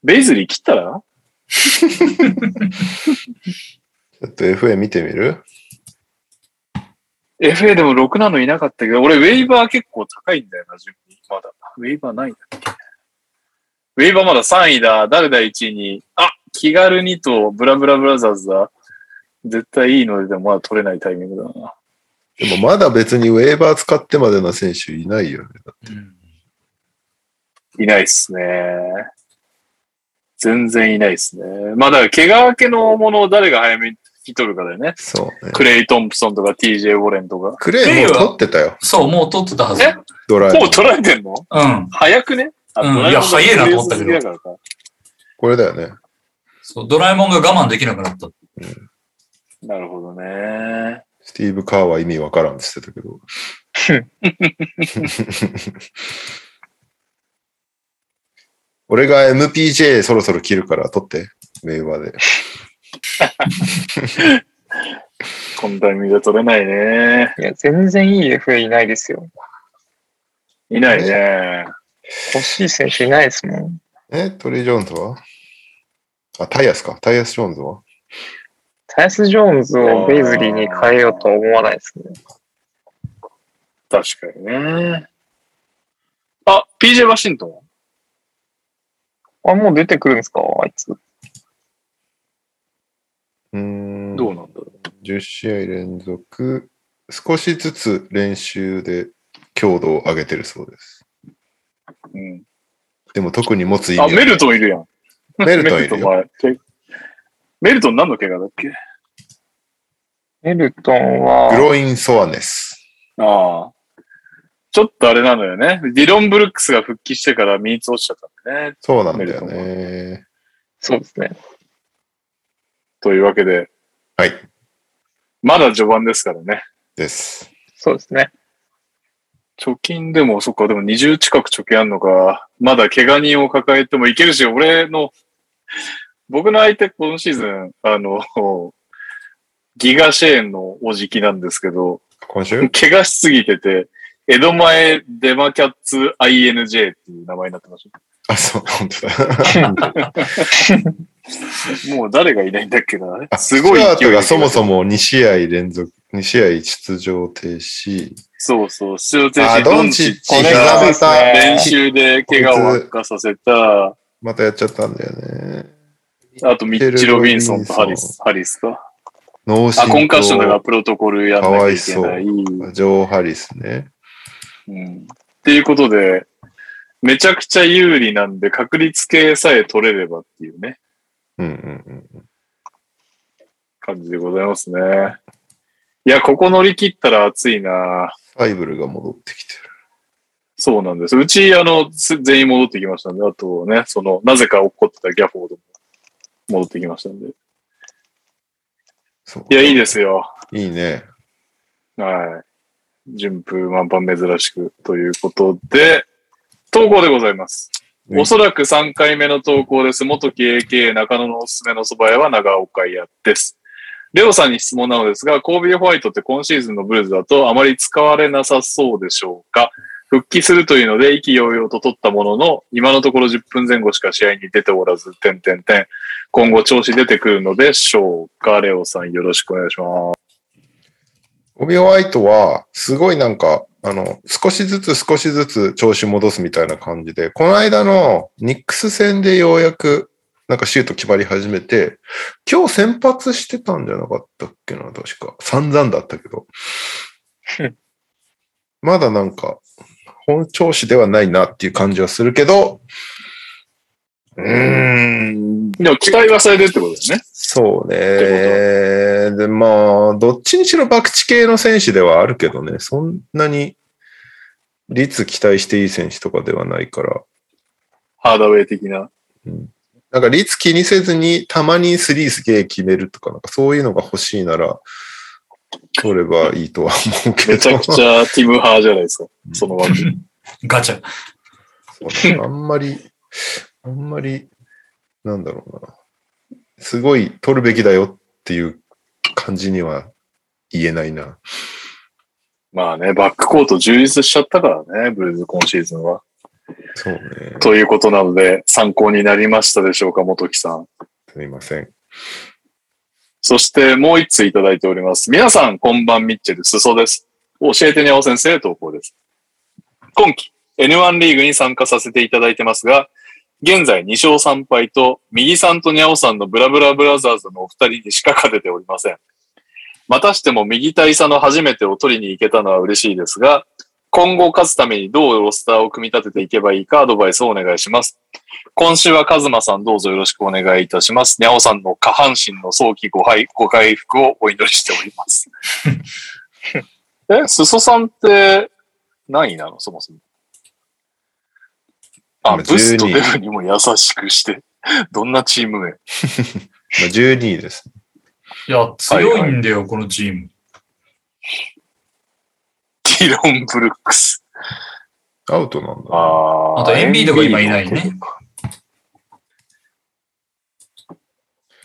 B: ベイズリー切ったら
A: ちょっと FA 見てみる
B: ?FA でも6なのいなかったけど、俺ウェイバー結構高いんだよな、順位。まだ。ウェイバーないんだっけウェイバーまだ3位だ。誰だ1位に。あ、気軽にと、ブラブラブラザーズだ。絶対いいので、でもまだ取れないタイミングだな。
A: でもまだ別にウェーバー使ってまでの選手いないよね。
D: うん
B: いないっすね。全然いないっすね。まあだから、怪我明けのものを誰が早めに引き取るかだよね。
A: そうね。
B: クレイ・トンプソンとか TJ ・ウォレンとか。
A: クレイもう取ってたよ。
D: そう、もう取ってたはず。
B: え
A: ドライ
B: もう取られてんの
D: うん。
B: 早くねあ
D: うん
B: ドラえもんが
D: いや早いなと思ったけど
B: プレイ好きだからか
A: これだよね。
D: そう、ドラえもんが我慢できなくなった。
B: なるほどね。
A: スティーブ・カーは意味わからんって言ってたけど。俺が MPJ そろそろ切るから取って、ウェーバーで。
B: このタイミングで取れないね。
C: いや、全然いい FA いないですよ。
B: いないね。
C: 欲しい選手いないですもん。
A: え、トリー・ジョーンズはあ、タイヤスか。タイヤス・ジョーンズは
C: タイス・ジョーンズをベイズリーに変えようとは思わないですね。
B: 確かにね。あ、PJ ワシントン
C: あ、もう出てくるんですかあいつ。
A: うーん。
B: どうなんだろう。
A: 10試合連続、少しずつ練習で強度を上げてるそうです。
B: うん、
A: でも特に持つ意味
B: あ、
A: は
B: メルトンいるやん。
A: メルトンいるよ。
B: メルトン前けメルトン何の怪我だっけ
C: エルトン
A: グ
C: は、
A: ロイン・ソアネス。
B: ああ。ちょっとあれなのよね。ディロン・ブルックスが復帰してからミーツ落ちちゃったんだね。
A: そうなんだよね。
C: そうですね。
B: というわけで、
A: はい。
B: まだ序盤ですからね。
A: です。
C: そうですね。
B: 貯金でも、そっか、でも20近く貯金あんのか。まだ怪我人を抱えてもいけるし、俺の、僕の相手、今シーズン、あの、ギガシェーンのおじきなんですけど、
A: 今週
B: 怪我しすぎてて、江戸前デマキャッツ INJ っていう名前になってまし
A: あ、そう、本当だ。
B: た。もう誰がいないんだっけな。
A: あ
B: すごい
A: スチュアー
B: 勢い
A: ト
B: で
A: がそもそも2試合連続、2試合出場停止。
B: そうそう、出場停
A: あ、
B: 止。
A: ドンチッチ、
B: これ
A: 膝
B: が
A: また、
B: 練習で怪我を悪化させた、
A: またやっちゃったんだよね。
B: あとミッチ・ロビンソンとハリス、ハリスか。
A: 脳
B: あ、
A: 震
B: コンカッションだから
A: 盪
B: プロトコルやんなきゃいけない。
A: ジョー・ハリスね。
B: うんっていうことで、めちゃくちゃ有利なんで、確率系さえ取れればっていうね、
A: うんうん
B: 感じでございますね。いや、ここ乗り切ったら熱いな
A: うん。イブルが戻ってきてる。
B: そうなんです。うち、あの、す全員戻ってきましたんで、あとね、その、なぜか怒ってたギャフォードも戻ってきましたんで。い
A: そう
B: や、いいですよ。
A: いいね。
B: はい。順風満帆珍しく、ということで、投稿でございます。
A: うん
B: おそらく3回目の投稿です。元 KK 中野のおすすめの蕎麦屋は長岡屋です。レオさんに質問なのですが、コービーホワイトって今シーズンのブルーズだとあまり使われなさそうでしょうか復帰するというので意気揚々と取ったものの、今のところ10分前後しか試合に出ておらず、点点点。今後調子出てくるのでしょうかレオさんよろしくお願いします。
A: オビ・ホワイトは、すごいなんか、あの、少しずつ少しずつ調子戻すみたいな感じで、この間のニックス戦でようやく、なんかシュート決まり始めて、今日先発してたんじゃなかったっけな、確か。散々だったけど。まだなんか、本調子ではないなっていう感じはするけど、うーん、
B: でも期待はされてるってことですね。
A: そうね。で、まあ、どっちにしろ爆地系の選手ではあるけどね、そんなに率期待していい選手とかではないから、
B: ハードウェイ的な。
A: なんか率気にせずにたまにスリーすげえ決めるとか、なんかそういうのが欲しいなら、取ればいいとは思うけど。
B: めちゃくちゃティム・ハーじゃないですか。その枠。
D: ガチャ。
A: そうねあんまり、あんまり、なんだろうな。すごい取るべきだよっていう感じには言えないな。
B: まあね、バックコート充実しちゃったからね、ブルーズ今シーズンは。
A: そうね。
B: ということなので、参考になりましたでしょうか、元木さん。
A: すいません。
B: そしてもう一通いただいております。皆さん、こんばん、ミッチェル、裾です。教えてにゃお先生、投稿です。今季、N1 リーグに参加させていただいてますが、現在2勝3敗と、右さんとにゃおさんのブラブラブラザーズのお二人にしか勝てておりません。またしても右大佐の初めてを取りに行けたのは嬉しいですが、今後勝つためにどうロスターを組み立てていけばいいかアドバイスをお願いします。今週はカズマさんどうぞよろしくお願いいたします。にゃおさんの下半身の早期ご回ご回復をお祈りしております。え、すそさんって何位なのそもそも。あ、
A: 今
B: ブスと
A: 12
B: デブにも優しくして。どんなチーム名
A: まあ、12位です。
D: いや、強いんだよ、このチーム。
B: ティロン・ブルックス。
A: アウトなんだ。
B: あ
D: あとエンビードが今いないね。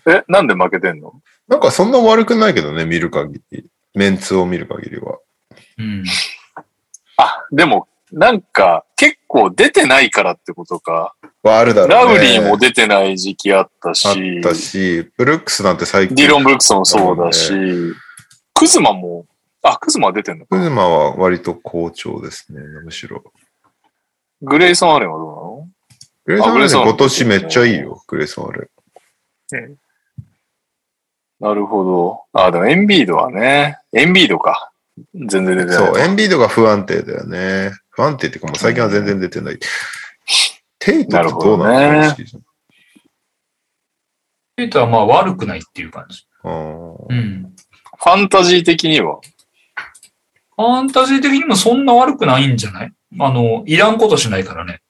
B: え、なんで負けてんの
A: なんかそんな悪くないけどね、見る限り。メンツを見る限りは。
D: うん。
B: あ、でも、なんか、結構出てないからってことか。
A: はあるだろ
B: ラ
A: う
B: ウ
A: ね。
B: リーも出てない時期あったし、
A: あったし、ブルックスなんて最近。
B: ディロン・ブルックスもそうだし
A: そ、
B: クズマも、あ、クズマは出てんの
A: クズ
B: か。
A: マは割と好調ですね、むしろ。
B: グレイソン・アレンはどうなの
A: グレーソン
B: あ
A: ア
B: グレ
A: レ
B: イ
A: ン
B: ソン
A: 今年めっちゃいいよ、グレーソンあれ。
B: なるほど。あ、でもエンビードはね、エンビードか。全然出てない。
A: そう、エンビードが不安定だよね。不安定っていうかもう最近は全然出てない。テイトってどうなの
B: なるほど
A: 今
B: ね
A: シーズン
D: テイトはまあ悪くないっていう感じ。
A: あー
D: うん。
B: ファンタジー的には。
D: ファンタジー的にもそんな悪くないんじゃないあの、いらんことしないからね。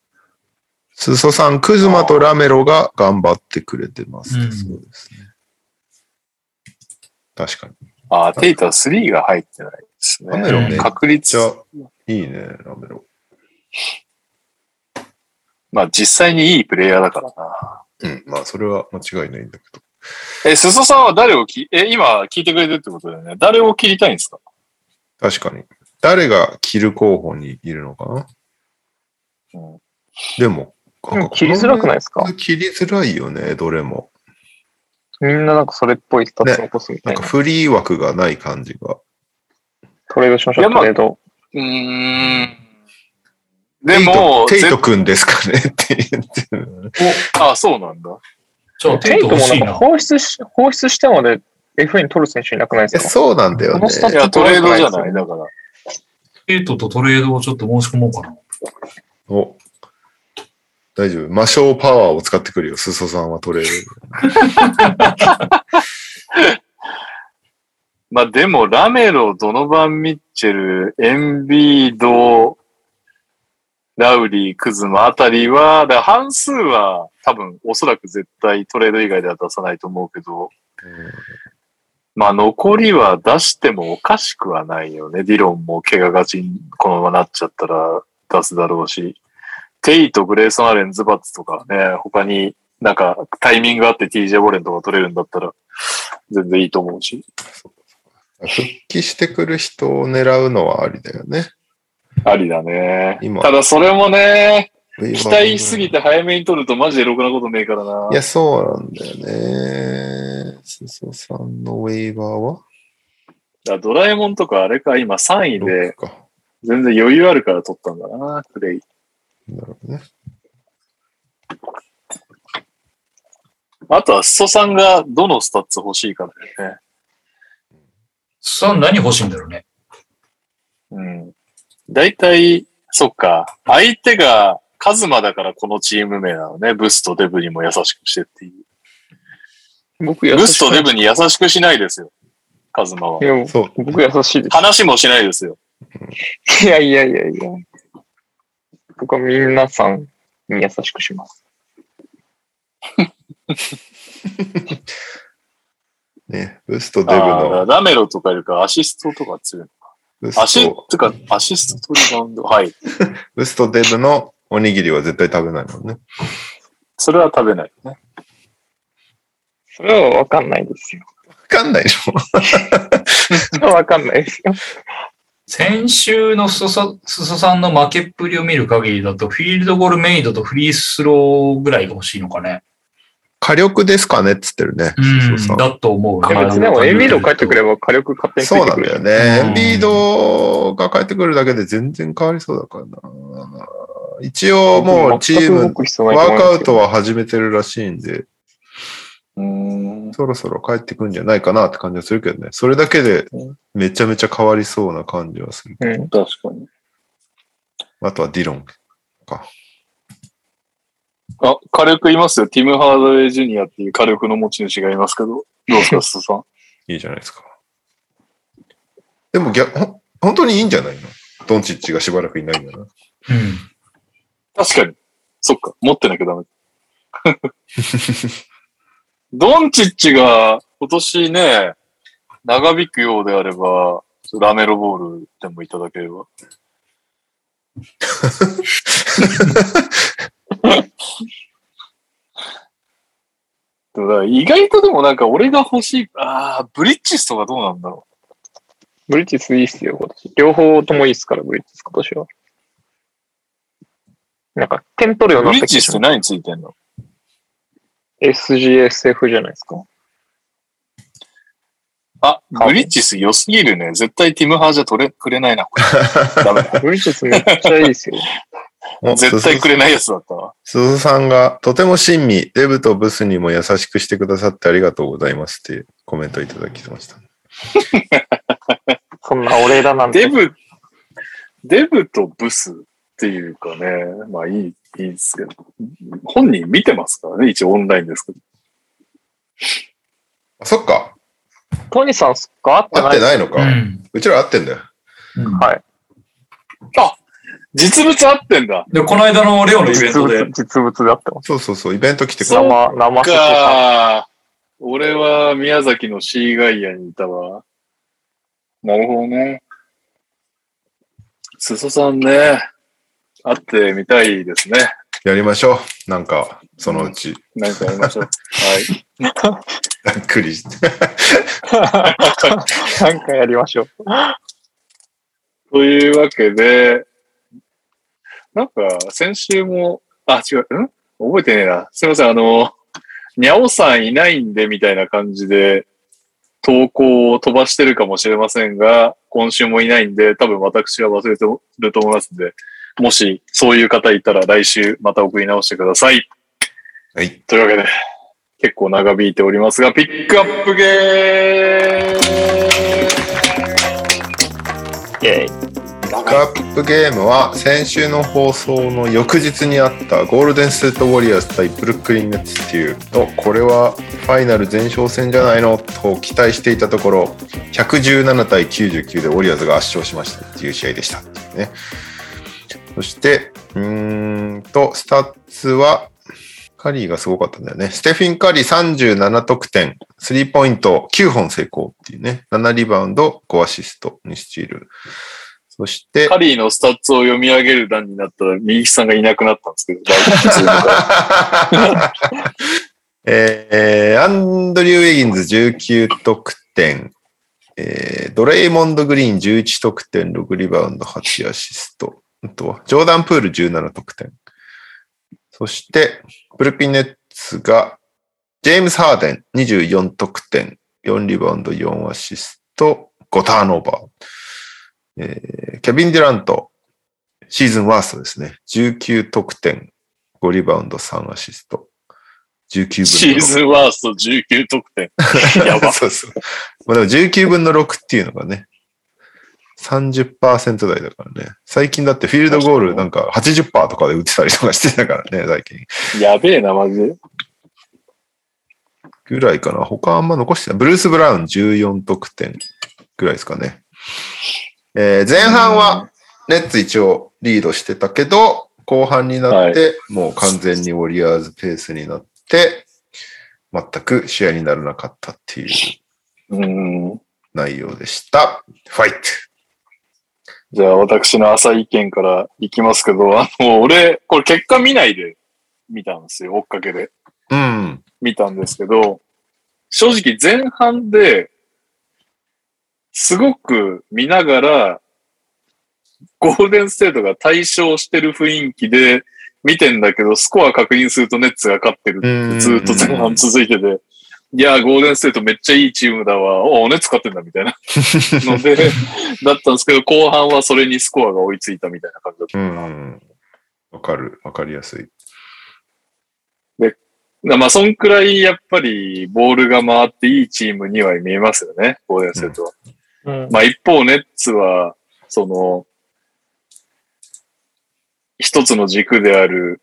A: すそさん、クズマとラメロが頑張ってくれてます。
D: うん
A: そうですね。確かに。
B: あ、テイタは3が入ってないです
A: ラメロめ
B: ね。
A: っ
B: 確
A: ち
B: 率、
A: ゃいいね、ラメロ。
B: まあ実際にいいプレイヤーだからな。
A: うん、まあ、それは間違いないんだけど。
B: え、すそさんは誰をき、え、今聞いてくれてるってことだよね。誰を切りたいんですか
A: 確かに。誰が着る候補にいるのかな、
B: うん
A: でも、
C: でも 切りづらくないですか
A: 切りづらいよね、どれも。
C: みんななんかそれっぽいスタッツ残すみた
A: ないんか
C: な。
A: フリー枠がない感じが。
C: トレードしまし
B: い
C: ょ
B: や
C: う、
B: まあ
C: トレード。
B: うーん。でも、
A: テイトテイ
B: ぜ
A: トくんですかね って言ってる。
B: あ、そうなんだ。
D: じゃあ、テ
C: テ
D: イ
C: イ
D: ト
C: ト
D: 欲
C: もな
D: し
C: ん
D: い
C: か
D: な。
C: 放出し、放出してまで FA に取る選手いなくないで
A: え
C: すか
A: そうなんだよ
C: この
A: ね。
C: スタッ
B: い
C: フ
B: や、トレードじゃない、だから。
D: エイトとトレードをちょっと申し込もうかな。
A: お大丈夫。魔性パワーを使ってくるよ。裾さんはトレー
B: まあでも、ラメロ、ドノバン・ミッチェル、エンビード、ラウリー、クズマあたりは、だから半数は多分おそらく絶対トレード以外では出さないと思うけど、
A: ド。
B: まあ残りは出してもおかしくはないよね。ディロンも怪我がちにこのままなっちゃったら出すだろうし、テイとグレイソン・アレン、ズバッツとかね、他になんかタイミングあって TJ ボレンとか取れるんだったら全然いいと思うし。
A: 復帰してくる人を狙うのはありだよね。
B: ありだね。
A: 今。
B: ただそれもね、期待しすぎて早めに取るとマジでろくなことねえからない
A: や、そうなんだよね。裾さんのウェイバーは
B: だからドラえもんとかあれか、今3位
A: 6
B: で
A: か。
B: 全然余裕あるから取ったんだな、クレイ。
A: なるほどね。
B: あとは裾さんがどのスタッツ欲しいかだよね。
D: さあ何欲しいんだろうね。
B: うん。大体、そっか。相手がカズマだからこのチーム名なのね。ブスとデブにも優しくしてっていう。
C: 僕優
B: ブ
C: し
B: ス
C: く
B: と
C: な
B: デ
C: い。
B: ブに優しくしないですよ。カズマはい
C: や、
A: そう。
C: 僕優しいで
B: 話もしないですよ。
C: す。いやいやいやいや。僕は皆さんに優しくします。
A: ね。ブスとデブ
B: あーだか
A: の
B: ら、ラメロとかよりかアシストとか強い。
A: ブス
B: アシ
A: と、
B: つか、アシストとリバウンド。はい。
A: ブスとデブのおにぎりは絶対食べないもんね。
B: それは食べないね。
C: それはわかんないですよ。
A: わかんないでしょ。
C: それはわかんないですよ。
D: 先週のすそさんの負けっぷりを見る限りだと、フィールドゴールメイドとフリースローぐらいが欲しいのかね。
A: 火力ですかねっつってるね。
D: うん、
A: 裾さん
D: だと思う
C: い
D: ね。
C: や別にでもエンビード帰ってくれ
D: ば。
C: ば火力勝手につ
A: そう
C: いて
A: なん
C: くる
A: だ
C: し
A: よね。
D: う
A: エ
D: ん
A: ンビードが帰ってくるだけで全然変わりそうだからな。一応もうチー
C: 全く動
A: ム、
C: く必要ないと
A: ワ
C: 思
A: ー
C: います
A: ク
C: よ
A: アウトは始めてるらしいんで、
B: うーん。
A: そろそろ帰ってくんじゃないかなって感じはするけどね。それだけでめちゃめちゃ変わりそうな感じはする。
C: う
B: 確
C: ん。
B: かに。
A: あとはディロン。
B: あ、火力いますよ。ティム・ハードウェイ・ジュニアっていう火力の持ち主がいますけど。どうですか、須 さ
A: いいじゃないですか。でも逆、ほん本当にいいんじゃないのドンチッチがしばらくいない んだな。
D: うん。
B: ん。確かに。そっか。持ってなきゃダメ。ドンチッチが今年ね、長引くようであれば、ラメロボールでもいただければ。でもだから意外とでもなんか俺が欲しい、ああ、ブリッジスとかどうなんだろう。
C: ブリッジスいいっすよ、今年。両方ともいいっすから、ブリッジス今年は。なんか、点取るように
B: ブ
C: な
B: リッ
C: った気
B: ジ
C: が
B: スっ
C: して
B: 何ついてんの
C: ます。SGSF じゃないですか。
B: あ、
C: カーボン
B: ブリッジス良すぎるね。絶対ティムハーじゃ取れ、くれないな。これダメだ
C: ブリッジスめっちゃいいっすよ。
A: お
B: 絶対くれないやつだったわ。
A: 鈴さんが、とても親身、デブとブスにも優しくしてくださってありがとうございますっていうコメントいただきました。
C: そんなお礼だなん
B: デ
C: て。
B: ブ、デブとブスっていうかね、まあいい、いいですけど、本人見てますからね、一応オンラインですけど。
A: あそっか。
C: トニさん、そっか、会っ
A: 合ってて
C: ない。
A: ないの
D: う
A: か。
D: ん。
A: うちら合ってんだよ。
C: はい
B: 実物あってんだ。
D: で、この間のレオのイベン
C: 実
D: トで
C: 物、、実物で会ってます。
A: そうそうそう、イベント来てくれ
B: そう
C: 生、生寿司さ
B: か俺は宮崎のシーガイアにいたわ。なるほどね。すそさんね、会ってみたいですね。
A: やりましょう。なんか、そのうち、
B: なんかやりま しょう。はい。
A: ざっくりして。
C: ん。なんかやりましょう。
B: というわけで、なんか、先週も、あ、違う、ん覚えてねえな。すいません、あの、にゃおさんいないんで、みたいな感じで、投稿を飛ばしてるかもしれませんが、今週もいないんで、多分私は忘れてると思いますんで、もし、そういう方いたら来週また送り直してください。
A: はい。
B: というわけで、結構長引いておりますが、ピックアップゲーム
C: イェイ。
A: スクラップゲームは先週の放送の翌日にあったゴールデンステートウォリアーズ対ブルックリンネッツっていうとこれはファイナル前哨戦じゃないのと期待していたところ117対99でウォリアーズが圧勝しましたっていう試合でしたっていうねそしてうーんとスタッツはカリーがすごかったんだよね。ステフィン・カリー37得点、スリーポイント9本成功っていうね、7リバウンド、5アシスト、2スチール。そして、
B: カリーのスタッツを読み上げる段になったら、右木さんがいなくなったんですけど、だいぶ普通の顔
A: えーアンドリュー・ウェギンズ19得点、えードレイモンド・グリーン11得点、6リバウンド、8アシスト。あとは、ジョーダン・プール17得点。そして、ブルックリン・ネッツが、ジェームス・ハーデン24得点、4リバウンド、4アシスト、5ターンオーバー。えーケビン・デュラント、シーズンワーストですね。19得点、5リバウンド、3アシスト。19分の6
B: シーズンワースト19得点。やば。
A: そうそう。まあでも19分の6っていうのがね、30%台だからね。最近だってフィールドゴールなんか80%とかで打ってたりとかしてたからね、最近。
B: やべえな、マジで。
A: ぐらいかな。他あんま残してない。ブルース・ブラウン14得点ぐらいですかね。えー前半はレッツ一応リードしてたけど、後半になって、もう完全にウォリアーズペースになって、全く試合にならなかったっていう
B: うん。
A: 内容でした。ファイト
B: じゃあ、私の浅い意見からいきますけど、あの、俺、これ結果見ないで見たんですよ、追っかけで。
A: うん。
B: 見たんですけど、正直前半で、すごく見ながら、ゴールデンステートが対象してる雰囲気で見てんだけど、スコア確認するとネッツが勝ってる
A: うん
B: ずーっと前半続いてて、いやー、ゴールデンステートめっちゃいいチームだわ、おお、熱使ってんだ、みたいなの で、だったんですけど、後半はそれにスコアが追いついたみたいな感じだった
A: う
B: か
A: んう
B: な。
A: ん。わかる。わかりやすい。
B: なまあ、そんくらいやっぱりボールが回っていいチームには見えますよね、ゴールデンステートは。
C: うん。
B: まあ、一方、ネッツは、その、一つの軸である、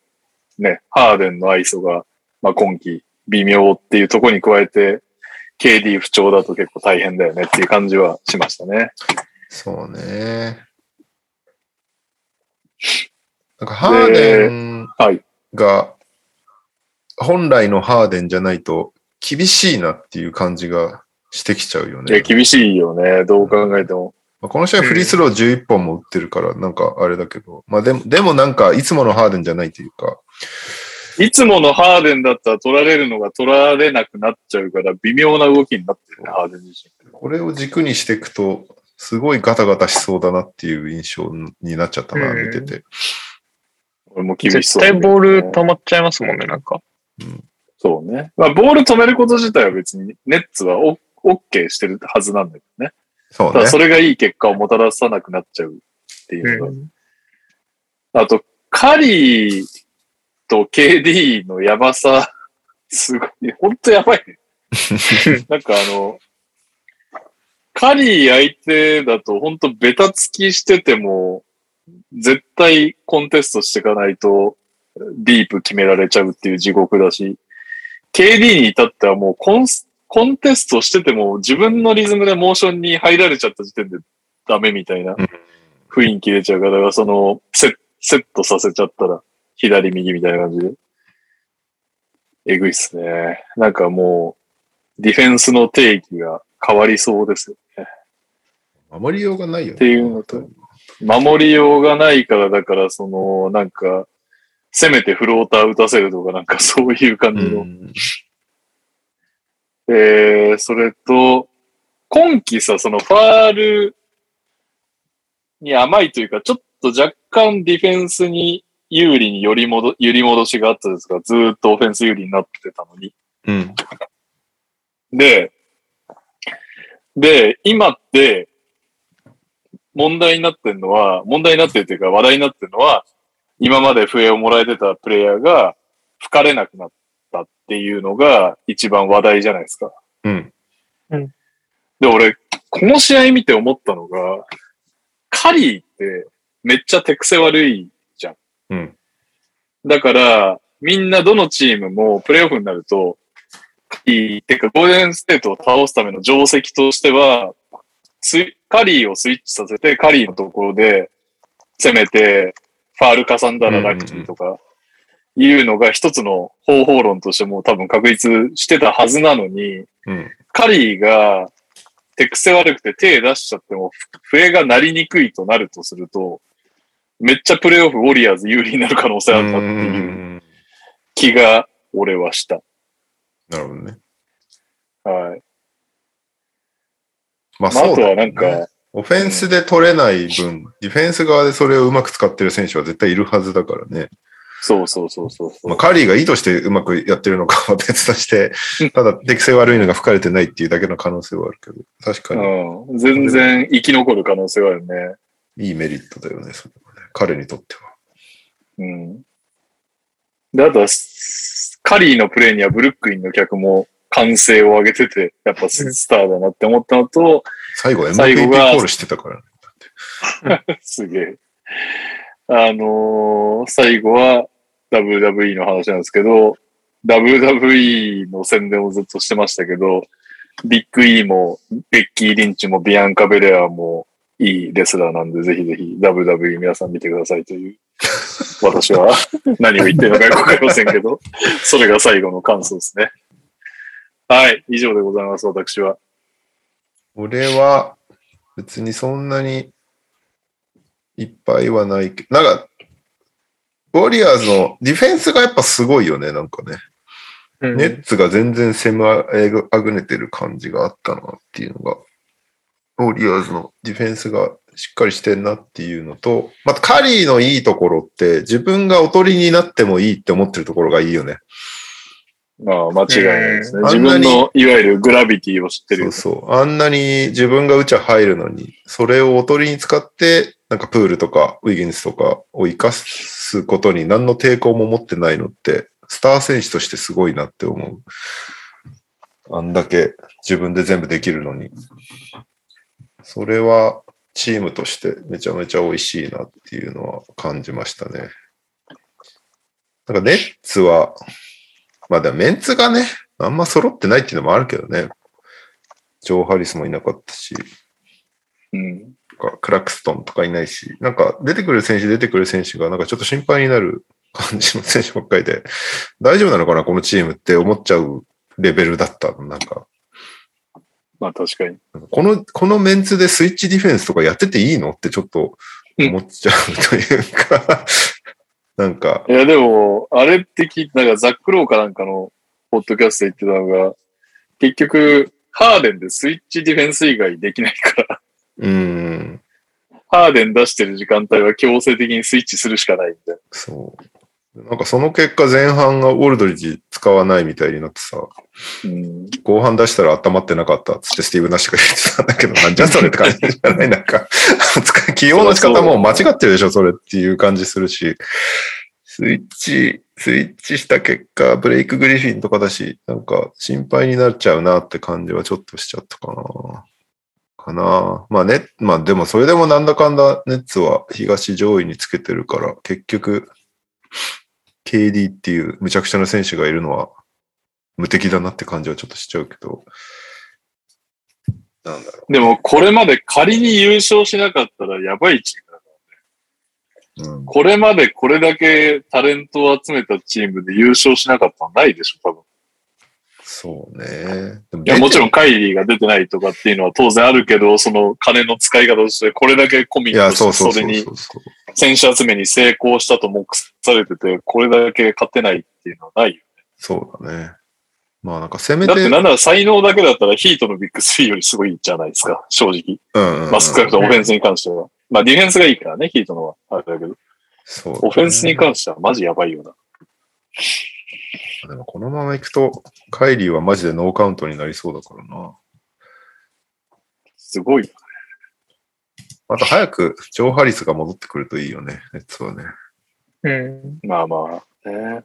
B: ね、ハーデンの愛想が、まあ、今季微妙っていうところに加えて、KD 不調だと結構大変だよねっていう感じはしましたね。
A: そうね。なんかハーデン
B: はい。
A: が、本来のハーデンじゃないと厳しいなっていう感じがしてきちゃうよ
B: いや、
A: ね。
B: 厳しいよね。どう考えても。
A: まあこの試合フリースロー11本も打ってるから、なんかあれだけど。まあでも、でもなんかいつものハーデンじゃないというか。
B: いつものハーデンだったら取られるのが取られなくなっちゃうから、微妙な動きになってるね、ハーデン自身。
A: これを軸にしていくと、すごいガタガタしそうだなっていう印象になっちゃったな、
C: うん
A: 見てて。
B: 俺も厳し
C: 絶
B: そうだ
C: 対
B: けどね、
C: ボール溜まっちゃいますもんね、なんか。
B: そうね。まあ、ボール止めること自体は別にネッツはオッケーしてるはずなんだけどね。
A: そう
B: た
A: ね
B: だ。それがいい結果をもたらさなくなっちゃうっていうのが。あと、カリーと KD のやばさ、 すごい、ほんとやばいね。なんかあの、カリー相手だとほんとベタつきしてても、絶対コンテストしていかないと、ディープ決められちゃうっていう地獄だし、KD に至ってはもうコンスコンテストしてても自分のリズムでモーションに入られちゃった時点でダメみたいな雰囲気出ちゃうから、だからそのセ、セットさせちゃったら、左右みたいな感じで。えぐいっすね。なんかもう、ディフェンスの定義が変わりそうですよ。
A: 守りようがないよね。
B: っていうのと守りようがないから、だからその、なんか、せめてフローター打たせるとか、なんかそういう感
A: う
B: じの。
A: ん。
B: えー、それと、今季さ、そのファールに甘いというか、ちょっと若干ディフェンスに有利により戻、揺り戻しがあったんですが、ずーっとオフェンス有利になってたのに。
A: うん。
B: で、で、今って、問題になってるのは、問題になってるというか話題になってるのは、今まで笛をもらえてたプレイヤーが吹かれなくなったっていうのが一番話題じゃないですか。
A: うん。
B: で、俺、この試合見て思ったのが、カリーってめっちゃ手癖悪いじゃん。
A: うん
B: だから、みんなどのチームもプレイオフになると、カリーってか、ゴールデンステートを倒すための定石としては、スイカリーをスイッチさせて、カリーのところで攻めて、ファールかさんだらラッキーとか、いうのが一つの方法論としてもう多分確立してたはずなのに、
A: うん。
B: カリーが手癖悪くて手出しちゃっても、ふ笛が鳴りにくいとなるとすると、めっちゃプレイオフウォリアーズ有利になる可能性あるなって
A: うんう
B: いうん気が俺はした。
A: なるほどね。
B: はい。
A: まあ
B: まあ、
A: そ
B: あ
A: う
B: と
A: だ
B: は
A: よ
B: な
A: ね
B: んか、
A: オフェンスで取れない分、ディフェンス側でそれをうまく使ってる選手は絶対いるはずだからね。
B: そうそうそうそうそう。
A: まあ、カリーが意図してうまくやってるのかは別として、ただ適性悪いのが吹かれてないっていうだけの可能性はあるけど、確かに
B: うん、全然生き残る可能性はあるね。
A: いいメリットだよね、それはね彼にとっては。
B: うん。で、あとは、スカリーのプレーにはブルックインの客も歓声を上げてて、やっぱススターだなって思ったのと、
A: 最後 MVP
B: 最後
A: コ
B: が
A: ールしてたから、ね。
B: すげえ。あのー最後は WWE の話なんですけど、WWE の宣伝をずっとしてましたけど、ビッグ E も、ベッキー・リンチも、ビアンカ・ベレアも、いいレスラーなんで、ぜひぜひ WWE 皆さん見てくださいという、私は 何を言ってるのかよくわかりませんけど、それが最後の感想ですね。はい、以上でございます、私は。
A: 俺は別にそんなにいっぱいはないけど、なんか、ウォリアーズのディフェンスがやっぱすごいよね、なんかね。
C: うん
A: ネッツが全然攻めあぐねてる感じがあったなっていうのが、ウォリアーズのディフェンスがしっかりしてんなっていうのと、またカリーのいいところって自分がおとりになってもいいって思ってるところがいいよね。
B: まあ、間違いないですね。
A: うんあ
B: 自
A: んなに
B: 分の、いわゆるグラビティを知ってる
A: そうそう。あんなに自分がうちは入るのに、それをおとりに使って、なんかプールとかウィギンスとかを活かすことに何の抵抗も持ってないのって、スター選手としてすごいなって思う。あんだけ自分で全部できるのに。それはチームとしてめちゃめちゃ美味しいなっていうのは感じましたね。なんかネッツは、まあでもメンツがね、あんま揃ってないっていうのもあるけどね。ジョー・ハリスもいなかったし、
B: うん。
A: なんかクラクストンとかいないし、なんか出てくる選手出てくる選手がなんかちょっと心配になる感じの選手ばっかりで、大丈夫なのかなこのチームって思っちゃうレベルだった。なんか、
B: まあ確かに。
A: この、このメンツでスイッチディフェンスとかやってていいのってちょっと思っちゃうというか、 なんか、
B: いやでも、あれって聞いて、なんかザックローかなんかのポッドキャストで言ってたのが、結局、ハーデンでスイッチディフェンス以外できないから、
A: うーん、
B: ハーデン出してる時間帯は強制的にスイッチするしかないみたい
A: そう。なんかその結果前半がオールドリッジ使わないみたいになってさ、
B: な。うん。
A: 後半出したら温まってなかったっつってスティーブ・ナッシュが言ってたんだけど、なんじゃそれって感じじゃないなんか、 使い起用の仕方も間違ってるでしょ、それっていう感じするし、スイッチ、スイッチした結果、ブレイク・グリフィンとかだし、なんか心配になっちゃうなって感じはちょっとしちゃったかな。かなまあね、まあでもそれでもなんだかんだネッツは東上位につけてるから、結局、KD っていうむちゃくちゃな選手がいるのは無敵だなって感じはちょっとしちゃうけど、なんだろ
B: でも、これまで仮に優勝しなかったらやばいチームだ。
A: う。うん、
B: これまでこれだけタレントを集めたチームで優勝しなかったのないでしょ、多分。
A: そうね。でも
B: いや、もちろんカイリーが出てないとかっていうのは当然あるけど、その金の使い方として、これだけコミ
A: い
B: ッ
A: や、
B: ト
A: そう
B: して、
A: そうそ
B: それ
A: う
B: に
A: そうそう。
B: 選手集めに成功したと目されてて、これだけ勝てないっていうのはないよ。
A: そうだね。まあなんかせめ
B: だって
A: て、
B: なんなら才能だけだったらヒートのビッグスリーよりすごいじゃないですか、正直。
A: うんうん
B: まあ、少なくともオフェンスに関しては。まあ、ディフェンスがいいからね、ヒートのは。あれだけど。
A: そうだね
B: オフェンスに関してはマジやばいよな。
A: でもこのまま行くと、カイリーはマジでノーカウントになりそうだからな。
B: すごい。
A: あと早く、ジョー・ハリスが戻ってくるといいよね、ネッツはね。
C: うん。
B: まあまあ。ね、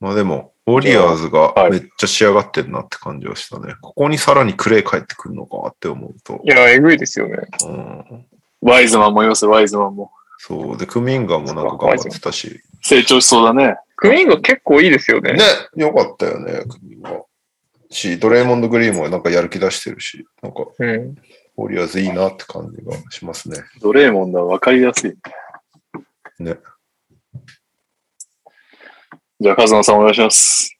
A: まあでも、ウォリアーズがめっちゃ仕上がってるなって感じはしたね。ここにさらにクレイ帰ってくるのかって思うと
C: い。や、えぐいですよね。
A: うん、
B: ワイズマンもいます、ワイズマンも。
A: そう。で、クミンガもなんか頑張ってたし。
B: 成長しそうだね。
C: クミンゴ結構いいですよね。
A: ね、よかったよね、クミンガ。し、ドレーモンド・グリーンもなんかやる気出してるし、なんか、
C: うん。
A: ウォリアーズいいなって感じがしますね。
B: ドレーモンだ、わかりやすい。
A: ね。
B: じゃあ、カズマさんお願いします。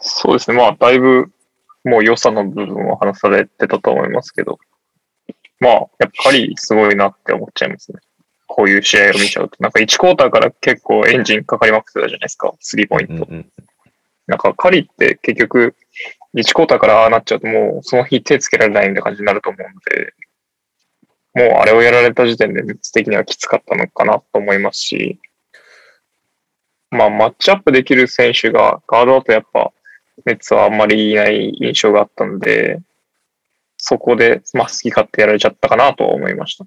C: そうですね。まあ、だいぶ、もう良さの部分を話されてたと思いますけど、まあ、やっぱりすごいなって思っちゃいますね。こういう試合を見ちゃうと。なんか1クォーターから結構エンジンかかりまくってたじゃないですか。スリーポイント。
A: うんうん、
C: なんか、カリって結局、1クォーターからああなっちゃうと、もうその日手つけられないみたいな感じになると思うんで、もうあれをやられた時点で、熱的にはきつかったのかなと思いますし、まあ、マッチアップできる選手が、ガードだとやっぱ、熱はあんまりいない印象があったんで、そこで、まあ、好き勝手やられちゃったかなとは思いました。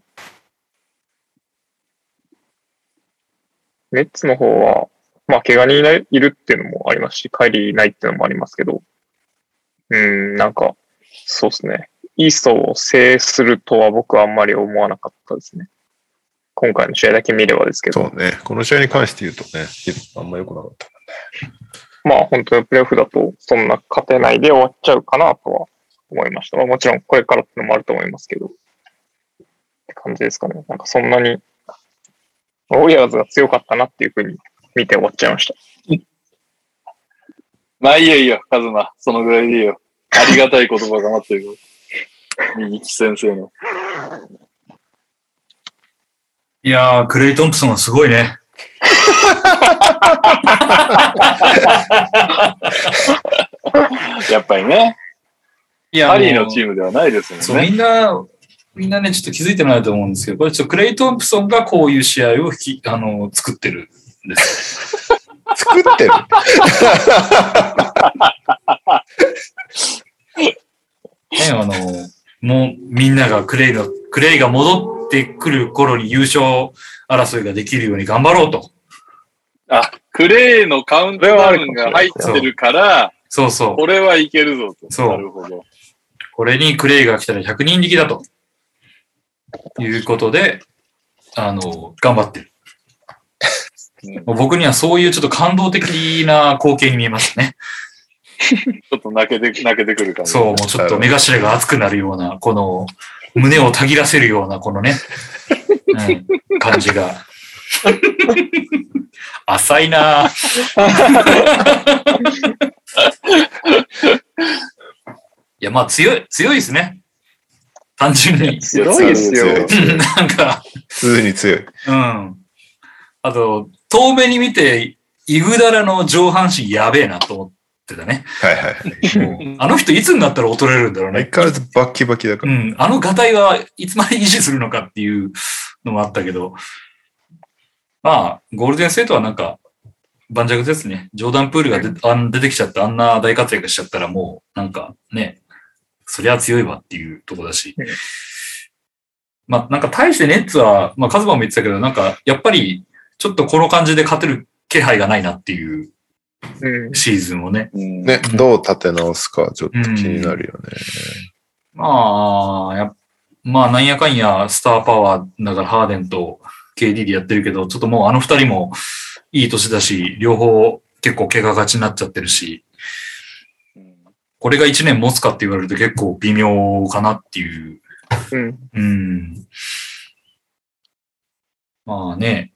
C: ネッツの方は、まあ、怪我人いないいるっていうのもありますし、帰りいないっていうのもありますけど、うーん、なんか、そうですね。イーストを制するとは僕はあんまり思わなかったですね。今回の試合だけ見ればですけど、
A: そうね。この試合に関して言うとね、あんま良くなかった。
C: まあ本当にプレーオフだとそんな勝てないで終わっちゃうかなとは思いました。まあ、もちろんこれからってのもあると思いますけど、って感じですかね。なんかそんなに、ウォリアーズが強かったなっていうふうに見て終わっちゃいました。
B: まあいいよいいよ、カズマ。そのぐらいでいいよ。ありがたい言葉が待ってるよ。 右利き先生の。
D: いやー、クレイ・トンプソンはすごいね。
B: やっぱりね、
D: いや
B: ハリーのチームではないです
D: そう、
B: もんね。
D: みんな、みんなね、ちょっと気づいてないと思うんですけど、これちょっとクレイ・トンプソンがこういう試合を引き、あの、作ってるんです。
A: 作ってる
D: ね、あの、もうみんながクレイの、クレイが戻ってくる頃に優勝争いができるように頑張ろうと。
B: あ、クレイのカウントダウンが入ってるから、
D: そうそう。
B: これはいけるぞと。
D: そう
B: なるほど。
D: これにクレイが来たら100人力だと。いうことで、あの、頑張ってる。
B: うん
D: もう僕にはそういうちょっと感動的な光景に見えますね。
B: ちょっと泣けて、泣けてくる感じ。
D: そう、もうちょっと目頭が熱くなるような、この、胸をたぎらせるような、このね、うん、感じが。 浅いなぁいや、まあ強い、強いですね。単純に。
C: 強いです
B: 強い
C: よ
B: で。
D: うんなんか、
A: 普通に強い。
D: うん。あと、遠目に見て、イグダラの上半身やべえなと思ってたね。
A: はいはいはい。
D: もうあの人いつになったら劣れるんだろうね
A: 相。変わらずバッキバキだか
D: う
A: ら。
D: ん、あのがたいはいつまで維持するのかっていうのもあったけど、まあ、ゴールデンステートはなんか、盤石ですね。ジョーダン・プールがであん出てきちゃって、あんな大活躍しちゃったらもう、なんかね、そりゃ強いわっていうとこだし
C: うん。
D: まあ、なんか対してネッツは、まあ、カズマも言ってたけど、なんか、やっぱり、ちょっとこの感じで勝てる気配がないなっていう
C: うん。
D: シーズンをね。
B: うん
A: ね、どう立て直すか、ちょっと気になるよね。
D: まあ、やっまあ、なんやかんや、スターパワー、だからハーデンと KD でやってるけど、ちょっともうあの二人もいい年だし、両方結構怪我がちになっちゃってるし、これが一年持つかって言われると結構微妙かなっていう。
C: うん。
D: うん。まあね、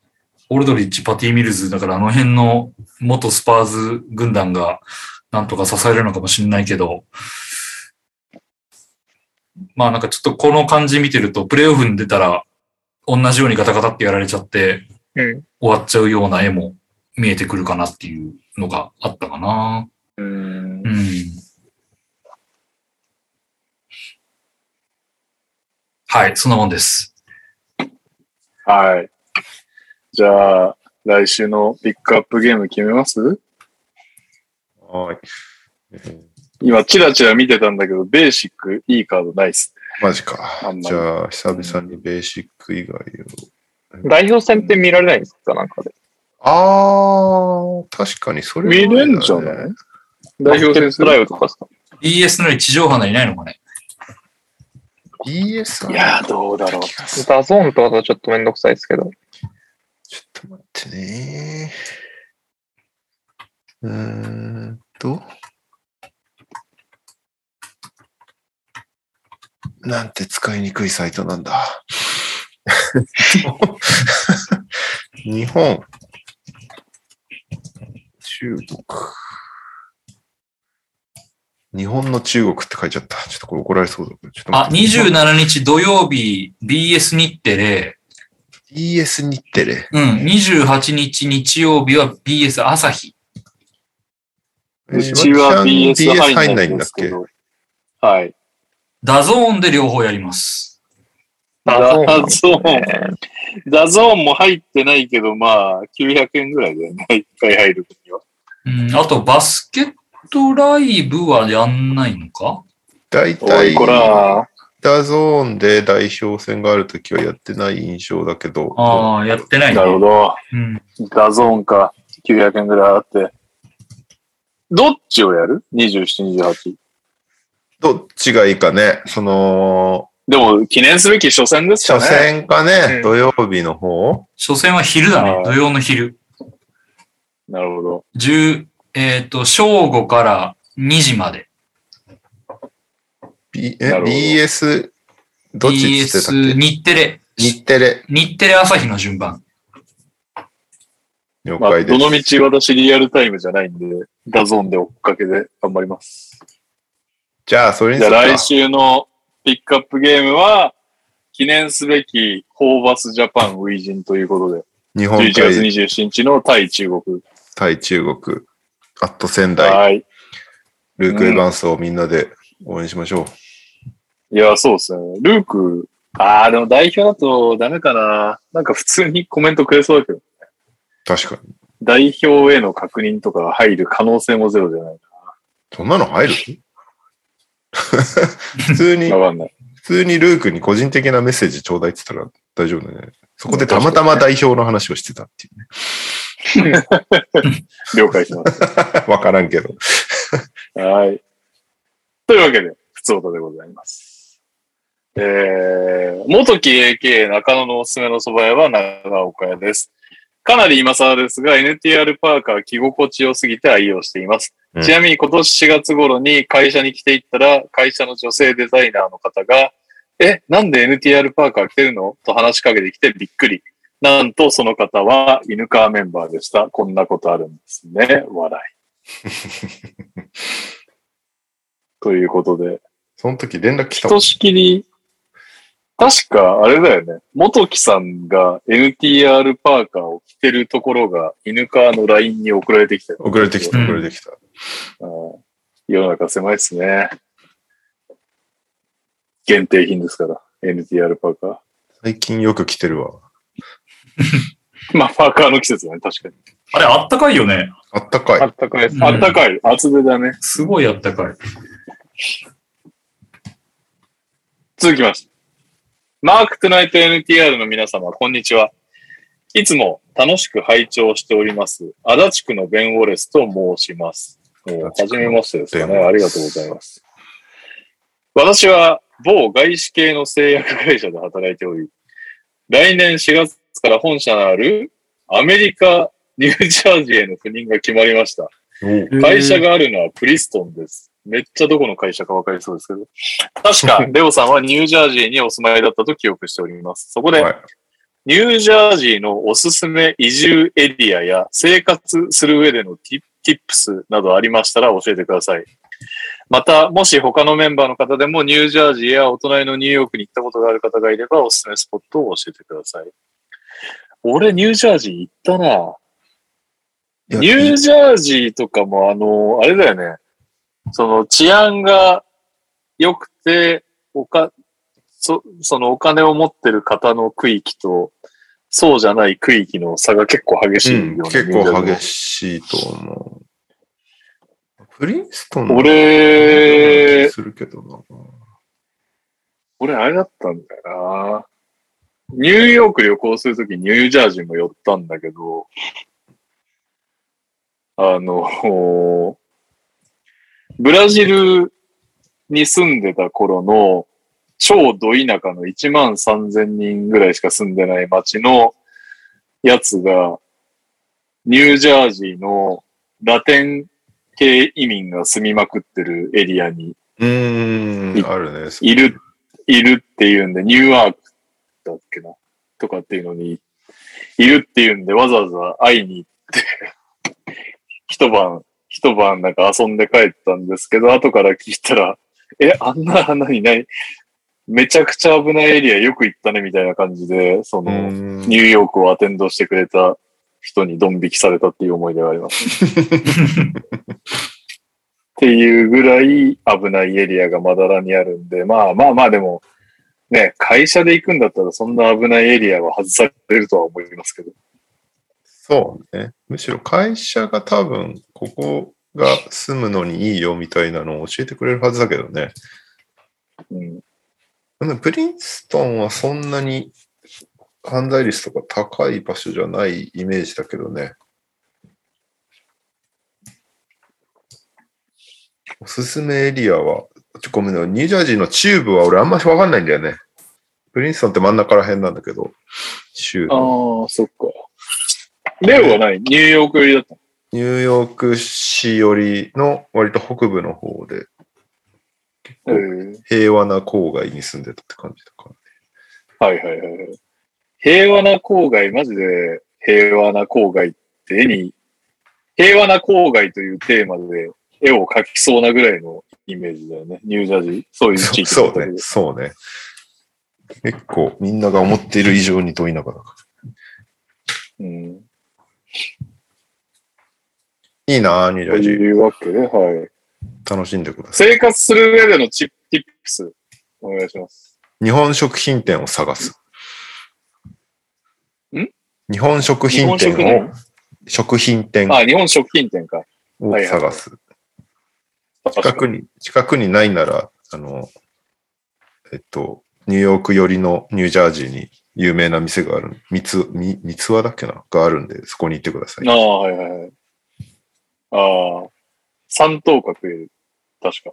D: オルドリッチ、パティ・ミルズ、だからあの辺の元スパーズ軍団がなんとか支えるのかもしれないけど、まあなんかちょっとこの感じ見てると、プレイオフに出たら、同じようにガタガタってやられちゃって、
C: うん。
D: 終わっちゃうような絵も見えてくるかなっていうのがあったかな。
B: うん
D: うん。はい、そんなもんです。
B: はい。じゃあ、来週のピックアップゲーム決めます
A: はい。えー
B: 今、チラチラ見てたんだけど、ベーシック、いいカードないっす。
A: マジか
B: あんま。り
A: じゃあ、久々にベーシック以外を。
C: 代表戦って見られないんですかなんかで。
A: ああ、確かにそれは
B: 見
A: あだね
B: れんじゃない代表戦す
C: スライ
B: る
C: ブとかさ。
D: BS のより地上波なにないのかね。
A: ?BS
B: いやー、どうだろう。
C: ダゾーンとかだとちょっとめんどくさいですけど。
A: ちょっと待ってね。うーんと。なんて使いにくいサイトなんだ。日本、中国。日本の中国って書いちゃった。ちょっとこれ怒られそうだ。ちょっと
D: あ、
A: 待って
D: 27日土曜日 BS 日テレ、
A: BS 日テレ。
D: うん、28日日曜日は BS 朝日。
B: うちは BS 入んないんですけど。はい。
D: ダゾーンで両方やります。
B: ダゾ
C: なんですね
B: ーン。ダゾーンも入ってないけど、まあ、900円ぐらいだよね。 一回入る分には。
D: うん、あとバスケットライブはやんないのか
A: 大
B: お
A: 体
B: い、こ、ら、
A: ダゾーンで代表戦があるときはやってない印象だけど、
D: ああ、やってない、ね。
B: なるほど。
D: うん。
B: ダゾーンか。900円ぐらいあって。どっちをやる ?27、28。
A: どっちがいいかね、その、
B: でも、記念すべき初戦ですかね。
A: 初戦かね、
C: うん
A: 土曜日の方
D: 初戦は昼だ
B: あ
D: ね
B: ー。
D: 土曜の昼。
B: なるほど。
D: 10、えっ、と、正午から2時まで。
A: B え
B: なるほど
A: ?BS、どっちっつってたっ
D: BS
A: け
D: 日テレ。
A: 日テレ、
D: 日テレ朝日の順番。
A: 了
B: まあ、
A: 解で
B: ど
A: す。
B: の道私リアルタイムじゃないんで、ダゾーンで追っかけで頑張ります。
A: じゃあ、それに
B: じゃ
A: す
B: あ
A: るか
B: 来週のピックアップゲームは、記念すべきホーバスジャパン初陣ということで、
A: 日本
B: 11月
A: 対
B: 27日の対中国。
A: 対中国、アット仙台、
B: はい。
A: ルーク・エヴァンスをみんなで応援しましょう。
B: いや、そうですね。ルーク、ああ、でも代表だとダメかな。なんか普通にコメントくれそうだけど、
A: 確かに。
B: 代表への確認とかが入る可能性もゼロじゃない。
A: そんなの入る 普通に、
B: わかんない。
A: 普通にルークに個人的なメッセージちょうだいって言ったら大丈夫だね。そこでたまたま代表の話をしてたっていうね。
B: 了解しまし
A: わからんけど。
B: た。はい。というわけで、普通音でございます。えー、元木 AK 中野のおすすめの蕎麦屋は長岡屋です。かなり今更ですが、NTR パーカー着心地よすぎて愛用しています。
A: うん
B: ちなみに今年4月頃に会社に着ていったら、会社の女性デザイナーの方が、え、なんで NTR パーカー着てるのと話しかけてきてびっくり。なんとその方は犬川メンバーでした。こんなことあるんですね。笑い。ということで、
A: その時連絡来
B: ひ
A: たもん
B: と。しきり、確かあれだよね。元木さんが NTR パーカーを着てるところが犬川の LINE に送られてきたよね。
A: 送られてきた、
D: うん
A: 送られてきた。
B: うん世の中狭いですね。限定品ですから、NTR パーカ
A: 最近よく来てるわ。
B: ー。まあ、パーカーの季節だね、確かに。
D: あれ、あったかいよね。
A: あったか
C: あ
A: い。
C: ったかいです。
D: うん
B: あったかい、厚手だね。
D: すごいあったかい。
B: 続きまして。マークトゥナイト NTR の皆様、こんにちは。いつも楽しく拝聴しております、足立区のベン・ウォレスと申します。はじめましてですか
A: ベンウォ
B: ね。
A: レス
B: ありがとうございます。私は某外資系の製薬会社で働いており、来年4月から本社のあるアメリカ・ニュージャージーへの赴任が決まりました。会社があるのはプリストンです。めっちゃどこの会社か分かりそうですけど。確 か、レオさんはニュージャージーにお住まいだったと記憶しております。そこで、
A: はい
B: ニュージャージーのおすすめ移住エリアや生活する上でのティティップスなどありましたら教えてください。また、もし他のメンバーの方でもニュージャージーやお隣のニューヨークに行ったことがある方がいればおすすめスポットを教えてください。俺、ニュージャージー行ったな。
A: いや
B: ニュージャージーとかも、あの、あれだよね。その治安が良くて、おか、そ、そのお金を持ってる方の区域と、そうじゃない区域の差が結構激しいよ
A: う
B: うんな
A: 結
B: ニュージャー
A: 構
B: ジー
A: 激しいと思う。プリンストンの
B: 俺、
A: するけどな。
B: 俺あれだったんだよな。ニューヨーク旅行するときニュージャージーも寄ったんだけど、あの、ブラジルに住んでた頃の超ど田舎の1万3000人ぐらいしか住んでない町のやつが、ニュージャージーのラテン系移民が住みまくってるエリアに
A: うーん、あるね。
B: いる、いるっていうんで、ニューアークだっけな、とかっていうのに、いるっていうんで、わざわざ会いに行って、 一晩、一晩なんか遊んで帰ったんですけど、後から聞いたら、え、あんな花にない、めちゃくちゃ危ないエリアよく行ったね、みたいな感じで、そうの、
A: ーん
B: ニューヨークをアテンドしてくれた人にドン引きされたっていう思い出があります。 っていうぐらい危ないエリアがまだらにあるんで、まあまあまあでも、ね、会社で行くんだったらそんな危ないエリアは外されるとは思いますけど。
A: そうね。むしろ会社が多分、ここが住むのにいいよみたいなのを教えてくれるはずだけどね。
B: うん。
A: なんでプリンストンはそんなに犯罪率とか高い場所じゃないイメージだけどね。おすすめエリアは、ちょごめんなさい、ニュージャージーの中部は俺あんまりわかんないんだよね。プリンストンって真ん中ら辺なんだけど、州
B: あ
A: の
B: あ、そっか。レオはないニューヨーク寄りだった。
A: ニューヨーク市寄りの割と北部の方で
B: へえ
A: 平和な郊外に住んでたって感じだから。
B: はいはいはいはい。平和な郊外、マジで平和な郊外って絵に、平和な郊外というテーマで絵を描きそうなぐらいのイメージだよね。ニュージャージー。そういう地域
A: そ
B: だ
A: う
B: ったけ
A: ね、
B: ど
A: そうね。結構みんなが思っている以上にど田舎だか
B: うん。
A: ら。いいなぁ、ニュージャ
B: と
A: ージー。
B: いうわけで、はい。
A: 楽しんでください。
B: 生活する上でのチップ、ティップス、お願いします。
A: 日本食品店を探す。
B: ん
A: 日本食
B: 日
A: 品
B: 本食
A: 店を
B: の、
A: 食品店
B: あ、日本食品店か。
A: を
B: はいはい
A: 探す。近くに、近くにないなら、あの、えっと、ニューヨーク寄りのニュージャージーに有名な店がある、三つ、み三つ輪だっけながあるんで、そこに行ってください
B: あ。あ、はいはいはい。ああ、三等角で、確か。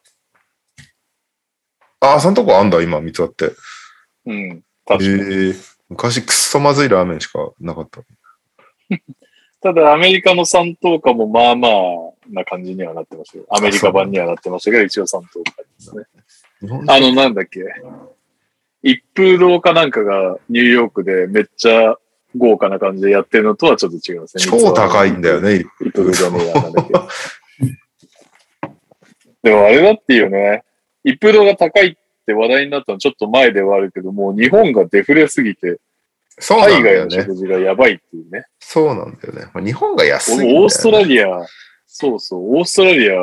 A: ああ、そのとこあんだ、今、三つ輪って。
B: うん。
A: え
B: 確かに。
A: 昔、くっそまずいラーメンしかなかった。
B: ただ、アメリカの三等価もまあまあな感じにはなってましたよ。アメリカ版にはなってましたけど、一応三等価ですね。
A: 日本
B: あの、なんだっけ。一風堂かなんかがニューヨークでめっちゃ豪華な感じでやってるのとはちょっと違いますね。
A: 超高いんだよ。ね。
B: 一風堂のやなんだっけ。でもあれだっていうね。一風堂が高いって話題になったのちょっと前ではあるけど、もう日本がデフレすぎて、
A: そうな
B: 海
A: んだ
B: 外
A: よ
B: の
A: ね。
B: 食事がやばいっていうね。
A: そうなんだよね。まあ日本が安いんだよね、
B: オーストラリア、そうそう、オーストラリア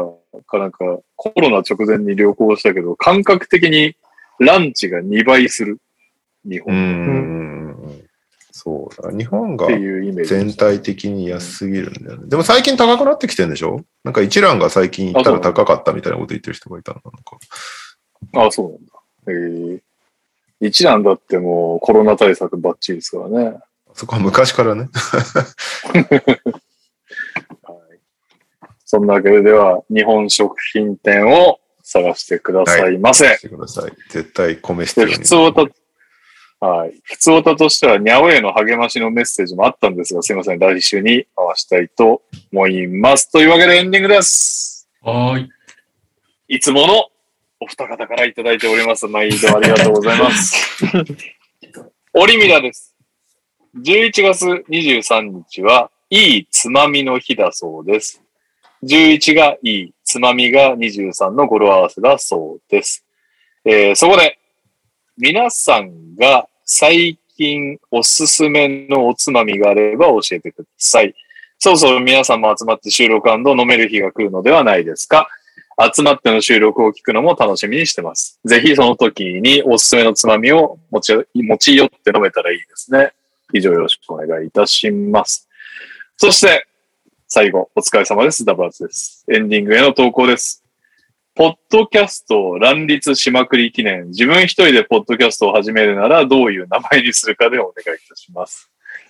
B: かなんかコロナ直前に旅行したけど、感覚的にランチが2倍する。日
A: う
B: 本
A: んうんうんうん。そうだ。日本が
B: っていうイメージ。
A: 全体的に安すぎるんだよね。でも最近高くなってきてるんでしょなんか一蘭が最近行ったら高かったみたいなこと言ってる人がいたのなんか。
B: あ、そうなんだ。へえ。一蘭だってもうコロナ対策バッチリですからね。
A: そこは昔からね。
B: そんなわけででは、日本食品店を探してくださいませ。
A: してください。絶対米必
B: で、
A: 要に。
B: 普通おた、はい。普通おたとしては、にゃおへの励ましのメッセージもあったんですが、すいません。来週に合わしたいと思います。というわけでエンディングです。
D: はーい。
B: いつものお二方からいただいております。毎度ありがとうございます。オリミラです。11月23日は、いいつまみの日だそうです。11がいい、つまみが23の語呂合わせだそうです。えーそこで、皆さんが最近おすすめのおつまみがあれば教えてください。そろそろ皆さんも集まって収録飲める日が来るのではないですか集まっての収録を聞くのも楽しみにしてます。ぜひその時におすすめのつまみを持ち持ち寄って飲めたらいいですね。以上よろしくお願いいたします。そして、最後、お疲れ様です。ダブアツです。エンディングへの投稿です。ポッドキャストを乱立しまくり記念。自分一人でポッドキャストを始めるならどういう名前にするかでお願いいたします。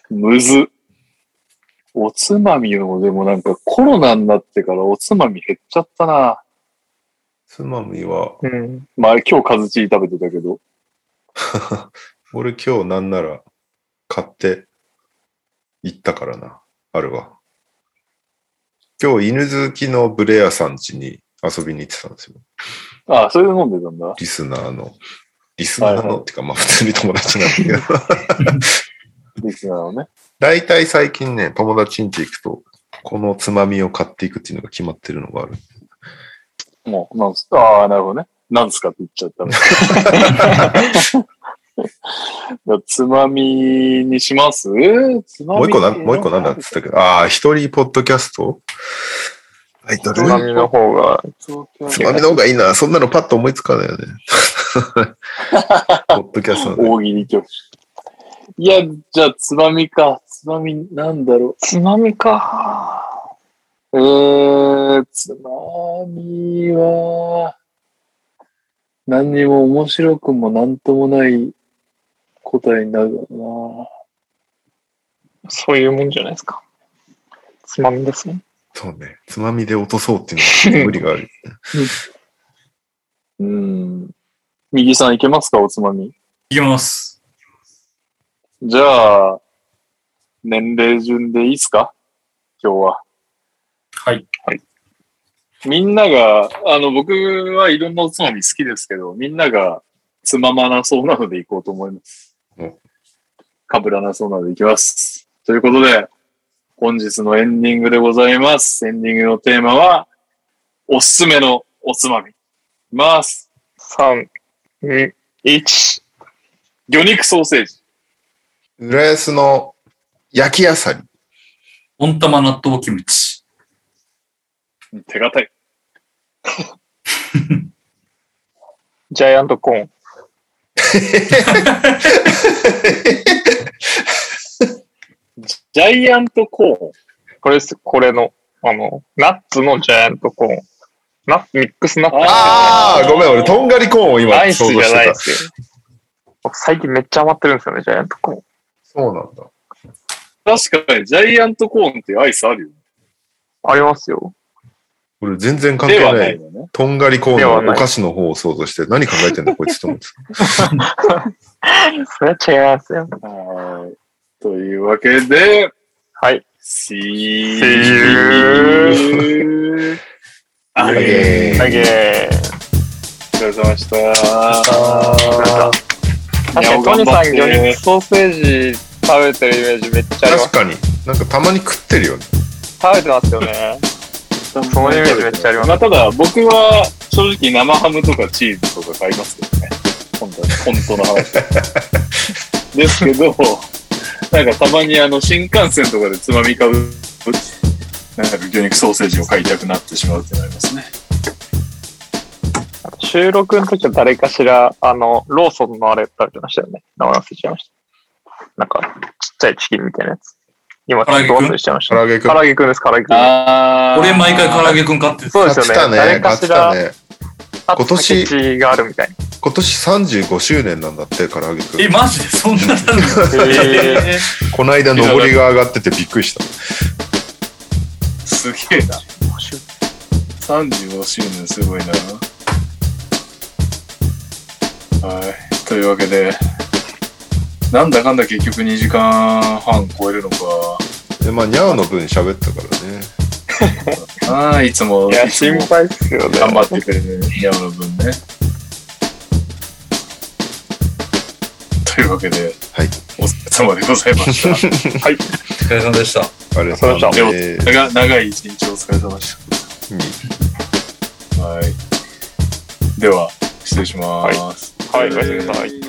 B: むず。おつまみも、でもなんかコロナになってからおつまみ減っちゃったな。
A: つまみは、
C: うん。
B: まあ今日カズチー食べてたけど。
A: 俺今日なんなら買って行ったからな、あるわ。今日犬好きのブレアさん家に遊びに行ってたんですよ。
B: ああ、それで飲んでたんだ。
A: リスナーの。リスナー
B: はいは
A: のってか、まあ普通に友達なんだけど。
B: リスナーのね。
A: 大体最近ね、友達ん家行くと、このつまみを買っていくっていうのが決まってるのがある。
B: もう、なんすか。ああ、なるほどね。なんすかって言っちゃったねいや。 つまみにしますつまみ
A: もう一個な、もう一個なんだって言ったけど、ああ、一人ポッドキャストタイト
C: つ
A: ル
C: まみの方が、
A: つまみの方がいいな。そんなのパッと思いつかないよね。ポッドキャストなんで
B: 大喜利拒否。いや、じゃあ、つまみか。つまみ、なんだろ
C: つまみか。
B: う。えー、つまみは、何にも面白くもなんともない答えになるよ
C: そういうもんじゃないですか。つまみですね。
A: そうね。つまみで落とそうっていうのは無理がある。
B: な。うん。右さんいけますか、おつまみ。
D: いきます。
B: じゃあ、年齢順でいいっすか今日は。
D: はい。
B: みんなが、あの、僕はいろんなおつまみ好きですけど、みんながつままなそうなので行こうと思います
A: うん。
B: かぶらなそうなので行きます。ということで、本日のエンディングでございます。エンディングのテーマは、おすすめのおつまみ。ます。
C: 3、2、1。
B: 魚肉ソーセージ。
A: 浦安の焼きあさり。
D: 温玉納豆キムチ。
B: 手堅い。
C: ジャイアントコーン。
B: ジャイアントコ
C: これです、これの、あの、ナッツのジャイアントコーン。ナッツ、ミックスナッツ。
A: ああ、ごめん、俺、とんがりコーンを今
C: ナイス
A: 想
C: じ
A: 像
C: ゃ
A: し
C: ない
A: て
C: で
A: た。
C: すよ。僕最近めっちゃ余ってるんですよね、ジャイアントコーン。
A: そうなんだ。
B: ーン。確かに、ジャイアントコーンっていうアイスあるよね。
C: ありますよ。
A: 俺、全然関係
B: では
A: な
B: ない
A: い。
B: よね。
A: とんがりコーン
C: では
A: の
C: な
A: お
C: い
A: 菓子の方を想像して、何考えてんだ、こいつと思ってた。
C: それは違いますよ。
B: はい。というわけで、
C: はい。
B: See you.
C: you.
B: あ
A: イエーイ
C: あげ
B: お疲
C: ー。
B: れ様でした。
C: 確かにトニさん魚肉ソーセージ食べてるイメージめっちゃありま
A: 確。
C: す
A: かに。なんかたまに食ってるよね。
C: 食べてますよね。そういうイメージめっちゃあります。
B: まあ、ただ、僕は正直生ハムとかチーズとか買いますけどね。本当本当の 話。ですけど、なんかたまにあの新幹線とかでつまみ買う、なんか魚肉ソーセージを買いたくなってしまうってなりますね。
C: 収録の時は誰かしら、あの、ローソンのあれ食べてましたよね。名前忘れちゃいました。なんか、ちっちゃいチキンみたいなやつ。今、ちょっと忘れちゃいまし
A: 唐
C: た。
A: 揚げく
C: 唐揚げくんです、唐揚げくん。
B: あ
D: 俺毎回唐揚げくん買 ってる
C: そう
A: 買
C: で
A: っ
C: す
A: て
C: よね。
A: たね
C: 誰。
A: 買
C: か
A: っ
C: して
A: た
C: ら、
A: ね。
C: あ
A: 今年
C: 竹地があるみたいな。
A: 今年35周年なんだって、唐揚げくん
D: え、。マジで そんななるの
C: へー
A: この間、上りが上がっててびっくりした。
B: すげえな。35周年すごいな。はい。というわけで、なんだかんだ結局2時間半超えるのか。
A: でまあ、にゃーの分喋ったからね。
B: ああ、いつも、
C: いや、
B: いつ
C: 心
B: も
C: 配っすよね。
B: 頑張ってくれるニャオの分ね。というわけで、
A: はい。
B: お疲れ様でございました。
D: お疲れ様でした。
A: あれさ、
B: でも
A: え
B: 長長い一日お疲れ様でした。
A: ーに
B: はい。では、失礼します。
C: はいはいおやすみなさい